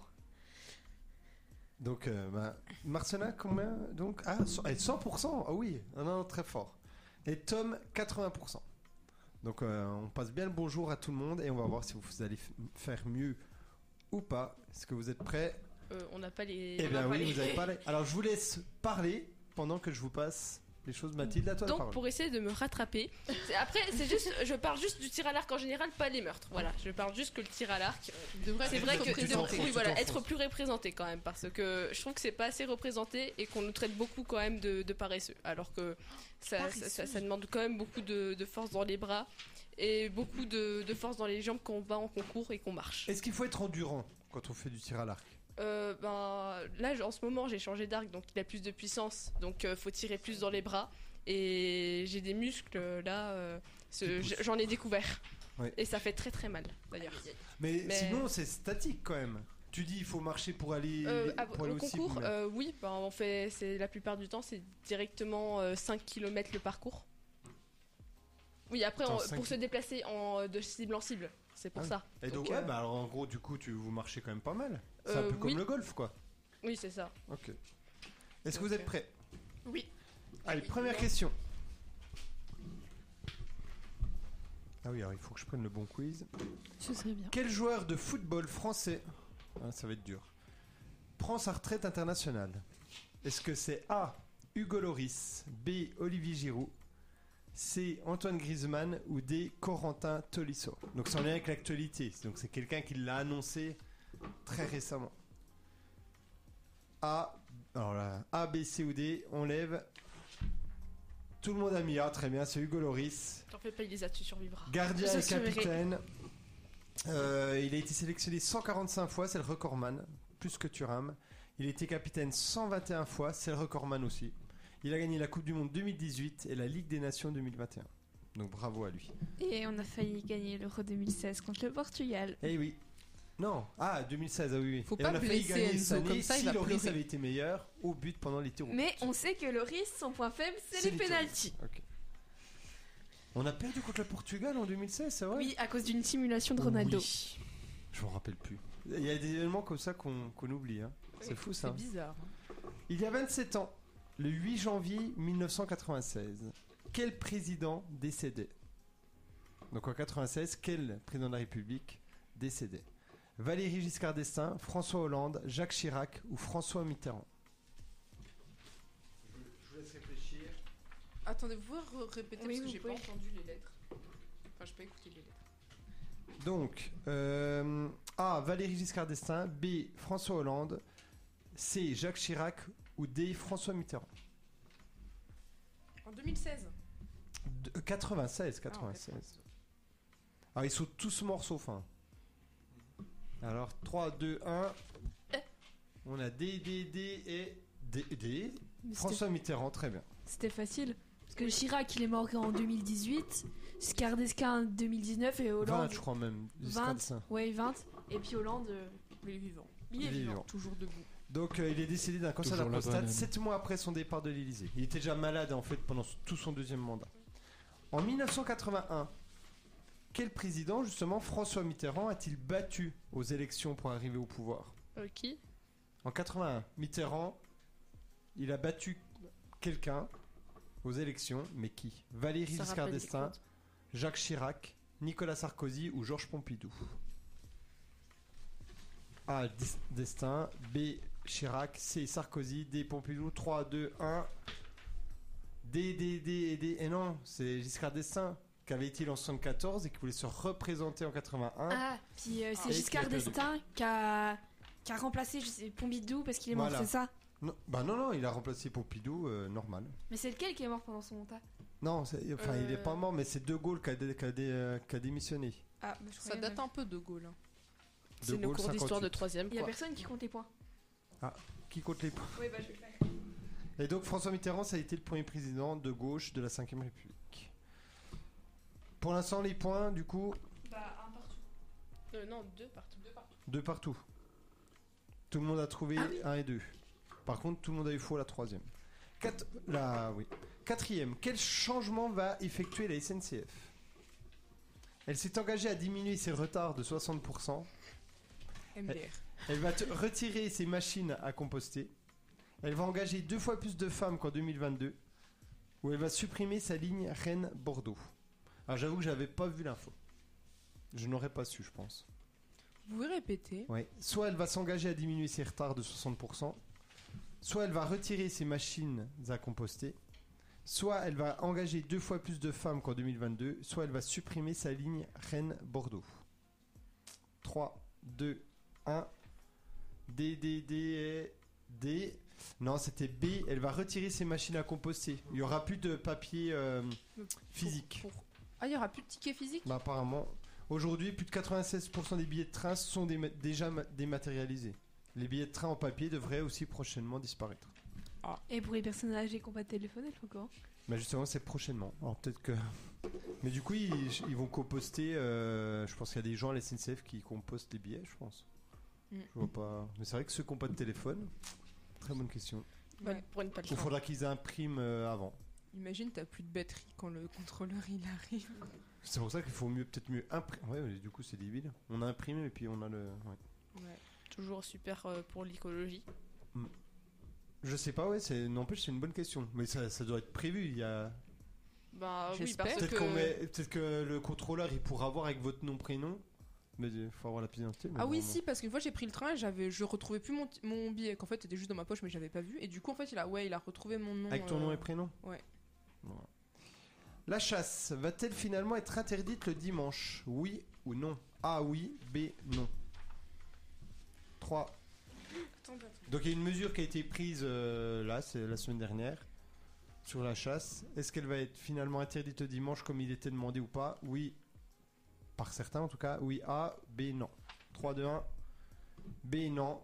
Donc, euh, bah, Marcelin, combien donc Ah, cent- eh, 100% Ah oui, un an très fort. Et Tom, 80%. Donc, euh, on passe bien le bonjour à tout le monde et on va voir si vous allez f- faire mieux ou pas Est-ce que vous êtes prêts Euh, on n'a pas les. Eh on n'a bien pas oui, les- vous avez parlé. Alors je vous laisse parler pendant que je vous passe les choses. Mathilde, à toi la Donc parole. pour essayer de me rattraper, c'est- après c'est juste, je parle juste du tir à l'arc en général, pas les meurtres. Voilà, je parle juste que le tir à l'arc. C'est vrai que tu t'enfonces, oui, tu voilà, t'enfonces. être plus représenté quand même, parce que je trouve que c'est pas assez représenté et qu'on nous traite beaucoup quand même de, de paresseux, alors que ça, ça, ça- ça demande quand même beaucoup de, de force dans les bras et beaucoup de, de force dans les jambes quand on va en concours et qu'on marche. Est-ce qu'il faut être endurant quand on fait du tir à l'arc Euh, ben, là, j- en ce moment, j'ai changé d'arc, donc il a plus de puissance, donc euh, faut tirer plus dans les bras. Et j'ai des muscles euh, là, euh, ce- Qui poussent. j- j'en ai découvert. Ouais. Et ça fait très très mal d'ailleurs. Mais, Mais- sinon, c'est statique quand même. Tu dis il faut marcher pour aller, Euh, à- pour aller au au cible, concours, mais- euh, oui, ben, on fait, c'est la plupart du temps, c'est directement euh, 5 km le parcours. Oui, après, Attends, on- cinq- pour se déplacer en, euh, de cible en cible, c'est pour Ah ça. Et donc, donc, ouais, euh, bah alors en gros, du coup, tu, vous marchez quand même pas mal. C'est un Euh, peu comme oui. le golf, quoi. Oui, c'est ça. Ok. Est-ce que vous êtes Ok. prêts Oui. Allez, première question. Ah oui, alors il faut que je prenne le bon quiz. Ce serait bien. Quel joueur de football français Ah, Ça va être dur. Prend sa retraite internationale Est-ce que c'est A. Hugo Loris, B. Olivier Giroud, C. Antoine Griezmann ou D. Corentin Tolisso Donc c'est en lien avec l'actualité. Donc c'est quelqu'un qui l'a annoncé très récemment. A. Alors là, A, B, C ou D, on lève. Tout le monde a mis A, très bien, c'est Hugo Loris. T'en fais pas, Elisa, tu survivras. Gardien Je et sauverai. capitaine. Euh, il a été sélectionné 145 fois, c'est le recordman, plus que Thuram. Il a été capitaine 121 fois, c'est le recordman aussi. Il a gagné la Coupe du Monde 2018 et la Ligue des Nations 2021. Donc bravo à lui. Et on a failli gagner l'Euro 2016 contre le Portugal. Eh oui. Non, ah 2016, ah oui. oui. Faut et pas on a failli blesser gagner Enzo, cette année comme ça, il si va Loris pleurer. avait été meilleur au but pendant les tirs. au but. Mais on sait que Loris, son point faible, c'est Oh C'est les les tirs. pénalties. Ok. On a perdu contre le Portugal en 2016, c'est vrai Oui, à cause d'une simulation de Ronaldo. Oh Oui. Je m'en rappelle plus. Il y a des éléments comme ça qu'on qu'on oublie. hein. C'est fou ça. C'est bizarre. Il y a 27 ans, le 8 janvier 1996, quel président décédait Donc en 96, quel président de la République décédait Valéry Giscard d'Estaing, François Hollande, Jacques Chirac ou François Mitterrand Je vous laisse réfléchir. Attendez, vous pouvez re- répéter Oui, parce que vous j'ai pouvez. pas entendu les lettres. Enfin, j'ai pas écouté les lettres. Donc, euh, A. Valéry Giscard d'Estaing. B. François Hollande. C. Jacques Chirac. Ou D. François Mitterrand. En 2016. De- euh, 96, 96. Alors, Ah, ils sont tous morts sauf un. Alors, 3, 2, 1. On a D, D, D et D. D. Mais c'était- François Mitterrand, très bien. C'était facile. Parce que Chirac, il est mort en 2018, Scardesca en 2019 et 20, Hollande. je crois même. Giscard 20. d'Estaing. Ouais, 20. Et puis Hollande. euh, Il est vivant. Il est Il est vivant. vivant. Toujours debout. Donc euh, il est décédé d'un cancer de la Toujours la prostate banane. 7 mois après son départ de l'Elysée. Il était déjà malade en fait pendant s- tout son deuxième mandat. En 1981, quel président justement François Mitterrand a-t-il battu aux élections pour arriver au pouvoir Ok. En 81, Mitterrand, il a battu quelqu'un aux élections, mais qui Valéry Ça Giscard rappelle des d'Estaing, comptes. Jacques Chirac, Nicolas Sarkozy ou Georges Pompidou A. Dis- Destin. B. Chirac. C. Sarkozy. D. Pompidou. 3, 2, 1. D, D, D et D. Et non, c'est Giscard d'Estaing. Qu'avait-il en 74 et qui voulait se représenter en 81 Ah, puis euh, Et c'est Giscard qui a perdu. d'Estaing qui a, qui a remplacé je sais, Pompidou parce qu'il est mort, Voilà. c'est ça non, Bah non, non, il a remplacé Pompidou, euh, normal. Mais c'est lequel qui est mort pendant son mandat Non, c'est- enfin, il est Euh. pas mort, mais c'est De Gaulle qui a, dé- qui a dé- euh, qui a démissionné. Ah, bah, je Ça croyais date même. un peu de Gaulle. hein. De C'est nos Gaulle, cours d'histoire de 58. troisième. Il y a quoi. personne qui compte les points. Qui compte les points Oui, bah, je vais le faire. Et donc François Mitterrand, ça a été le premier président de gauche de la 5 République. Pour l'instant, les points, du coup, Bah, un partout. Euh, non, deux partout. Deux partout. de partout. Tout le monde a trouvé Ah 1 et 2. Par contre, tout le monde a eu faux la troisième. Quatre- la- oui. Quatrième, quel changement va effectuer la SNCF Elle s'est engagée à diminuer ses retards de 60%. Eh. MDR. Elle va te retirer ses machines à composter. Elle va engager deux fois plus de femmes qu'en 2022. Ou elle va supprimer sa ligne Rennes-Bordeaux. Alors j'avoue que j'avais pas vu l'info. Je n'aurais pas su, je pense. Vous pouvez répéter Ouais. Soit elle va s'engager à diminuer ses retards de 60%, soit elle va retirer ses machines à composter, soit elle va engager deux fois plus de femmes qu'en 2022, soit elle va supprimer sa ligne Rennes-Bordeaux. 3, 2, 1. D, D, D, D. Non, c'était B. Elle va retirer ses machines à composter. Il n'y aura plus de papier euh, physique. Pour- pour- Ah, il n'y aura plus de ticket physique Bah, apparemment, aujourd'hui, plus de 96% des billets de train sont déma- déjà ma- dématérialisés. Les billets de train en papier devraient aussi prochainement disparaître. Et pour les personnes âgées qui n'ont pas de téléphone, elles font quoi Mais justement, c'est prochainement. Alors peut-être que. Mais du coup, ils, ils vont composter. euh, je pense qu'il y a des gens à la SNCF qui compostent les billets, je pense. Mm. Je vois pas. Mais c'est vrai que ceux qui n'ont pas de téléphone. Très bonne question. Bonne- Ouais. Pour une palette. Il faudra qu'ils impriment euh, avant. Imagine, t'as plus de batterie quand le contrôleur il arrive. C'est pour ça qu'il faut mieux, peut-être mieux imprimer. Ouais, mais du coup, c'est débile. On a imprimé et puis on a le. ouais. Toujours super euh, pour l'écologie. Je sais pas, ouais, c'est. N'empêche, c'est une bonne question. Mais ça, ça doit être prévu. Il y a. Bah oui, J'espère. parce Peut-être, que. qu'on met- peut-être que le contrôleur, il pourra voir avec votre nom, prénom. Mais il faut avoir la pièce d'identité. mais Ah oui, normalement. si, parce qu'une fois j'ai pris le train et j'avais, je retrouvais plus mon, ti- mon billet, qu'en fait c'était juste dans ma poche, mais j'avais pas vu. Et du coup, en fait, il a, ouais, il a retrouvé mon nom. Avec ton euh, nom et prénom ouais. Voilà. La chasse va-t-elle finalement être interdite le dimanche Oui ou non A oui, B non. 3. Donc il y a une mesure qui a été prise euh, là, c'est la semaine dernière, sur la chasse. Est-ce qu'elle va être finalement interdite le dimanche comme il était demandé ou pas Oui, par certains en tout cas. Oui A, B non. 3, 2, 1. B non.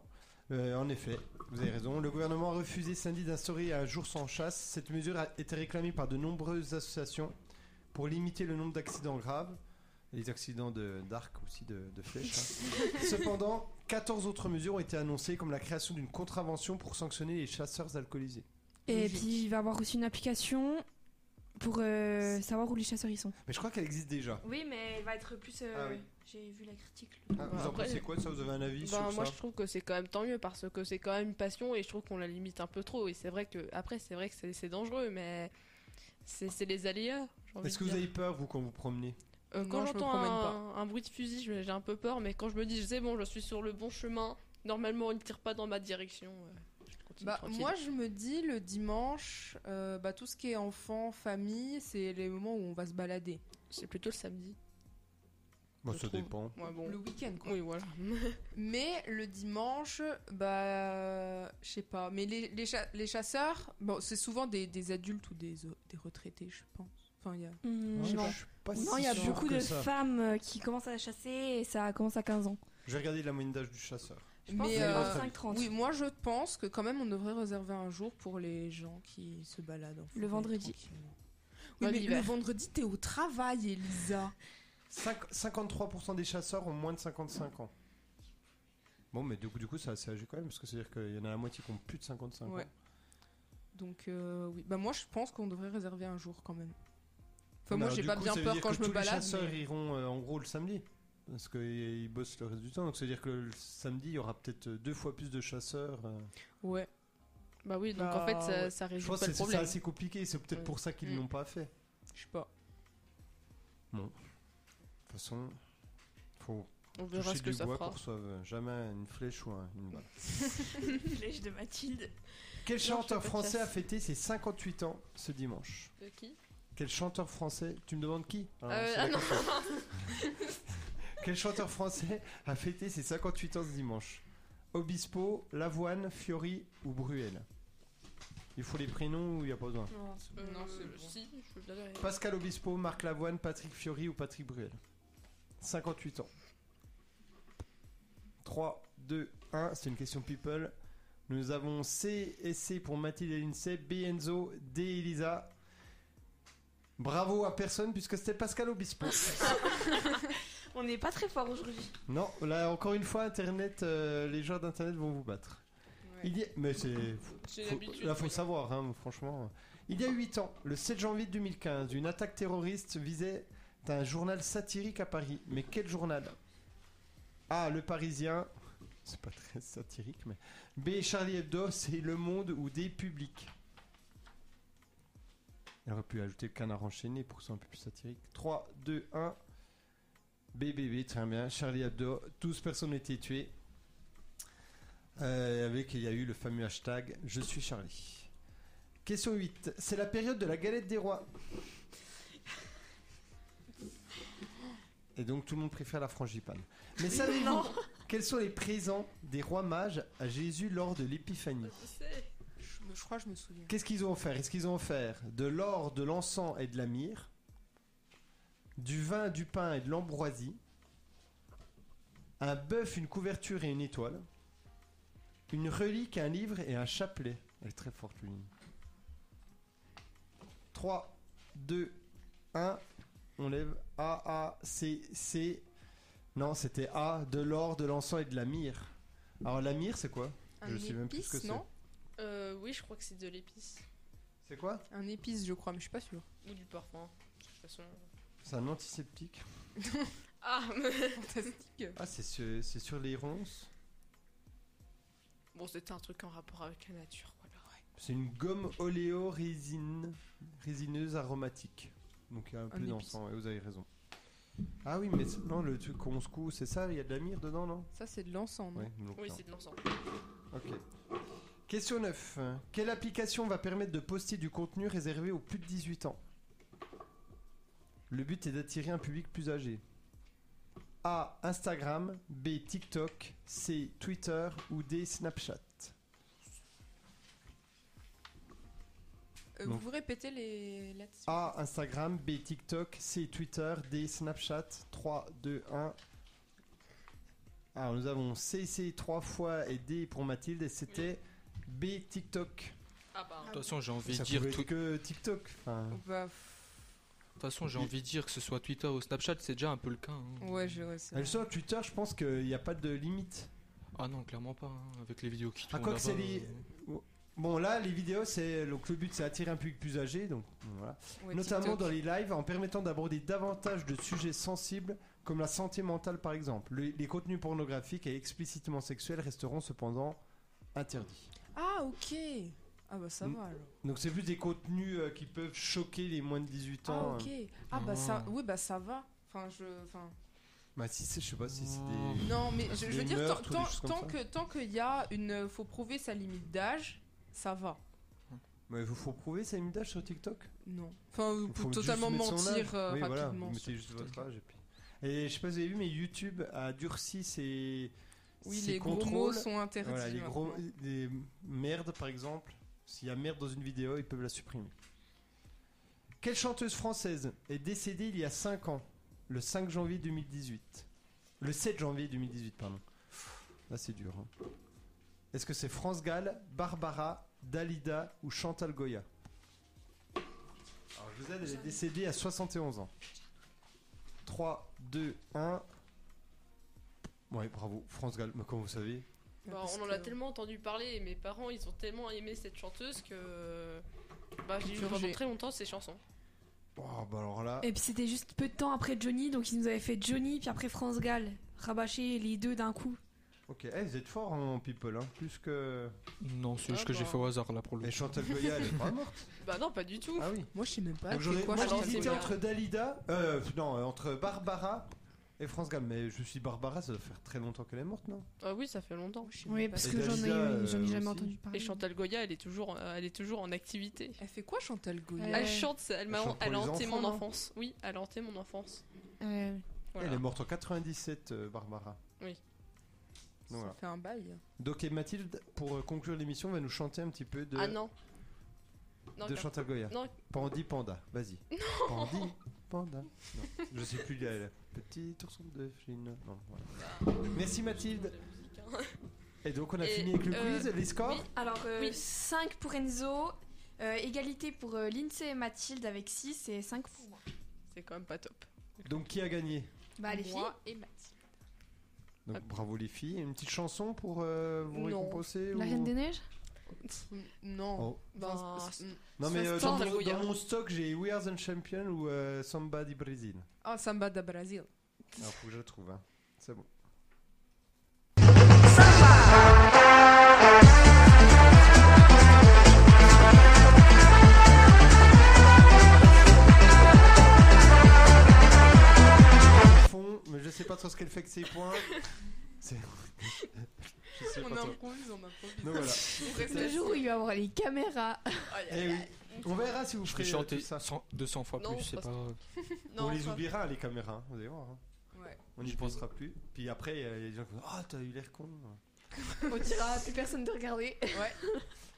Euh, en effet, vous avez raison. Le gouvernement a refusé samedi d'instaurer un jour sans chasse. Cette mesure a été réclamée par de nombreuses associations pour limiter le nombre d'accidents graves. Les accidents de- d'arc aussi, de, de flèches. hein. Cependant, 14 autres mesures ont été annoncées, comme la création d'une contravention pour sanctionner les chasseurs alcoolisés. Et Logique. puis il va avoir aussi une application pour euh, savoir où les chasseurs y sont. Mais je crois qu'elle existe déjà. Oui, mais elle va être plus. euh, Ah oui. J'ai vu la critique. Ah, vous en Après- pensez quoi de ça Vous avez un avis Bah, sur moi ça je trouve que c'est quand même tant mieux parce que c'est quand même une passion et je trouve qu'on la limite un peu trop et c'est vrai que après c'est vrai que c'est c'est dangereux mais c'est c'est les aléas j'ai envie Est-ce de que vous dire. avez peur, vous, quand vous promenez Euh, quand Non, je me j'entends promène un, un bruit de fusil je- j'ai un peu peur mais quand je me dis c'est bon je suis sur le bon chemin normalement on ne tire pas dans ma direction euh, je continue Bah, tranquille. moi je me dis le dimanche, euh, bah, tout ce qui est enfant, famille, c'est les moments où on va se balader. c'est plutôt le samedi Bah, Je Ça trouve. dépend. ouais bon Le week-end quoi. oui voilà Mais le dimanche, bah, je sais pas. Mais les, les, cha- les chasseurs, bon, c'est souvent des, des adultes ou des, des retraités, je pense. Enfin, il y a. Hmm. Moi, non. je suis pas Non, si il y a sûr beaucoup que de ça. femmes euh, qui commencent à chasser et ça commence à 15 ans. Je vais regarder la moyenne d'âge du chasseur. Je pense Mais, que euh, 25-30. Oui, moi je pense que quand même on devrait réserver un jour pour les gens qui se baladent. en forêt vendredi. tranquillement. Pas Oui, mais l'hiver. le vendredi, t'es au travail, Elisa. Cinq- 53% des chasseurs ont moins de 55 ans. Bon, mais du coup, du coup c'est assez âgé quand même, parce que c'est-à-dire qu'il y en a la moitié qui ont plus de 55 Ouais. ans. Donc, euh, oui. Bah, moi je pense qu'on devrait réserver un jour quand même. Mais Enfin, moi alors, j'ai du pas coup, bien ça veut peur dire quand que je me tous Les balade. chasseurs mais- iront euh, en gros le samedi, parce qu'ils bossent le reste du temps. Donc, c'est-à-dire que le samedi, il y aura peut-être deux fois plus de chasseurs. euh. Ouais. bah oui donc Bah, en fait ça, ouais. ça Je résout pense pas que le c'est- c'est problème assez compliqué, c'est peut-être Ouais. pour ça qu'ils ne Mm. l'ont pas fait. Je sais pas. De toute façon, faut on verra toucher ce que du ça bois fera qu'on reçoive jamais une flèche ou un- une balle. flèche de Mathilde. Quel je fais pas chanteur de français a chasse. fêté ses 58 ans ce dimanche De qui Quel chanteur français Tu me demandes qui Alors, Euh, c'est ah la non Quel chanteur français a fêté ses 58 ans ce dimanche Obispo, Lavoine, Fiori ou Bruel Il faut les prénoms ou il n'y a pas besoin Euh, Non, c'est bon. si je veux bien dire Pascal Obispo, Marc Lavoine, Patrick Fiori ou Patrick Bruel 58 ans. 3, 2, 1, c'est une question people. Nous avons C et C pour Mathilde et Lindsay, B Enzo, D Elisa. Bravo à personne puisque c'était Pascal Obispo. On n'est pas très fort aujourd'hui. Non, là encore une fois, Internet, euh, les gens d'Internet vont vous battre. Il y a... Mais c'est. c'est faut- l'habitude Là, faut regarde. savoir, hein, franchement. Il y a 8 ans, le 7 janvier 2015, une attaque terroriste visait un journal satirique à Paris. Mais quel journal A. Le Parisien. C'est pas très satirique, mais. B. Charlie Hebdo, c'est Le Monde ou D. Public. Il aurait pu ajouter le canard enchaîné pour que ce soit un peu plus satirique. 3, 2, 1. BBB, très bien. Charlie Hebdo, 12 personnes ont été tuées. Euh, avec, il y a eu le fameux hashtag Je suis Charlie. Question 8. C'est la période de la galette des rois. Et donc tout le monde préfère la frangipane. Mais savez-vous quels sont les présents des rois mages à Jésus lors de l'épiphanie Je sais. Je, me- je crois que je me souviens. Qu'est-ce qu'ils ont offert Est-ce qu'ils ont offert de l'or, de l'encens et de la myrrhe Du vin, du pain et de l'ambroisie Un bœuf, une couverture et une étoile Une relique, un livre et un chapelet Elle est très forte, lui. 3, 2, 1. On lève A, A, C, C. Non, c'était A, de l'or, de l'encens et de la myrrhe. Alors, la myrrhe, c'est quoi Un Je sais même plus épice, ce que c'est. non Euh, oui, je crois que c'est de l'épice. C'est quoi Un épice, je crois, mais je suis pas sûre. Ou du parfum. De toute façon. C'est un antiseptique. Ah Fantastique. Ah, c'est sur, c'est sur les ronces. Bon, c'était un truc en rapport avec la nature. Voilà. C'est une gomme oléo-résine, résineuse aromatique. Donc il y a un peu épice. d'encens, et vous avez raison. Ah oui, mais c'est- non, le truc qu'on secoue, c'est ça, il y a de la myrrhe dedans, non Ça, c'est de l'ensemble. Ouais, donc Mm. Oui, non. c'est de l'ensemble. Ok. Question 9. Quelle application va permettre de poster du contenu réservé aux plus de 18 ans Le but est d'attirer un public plus âgé. A. Instagram. B. TikTok. C. Twitter. Ou D. Snapchat. Euh, Non. Ah. vous répétez les là-dessus A. Instagram. B. TikTok. C. Twitter. D. Snapchat. 3, 2, 1. Alors nous avons C, C 3 fois et D pour Mathilde. Et c'était B. TikTok. Ah bah. De toute façon, j'ai envie de Ça dire pouvait être tout- que TikTok. enfin. Bah, pff, De toute façon, j'ai envie de dire que ce soit Twitter ou Snapchat, c'est déjà un peu le cas. hein. ouais, je ouais, c'est Ah, vrai. Justement, Twitter, je pense qu'il n'y a pas de limite. Ah non, clairement pas. hein, Avec les vidéos qui Ah, tournent. quoi que là-bas, c'est les- euh, Bon, là, les vidéos, c'est donc le but, c'est attirer un public plus âgé, donc voilà. Ouais, Notamment TikTok. dans les lives, en permettant d'aborder davantage de sujets sensibles, comme la santé mentale, par exemple. Le- les contenus pornographiques et explicitement sexuels resteront cependant interdits. Ah, ok. Ah, bah, ça Mm. va alors. Donc, c'est plus des contenus euh, qui peuvent choquer les moins de 18 Ah, ans. ok. hein. Ah, bah, ça, Ah. oui, bah, ça va. Enfin, je. Enfin... Bah, si, c'est- je sais pas si c'est des. Non, mais je, c'est je veux des dire, tant, meurtres ou des tant, choses comme tant ça. que tant qu'il y a une, faut prouver sa limite d'âge, ça va. Mais il faut prouver sa image sur TikTok. Non. Enfin, vous Faut pouvez totalement juste mettre son âge. mentir euh, Oui, voilà, rapidement. vous mettez juste votre âge et puis. Et je sais pas si vous avez vu, mais YouTube a durci ses. Oui, ses les gros mots contrôles. sont interdits. Voilà, les gros. maintenant. Des merdes, par exemple. S'il y a merde dans une vidéo, ils peuvent la supprimer. Quelle chanteuse française est décédée il y a 5 ans Le 5 janvier 2018. Le 7 janvier 2018, pardon. Là, c'est dur. hein. Est-ce que c'est France Gall, Barbara, Dalida ou Chantal Goya Alors, je vous aide, elle est décédée à 71 ans. 3, 2, 1. Ouais, bravo. France Gall, mais comme vous savez, Bah, Parce on en a que- tellement entendu parler et mes parents ils ont tellement aimé cette chanteuse que bah, j'ai eu Purgé. pendant très longtemps ses chansons. Oh, bah alors là. Et puis c'était juste peu de temps après Johnny, donc ils nous avaient fait Johnny, puis après France Gall. Rabâcher les deux d'un coup. Ok, eh, vous êtes fort en people, hein. Plus que. Non, c'est Ah juste que j'ai bah. fait au hasard là pour le. Et Chantal Goya, elle est pas morte. Bah non, pas du tout. Ah oui. Moi, je sais même pas. Donc c'est j'aurais- quoi, moi Chantal j'aurais j'ai hésité Goya entre Dalida. Euh, non, euh, entre Barbara et France Gall. Mais je suis Barbara, ça doit faire très longtemps qu'elle est morte, non Ah oui, ça fait longtemps. Oui, parce Et que j'en ai, Dalida, euh, j'en ai jamais aussi. entendu Et parler. Chantal Goya, elle est toujours, euh, elle est toujours en activité. Elle fait quoi, Chantal Goya Ouais. Elle chante, ça- elle m'a, Elle chante pour elle a les hanté enfants, mon non enfance. Oui, elle a hanté mon enfance. Ouais. Voilà. Elle est morte en 97, euh, Barbara. Oui. Donc, Ça voilà. fait un bail. Donc et Mathilde, pour euh, conclure l'émission, va nous chanter un petit peu de, Ah non. Non, de car- Chantal Goya. Non. Pandi Panda, vas-y. Pandi Panda. Non, je sais plus la, la petite ourson de Chine. Non, Bah, voilà. Merci Mathilde. Et donc on a hein. Et, fini avec le euh, quiz, les scores. oui. Alors, Oui. 5 pour Enzo, euh, égalité pour euh, Lindsay et Mathilde avec 6 et 5 pour moi. c'est quand même pas top. Donc qui a gagné Bah, les filles. Moi et Mathilde. Donc bravo les filles. Une petite chanson pour euh, vous Ah. Non. récompenser La ou- Reine des Neiges Non. Oh. Bah, Enfin, c'est- Non mais euh, dans, Chantal mon, dans Goya. mon stock j'ai We Are the Champion ou euh, Somebody Brazil. Ah, Samba da Brasil. Alors faut que je le trouve. hein. C'est bon. Fond, mais je pas trop ce qu'elle fait que ses points. C'est- Je sais On pas trop. improvise, on improvise. Donc voilà. Pour Le rester- jour où il va y avoir les caméras. Aïe, aïe, Eh oui. aïe. On verra si vous Je vais ferez euh, chanter tout ça. 100 200 fois Non, plus, c'est pas pas grave. Non, on les pas- oubliera hein, les caméras, hein. vous allez voir. hein. Ouais. On n'y pensera plus. Puis après, il y a des gens qui vont dire, Ah, t'as eu l'air con. On dira à plus personne de regarder.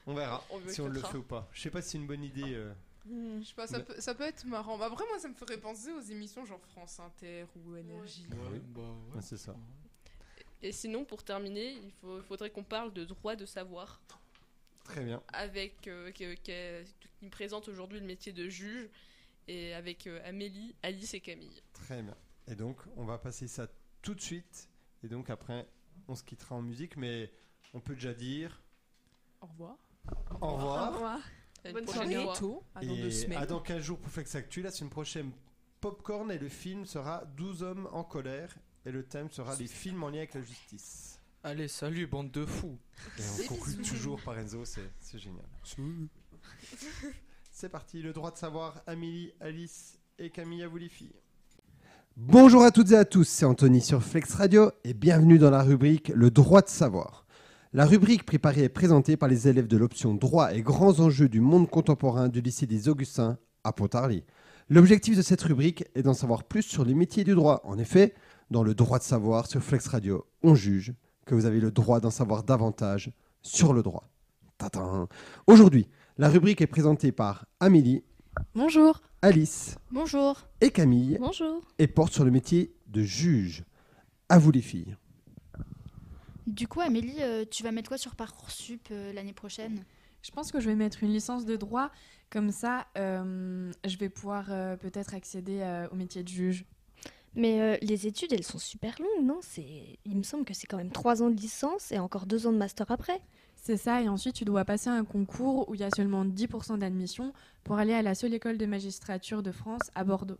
On verra On veut si on le quatre fait ou pas. Je sais pas si c'est une bonne idée. euh. Je sais pas, ça, Mais- peut, ça peut être marrant. Bah, après, moi, ça me ferait penser aux émissions genre France Inter ou Énergie. Ouais. Bah, ouais. Ouais, c'est ça. Et sinon, pour terminer, il faut- faudrait qu'on parle de droit de savoir. Très bien. avec euh, que- que- qui me présente aujourd'hui le métier de juge et avec euh, Amélie, Alice et Camille. Très bien. Et donc, on va passer ça tout de suite. Et donc, après, on se quittera en musique. Mais on peut déjà dire Au revoir. au revoir. À une Bonne prochaine soirée. fois. bientôt, à dans et deux semaines. à dans 15 jours pour Flex Actu. La semaine prochaine, Popcorn et le film sera 12 hommes en colère. Et le thème sera les films en lien avec la justice. Allez, salut, bande de fous. Et on conclut toujours par Enzo, c'est c'est génial. C'est parti, le droit de savoir, Amélie, Alice et Camille, à vous les filles. Bonjour à toutes et à tous, c'est Anthony sur Flex Radio et bienvenue dans la rubrique Le droit de savoir. La rubrique préparée et présentée par les élèves de l'option Droit et grands enjeux du monde contemporain du lycée des Augustins à Pontarly. L'objectif de cette rubrique est d'en savoir plus sur les métiers du droit. En effet, dans le droit de savoir sur Flex Radio, on juge que vous avez le droit d'en savoir davantage sur le droit. Tatin. Aujourd'hui, la rubrique est présentée par Amélie, Bonjour. Alice Bonjour. et Camille Bonjour. et porte sur le métier de juge. À vous les filles. Du coup, Amélie, euh, tu vas mettre quoi sur Parcoursup euh, l'année prochaine Je pense que je vais mettre une licence de droit, comme ça euh, je vais pouvoir euh, peut-être accéder euh, au métier de juge. Mais euh, les études, elles sont super longues, non C'est, Il me semble que c'est quand même trois ans de licence et encore deux ans de master après. C'est ça, et ensuite tu dois passer un concours où il y a seulement 10% d'admission pour aller à la seule école de magistrature de France à Bordeaux.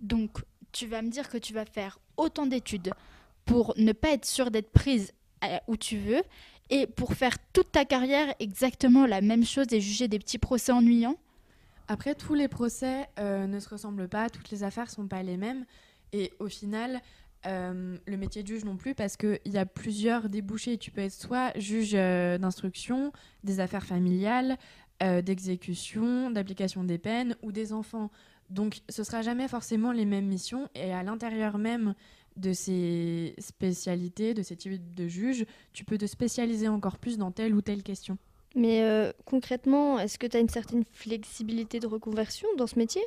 Donc, tu vas me dire que tu vas faire autant d'études pour ne pas être sûre d'être prise à- où tu veux et pour faire toute ta carrière exactement la même chose et juger des petits procès ennuyants Après, tous les procès euh, ne se ressemblent pas, toutes les affaires sont pas les mêmes, et au final, euh, le métier de juge non plus, parce qu'il y a plusieurs débouchés. Tu peux être soit juge euh, d'instruction, des affaires familiales, euh, d'exécution, d'application des peines ou des enfants. Donc, ce sera jamais forcément les mêmes missions, et à l'intérieur même de ces spécialités, de ces types de juges, tu peux te spécialiser encore plus dans telle ou telle question. Mais euh, concrètement, est-ce que tu as une certaine flexibilité de reconversion dans ce métier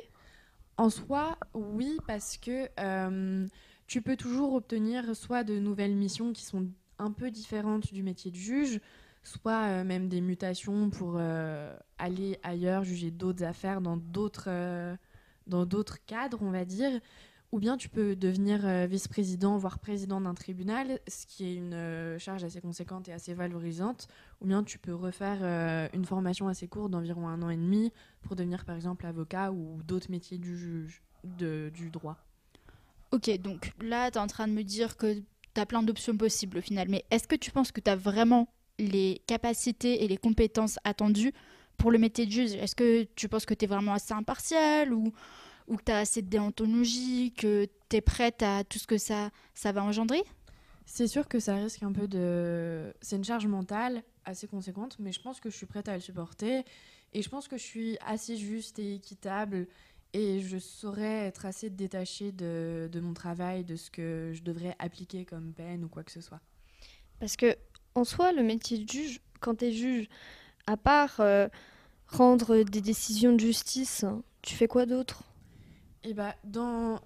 En soi, oui, parce que euh, tu peux toujours obtenir soit de nouvelles missions qui sont un peu différentes du métier de juge, soit euh, même des mutations pour euh, aller ailleurs, juger d'autres affaires dans d'autres euh, dans d'autres cadres, on va dire. Ou bien tu peux devenir euh, vice-président, voire président d'un tribunal, ce qui est une euh, charge assez conséquente et assez valorisante. Ou bien tu peux refaire euh, une formation assez courte d'environ un an et demi, pour devenir par exemple avocat ou d'autres métiers du juge, de- du droit. Ok, donc là, tu es en train de me dire que tu as plein d'options possibles au final, mais est-ce que tu penses que tu as vraiment les capacités et les compétences attendues pour le métier de juge Est-ce que tu penses que tu es vraiment assez impartial ou, ou que tu as assez de déontologie, que tu es prête à tout ce que ça, ça va engendrer C'est sûr que ça risque un peu de... C'est une charge mentale assez conséquente, mais je pense que je suis prête à le supporter. Et je pense que je suis assez juste et équitable. Et je saurais être assez détachée de, de mon travail, de ce que je devrais appliquer comme peine ou quoi que ce soit. Parce que en soi, le métier de juge, quand tu es juge, à part euh, rendre des décisions de justice, tu fais quoi d'autre Et bah, dans...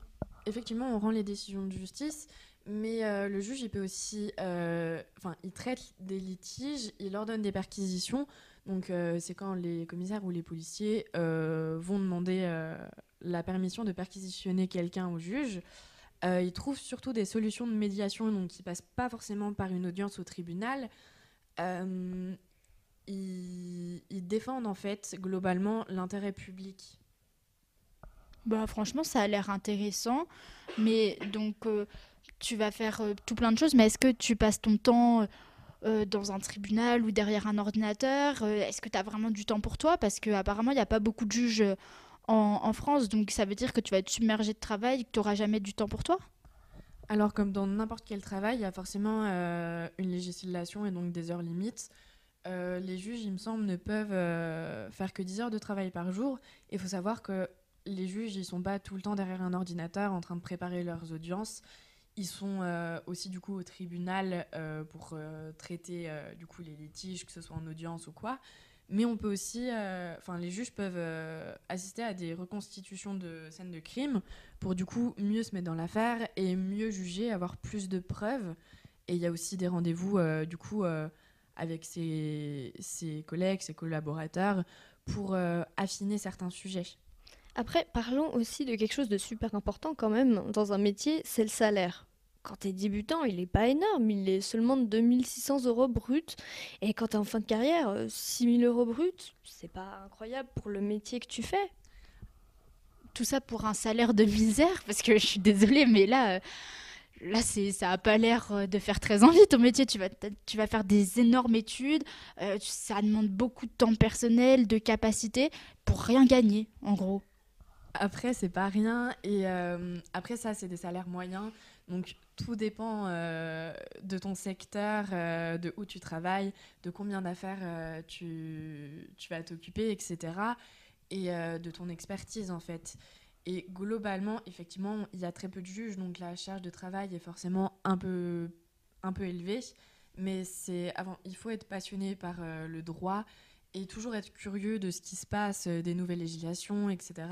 Effectivement, on rend les décisions de justice, mais euh, le juge, il peut aussi... euh, Enfin, il traite des litiges, il ordonne des perquisitions. Donc, euh, c'est quand les commissaires ou les policiers euh, vont demander euh, la permission de perquisitionner quelqu'un au juge. Euh, ils trouvent surtout des solutions de médiation, donc qui passent pas forcément par une audience au tribunal. Euh, ils, ils défendent en fait globalement l'intérêt public. Bah franchement, ça a l'air intéressant, mais donc euh, tu vas faire euh, tout plein de choses, mais est-ce que tu passes ton temps euh, euh, dans un tribunal ou derrière un ordinateur Euh, Est-ce que tu as vraiment du temps pour toi? Parce que apparemment, il n'y a pas beaucoup de juges euh, en, en France, donc ça veut dire que tu vas être submergé de travail et que tu n'auras jamais du temps pour toi? Alors, comme dans n'importe quel travail, il y a forcément euh, une législation et donc des heures limites. Euh, les juges, il me semble, ne peuvent euh, faire que 10 heures de travail par jour. Il faut savoir que les juges, ils sont pas tout le temps derrière un ordinateur en train de préparer leurs audiences. Ils sont euh, aussi du coup au tribunal euh, pour euh, traiter euh, du coup les litiges, que ce soit en audience ou quoi. Mais on peut aussi, euh, enfin les juges peuvent euh, assister à des reconstitutions de scènes de crime pour du coup mieux se mettre dans l'affaire et mieux juger, avoir plus de preuves. Et il y a aussi des rendez-vous euh, du coup euh, avec ses, ses collègues, ses collaborateurs pour euh, affiner certains sujets. Après, parlons aussi de quelque chose de super important quand même dans un métier, c'est le salaire. Quand t'es débutant, il est pas énorme, il est seulement de 2600 euros brut. Et quand t'es en fin de carrière, euh, 6000 euros brut, c'est pas incroyable pour le métier que tu fais. Tout ça pour un salaire de misère, parce que je suis désolée, mais là, euh, là c'est, ça a pas l'air euh, de faire très envie ton métier. Tu vas, t- tu vas faire des énormes études, euh, tu- ça demande beaucoup de temps personnel, de capacité, pour rien gagner, en gros. Après, c'est pas rien. Et euh, après, ça, c'est des salaires moyens. Donc, tout dépend euh, de ton secteur, euh, de où tu travailles, de combien d'affaires euh, tu, tu vas t'occuper, etc. Et euh, de ton expertise, en fait. Et globalement, effectivement, il y a très peu de juges, donc la charge de travail est forcément un peu, un peu élevée. Mais c'est avant, il faut être passionné par euh, le droit et toujours être curieux de ce qui se passe, euh, des nouvelles législations, etc.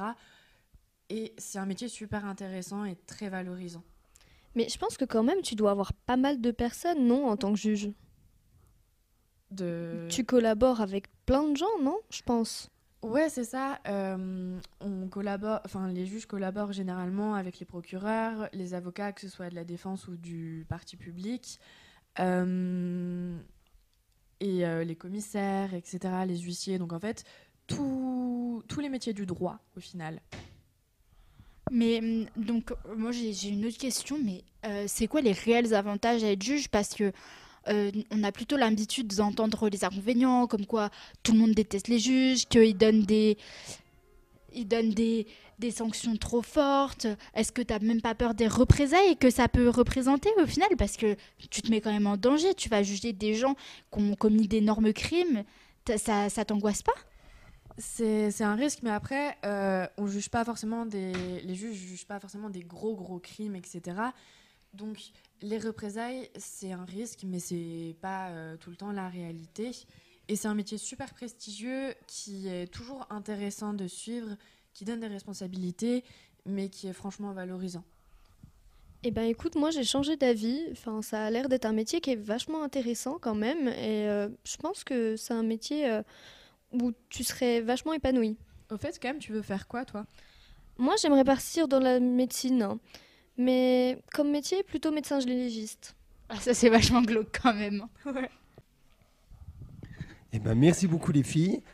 Et c'est un métier super intéressant et très valorisant. Mais je pense que quand même, tu dois avoir pas mal de personnes, non, en tant que juge. De... Tu collabores avec plein de gens, non Je pense. Ouais, c'est ça. euh, on collabore, enfin, les juges collaborent généralement avec les procureurs, les avocats, que ce soit de la défense ou du parti public, euh, et euh, les commissaires, etc., les huissiers. Donc en fait, tout- tous les métiers du droit, au final. Mais hum, donc, euh, moi j'ai j'ai une autre question, mais euh, c'est quoi les réels avantages à être juge Parce que euh, on a plutôt l'habitude d'entendre les inconvénients, comme quoi tout le monde déteste les juges, qu'ils donnent des. Ils donnent des, des sanctions trop fortes. Est-ce que t'as même pas peur des représailles que ça peut représenter au final Parce que tu te mets quand même en danger. Tu vas juger des gens qui ont commis d'énormes crimes. T'as- Ça, ça t'angoisse pas C'est c'est un risque, mais après, euh, on juge pas forcément des. Les juges jugent pas forcément des gros, gros crimes, etc. Donc, les représailles, c'est un risque, mais c'est pas euh, tout le temps la réalité. Et c'est un métier super prestigieux qui est toujours intéressant de suivre, qui donne des responsabilités, mais qui est franchement valorisant. Eh ben écoute, moi j'ai changé d'avis. Enfin, ça a l'air d'être un métier qui est vachement intéressant quand même. Et euh, je pense que c'est un métier euh, où tu serais vachement épanoui. Au fait, quand même, tu veux faire quoi, toi Moi, j'aimerais partir dans la médecine, hein. mais comme métier, plutôt médecin légiste. Ah, Ça, c'est hein. vachement glauque quand même. Eh ben, merci beaucoup les filles.